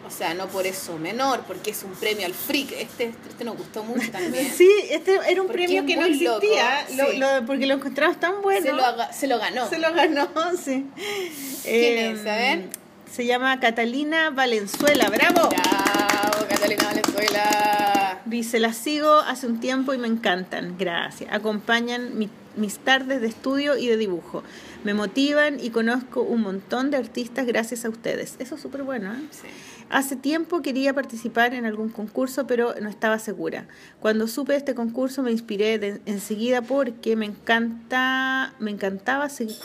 o sea, no por eso menor, porque es un premio al freak. Este, este nos gustó mucho también. Sí, este era un Porque premio es que no muy loco, existía, lo- sí. lo- porque lo encontramos tan bueno. se, lo aga- se lo ganó. Se lo ganó, sí. Em, ¿Quién es? A ver. Se llama Catalina Valenzuela, bravo. Bravo, Catalina Valenzuela. Dice, las sigo hace un tiempo y me encantan, gracias. Acompañan mi- mis tardes de estudio y de dibujo. Me motivan y conozco un montón de artistas gracias a ustedes. Eso es súper bueno, ¿eh? Sí. Hace tiempo quería participar en algún concurso, pero no estaba segura. Cuando supe de este concurso me inspiré de- enseguida porque me encanta, me encantaba se-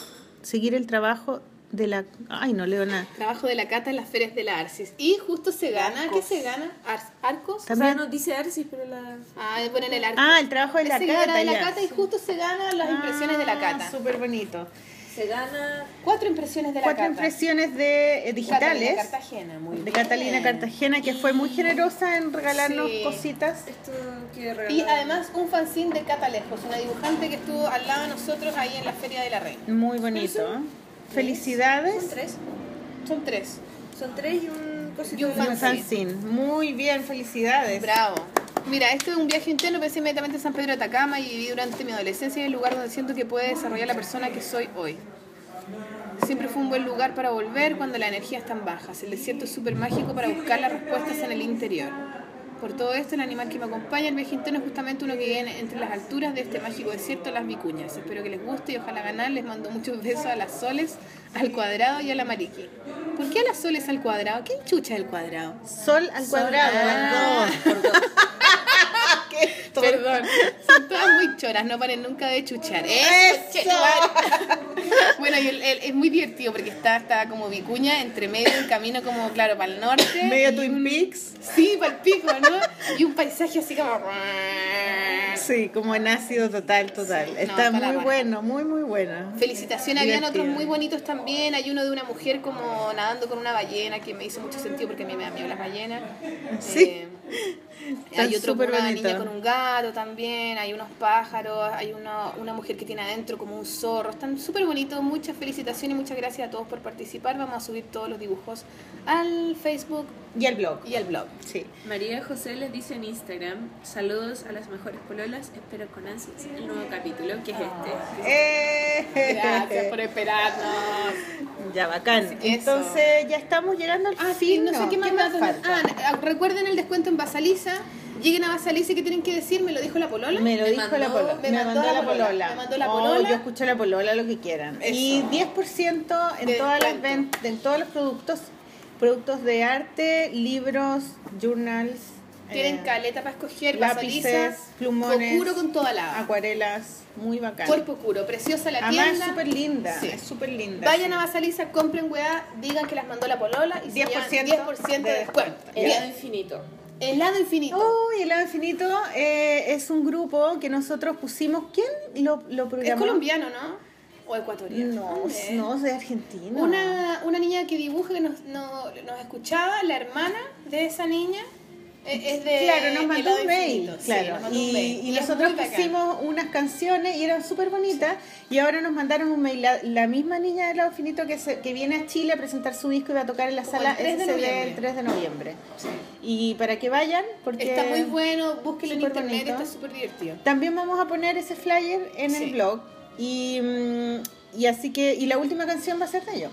seguir el trabajo de la ay no leo nada. Trabajo de la Cata en las ferias de la Arcis. Y justo se gana, Arcos. ¿qué se gana? Ar- ¿Arcos? O sea, También no dice Arsis, pero la. Ah, bueno, en el arco. Ah, el trabajo de la Es seguidora Cata, de la ya. Ah, Cata y justo se gana las impresiones de la Cata. Súper bonito. Se gana. Cuatro impresiones de la Cuatro Cata. impresiones de eh, Catalina digitales Cartagena, muy de bien. Catalina Cartagena que fue muy generosa en regalarnos Sí. cositas. Esto que Y regalar. además un fanzine de Cata Lejos, una dibujante que estuvo al lado de nosotros ahí en la Feria de la Reina. Muy bonito. Felicidades. Son tres. Son tres. Son tres y un cosito. Y un de- Un fanzine. Muy bien, felicidades. Bravo. Mira, esto es un viaje interno, pensé inmediatamente en San Pedro de Atacama y viví durante mi adolescencia en el lugar donde siento que puede desarrollar la persona que soy hoy. Siempre fue un buen lugar para volver cuando la energía es tan baja. El desierto es súper mágico para buscar las respuestas en el interior. Por todo esto, el animal que me acompaña, el viaje interno, es justamente uno que viene entre las alturas de este mágico desierto, las vicuñas. Espero que les guste y ojalá ganar. Les mando muchos besos a las soles, al cuadrado y a la mariqui. ¿Por qué a las soles al cuadrado? ¿Quién chucha el cuadrado? Sol al cuadrado, Ah, las dos. por dos. Ah. Perdón, son todas muy choras, no paren nunca de chuchar. ¡Eso, ¡Eso! che, tu madre! bueno, y el- el- es muy divertido porque está, está como vicuña entre medio del camino, como claro, para el norte. Medio y Twin un- Peaks. Sí, para el pico, ¿no? Y un paisaje así como. Sí, como en ácido total, total. no, Está está la muy raja. bueno, muy, muy bueno. Felicitaciones, habían Divertido. otros muy bonitos también. Hay uno de una mujer como nadando con una ballena que me hizo mucho sentido porque a mí me da miedo las ballenas. Sí. Eh, Están hay otro con súper una bonitos. niña con un gato también. Hay unos pájaros. Hay una, una mujer que tiene adentro como un zorro. Están súper bonitos. Muchas felicitaciones y muchas gracias a todos por participar. Vamos a subir todos los dibujos al Facebook Y el blog. y al blog. Sí. María José les dice en Instagram, saludos a las mejores pololas, espero con ansias el nuevo capítulo, que es este. Eh, Gracias por esperarnos. Ya bacán. que eso. Entonces ya estamos llegando al Ah, sí, fin. no, sé qué más, ah, datos- falta. Ah, recuerden el descuento en Basaliza. Lleguen a Basa, le dice que tienen que decir, me lo dijo la polola. Me lo Me dijo la mandó- polola. me mandó la polola, me mandó la Oh, polola. yo escucho la polola lo que quieran. Eso. Y 10% De en todas las descuento. ven- en todos los productos, productos de arte, libros, journals, Tienen eh, caleta para escoger, lápices, basaliza, plumones, cocuro con toda la A, acuarelas, muy bacán. cuerpo curo, preciosa la Además es tienda. súper linda, Sí. es súper linda. Vayan a Basaliza, compren weá, digan que las mandó la polola y se llevan 10% 10% de de Oh, descuento. El lado Bien. infinito. Helado infinito. Uy, el lado infinito eh, es un grupo que nosotros pusimos. ¿Quién lo, lo programó? es colombiano, ¿no? O ecuatoriano. No, Eh. no, es de Argentina. Una, una niña que dibuja que nos, no- nos escuchaba, la hermana de esa niña, eh, es de. Claro, nos mandó Helado un mail. Infinito. Sí, Claro. nos mandó y, un mail. y es nosotros muy bacán. pusimos unas canciones y eran súper bonitas. Y ahora nos mandaron un mail. La, la misma niña del lado finito que, se- que viene a Chile a presentar su disco y va a tocar en la Como sala el 3 de SCD noviembre. el 3 de noviembre. Y para que vayan, porque. Está muy bueno, búsquelo en Súper internet, bonito. está súper divertido. También vamos a poner ese flyer en Sí. el blog. Y, mm, y así que. Y la última canción va a ser de ellos.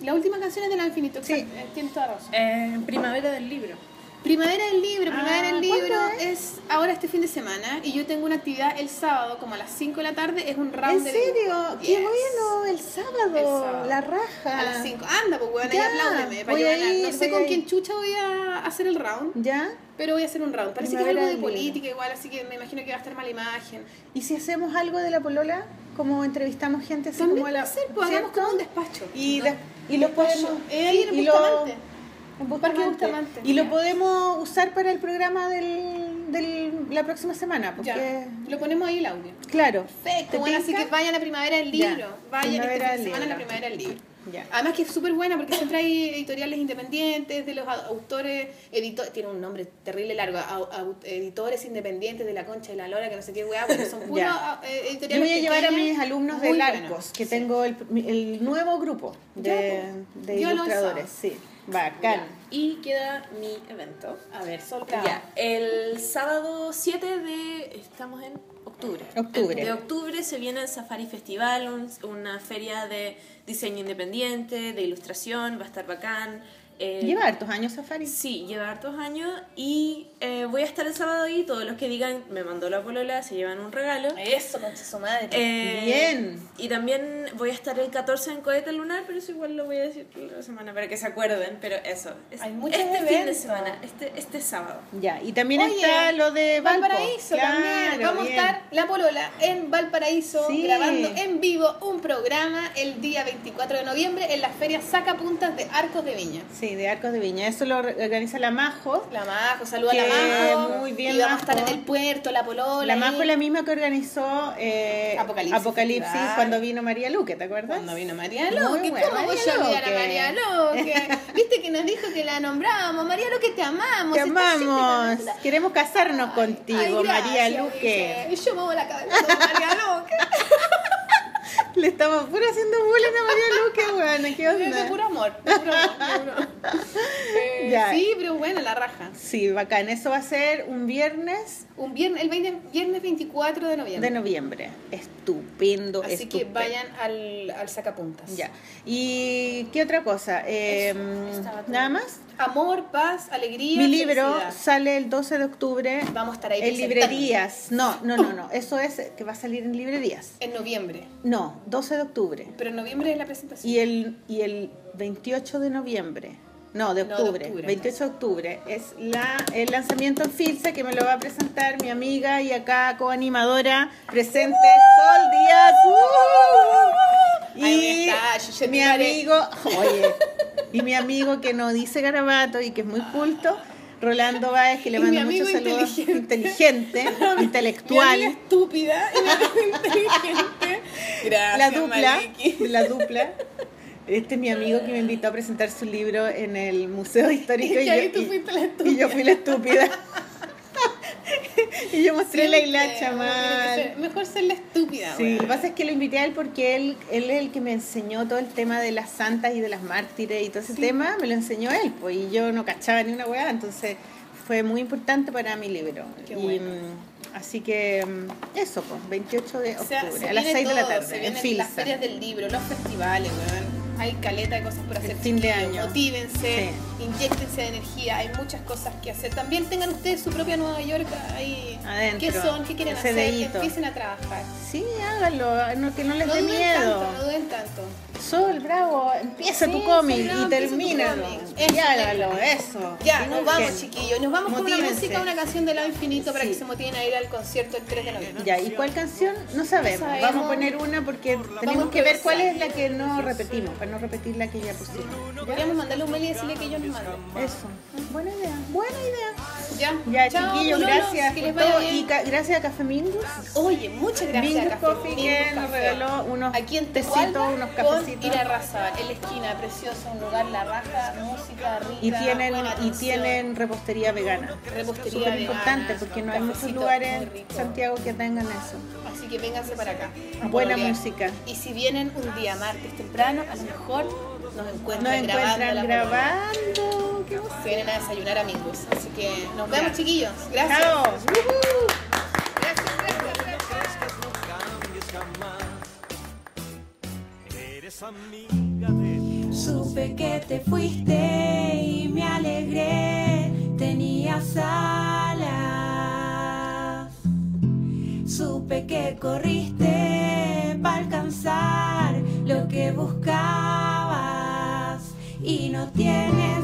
La última canción es de la Infinito, Sí. exacto, eh, tienes toda razón. Eh, primavera del libro. Primavera del libro, Primavera del libro Ah, ¿cuándo es ahora este fin de semana y yo tengo una actividad el sábado como a las 5 de la tarde, es un round ¿En de serio? dibujo. ¡Qué Yes. bueno! El sábado, El sábado. la raja. A las 5. Anda, pues weón, ahí Ya, apláudeme. Para voy yo a ganar. no ir, sé voy con a ir. quién chucha voy a hacer el round, ¿Ya? pero voy a hacer un round. Parece que es Primavera algo del de libro. política igual, así que me imagino que va a estar mala imagen. ¿Y si hacemos algo de la polola? Como entrevistamos gente así También como a la... puede ser, pues hagamos ¿cierto? como un despacho. Y, des- y lo podemos... Eh, ir en y Bustamante. en Parque Bustamante. Bustamante, Y ya. lo podemos usar para el programa del, del- la próxima semana, porque... Ya. Lo ponemos ahí el audio. Claro. Perfecto, ¿Te bueno, así pinca? que vayan a Primavera del Ya. Libro. Vayan Primavera esta del semana a la Libro. Primavera del Libro. Ya. Además que es súper buena porque se trae editoriales independientes de los au- autores, editores, tiene un nombre terrible largo, au- au- editores independientes de la concha de la lora, que no sé qué weá, bueno, son puros Ya. au- eh, Yo editoriales voy a llevar a pequeñas, mis alumnos muy del buenas. Arcos, que Sí. tengo el, el nuevo grupo de, Ya, pues. de Yo lo ilustradores. usaba. Sí, bacán. Y queda mi evento. A ver, soltado. Ya, el sábado 7 de... Estamos en octubre. Octubre. De octubre se viene el Safari Festival, un- una feria de diseño independiente, de ilustración, va a estar bacán. Eh, Lleva hartos años Safari. Sí, lleva hartos años y eh, voy a estar el sábado ahí. Todos los que digan, me mandó la polola, se llevan un regalo. Eso, concha su madre. Eh, Bien. Y también voy a estar el 14 en Cohete Lunar, pero eso igual lo voy a decir la semana para que se acuerden. Pero eso, es- Hay muchos este fin de eventos. semana, este, este sábado. Ya, y también Oye, está lo de Banco. Valparaíso también. Claro, Vamos bien. a estar la Polola en Valparaíso Sí. grabando en vivo un programa el día 24 de noviembre en la feria Sacapuntas de Arcos de Viña. Sí, de Arcos de Viña. Eso lo organiza la Majo. La Majo, saluda a Que la Majo. muy bien, y vamos a Majo. estar en el puerto, la Polola. La Majo ahí. es la misma que organizó eh, Apocalipsis. Apocalipsis Claro. cuando vino María Luque, ¿te acuerdas? Cuando vino María Muy Loque, buena, ¿cómo voy María a olvidar a Loque. María Loque? Viste que nos dijo que la nombrábamos. María Loque, te amamos. estás Este Te siempre con amamos. nosotras. Queremos casarnos contigo, Ay, gracias, María Luque. dije. Yo muevo la cabeza como María Loque. Le estamos puro haciendo bullying a María Luque, bueno, ¿qué De, de puro onda? amor, de puro amor, de puro- Eh, Ya. Sí, pero bueno, la raja. Sí, bacán. Eso va a ser un viernes Un viernes, el 20 viernes 24 de noviembre. de noviembre. Estupendo, Así que estupendo. vayan al, al sacapuntas. Ya. ¿Y qué otra cosa? Eh, ¿Nada más? Amor, paz, alegría. Mi libro felicidad. sale el 12 de octubre Vamos a estar ahí en presentando. librerías. No, no, no, no. Eso es que va a salir en librerías. En noviembre. No, 12 de octubre. Pero en noviembre es la presentación. Y el, y el 28 de noviembre. No, de No, de octubre. octubre. 28 de octubre es la, el lanzamiento en Filsa que me lo va a presentar mi amiga y acá coanimadora presente Sol Díaz. ¡Uh! Ahí Y está, yo- yo mi tiraré. amigo, oye, y mi amigo que no dice garabato y que es muy culto, Rolando Báez, que le Y mi mando amigo muchos saludos, inteligente. inteligente, intelectual. Mi amiga estúpida y mi amiga inteligente. Gracias, la dupla, Maliki. la dupla. Este es mi amigo que me invitó a presentar su libro en el Museo Histórico Y ahí tú yo, fuiste la y yo estúpida. fui la estúpida. y yo mostré la hilacha Siempre, uno tiene que ser- mal. Mejor ser la estúpida. Sí, lo que weón. pasa es que lo invité a él porque él, él es el que me enseñó todo el tema de las santas y de las mártires y todo ese tema, me lo enseñó él, pues, y yo no cachaba ni una weá, entonces fue muy importante para mi libro. Qué Y, bueno. mm, así que mm, eso, pues, 28 de O sea, octubre, se a las viene 6 de la todo, se tarde, en vienen Filsa. Las ferias del libro, los festivales, weón. Hay caleta de cosas por hacer. fin de chiquillos. año. Motívense, inyectense de energía. Hay muchas cosas que hacer. También tengan ustedes su propia Nueva York ahí. Adentro, ¿Qué son? ¿Qué quieren ese hacer? dedito. Empiecen a trabajar. Sí, hágalo, no, que no les No dé duden miedo. tanto, no duden tanto. Sol, bravo, empieza Sí, tu cómic Sol Bravo, y empieza tu termínalo. cómic. Y Eso, hágalo, venga. eso. Ya, Sí, nos porque- vamos, chiquillos. Nos vamos con una Motívense. música, una canción de lado infinito para que se motiven a ir al concierto el 3 de noviembre. Ya, ¿y cuál canción? No sabemos. sabemos. Vamos a poner una porque tenemos a que ver improvisar. cuál es la que no repetimos, para no repetir la que ya pusimos. Podríamos mandarle un mail y decirle que ellos nos manden. Eso. Buena idea. Buena idea. Ya, Ya, Chao, chiquillos, pololos, gracias Que les por vaya todo. bien. Y ca- gracias a Café Mingus. Oye, muchas gracias. Mingus Café Coffee que Mingus nos Café. regaló unos Aquí en tecitos, Tecualba, unos Con cafecitos. Ira Raza, en la esquina, precioso, un lugar, la raja, música rica. Y tienen, buena y atención, tienen repostería vegana. repostería Súper importante vegana, porque no hay muchos cafecito lugares muy en rico. Santiago que tengan eso. Así que vénganse para acá. a Buena pololear. música. Y si vienen un día martes temprano, a lo mejor nos encuentran, Nos grabando. la encuentran grabando. Qué polola. Se vienen a desayunar a Mingus. Así que nos vemos, chiquillos. Gracias. ¡Chao! ¡Woohoo! Gracias, gracias, gracias. Supe que te fuiste y me alegré, tenías alas. Supe que corriste para alcanzar lo que buscabas y no tienes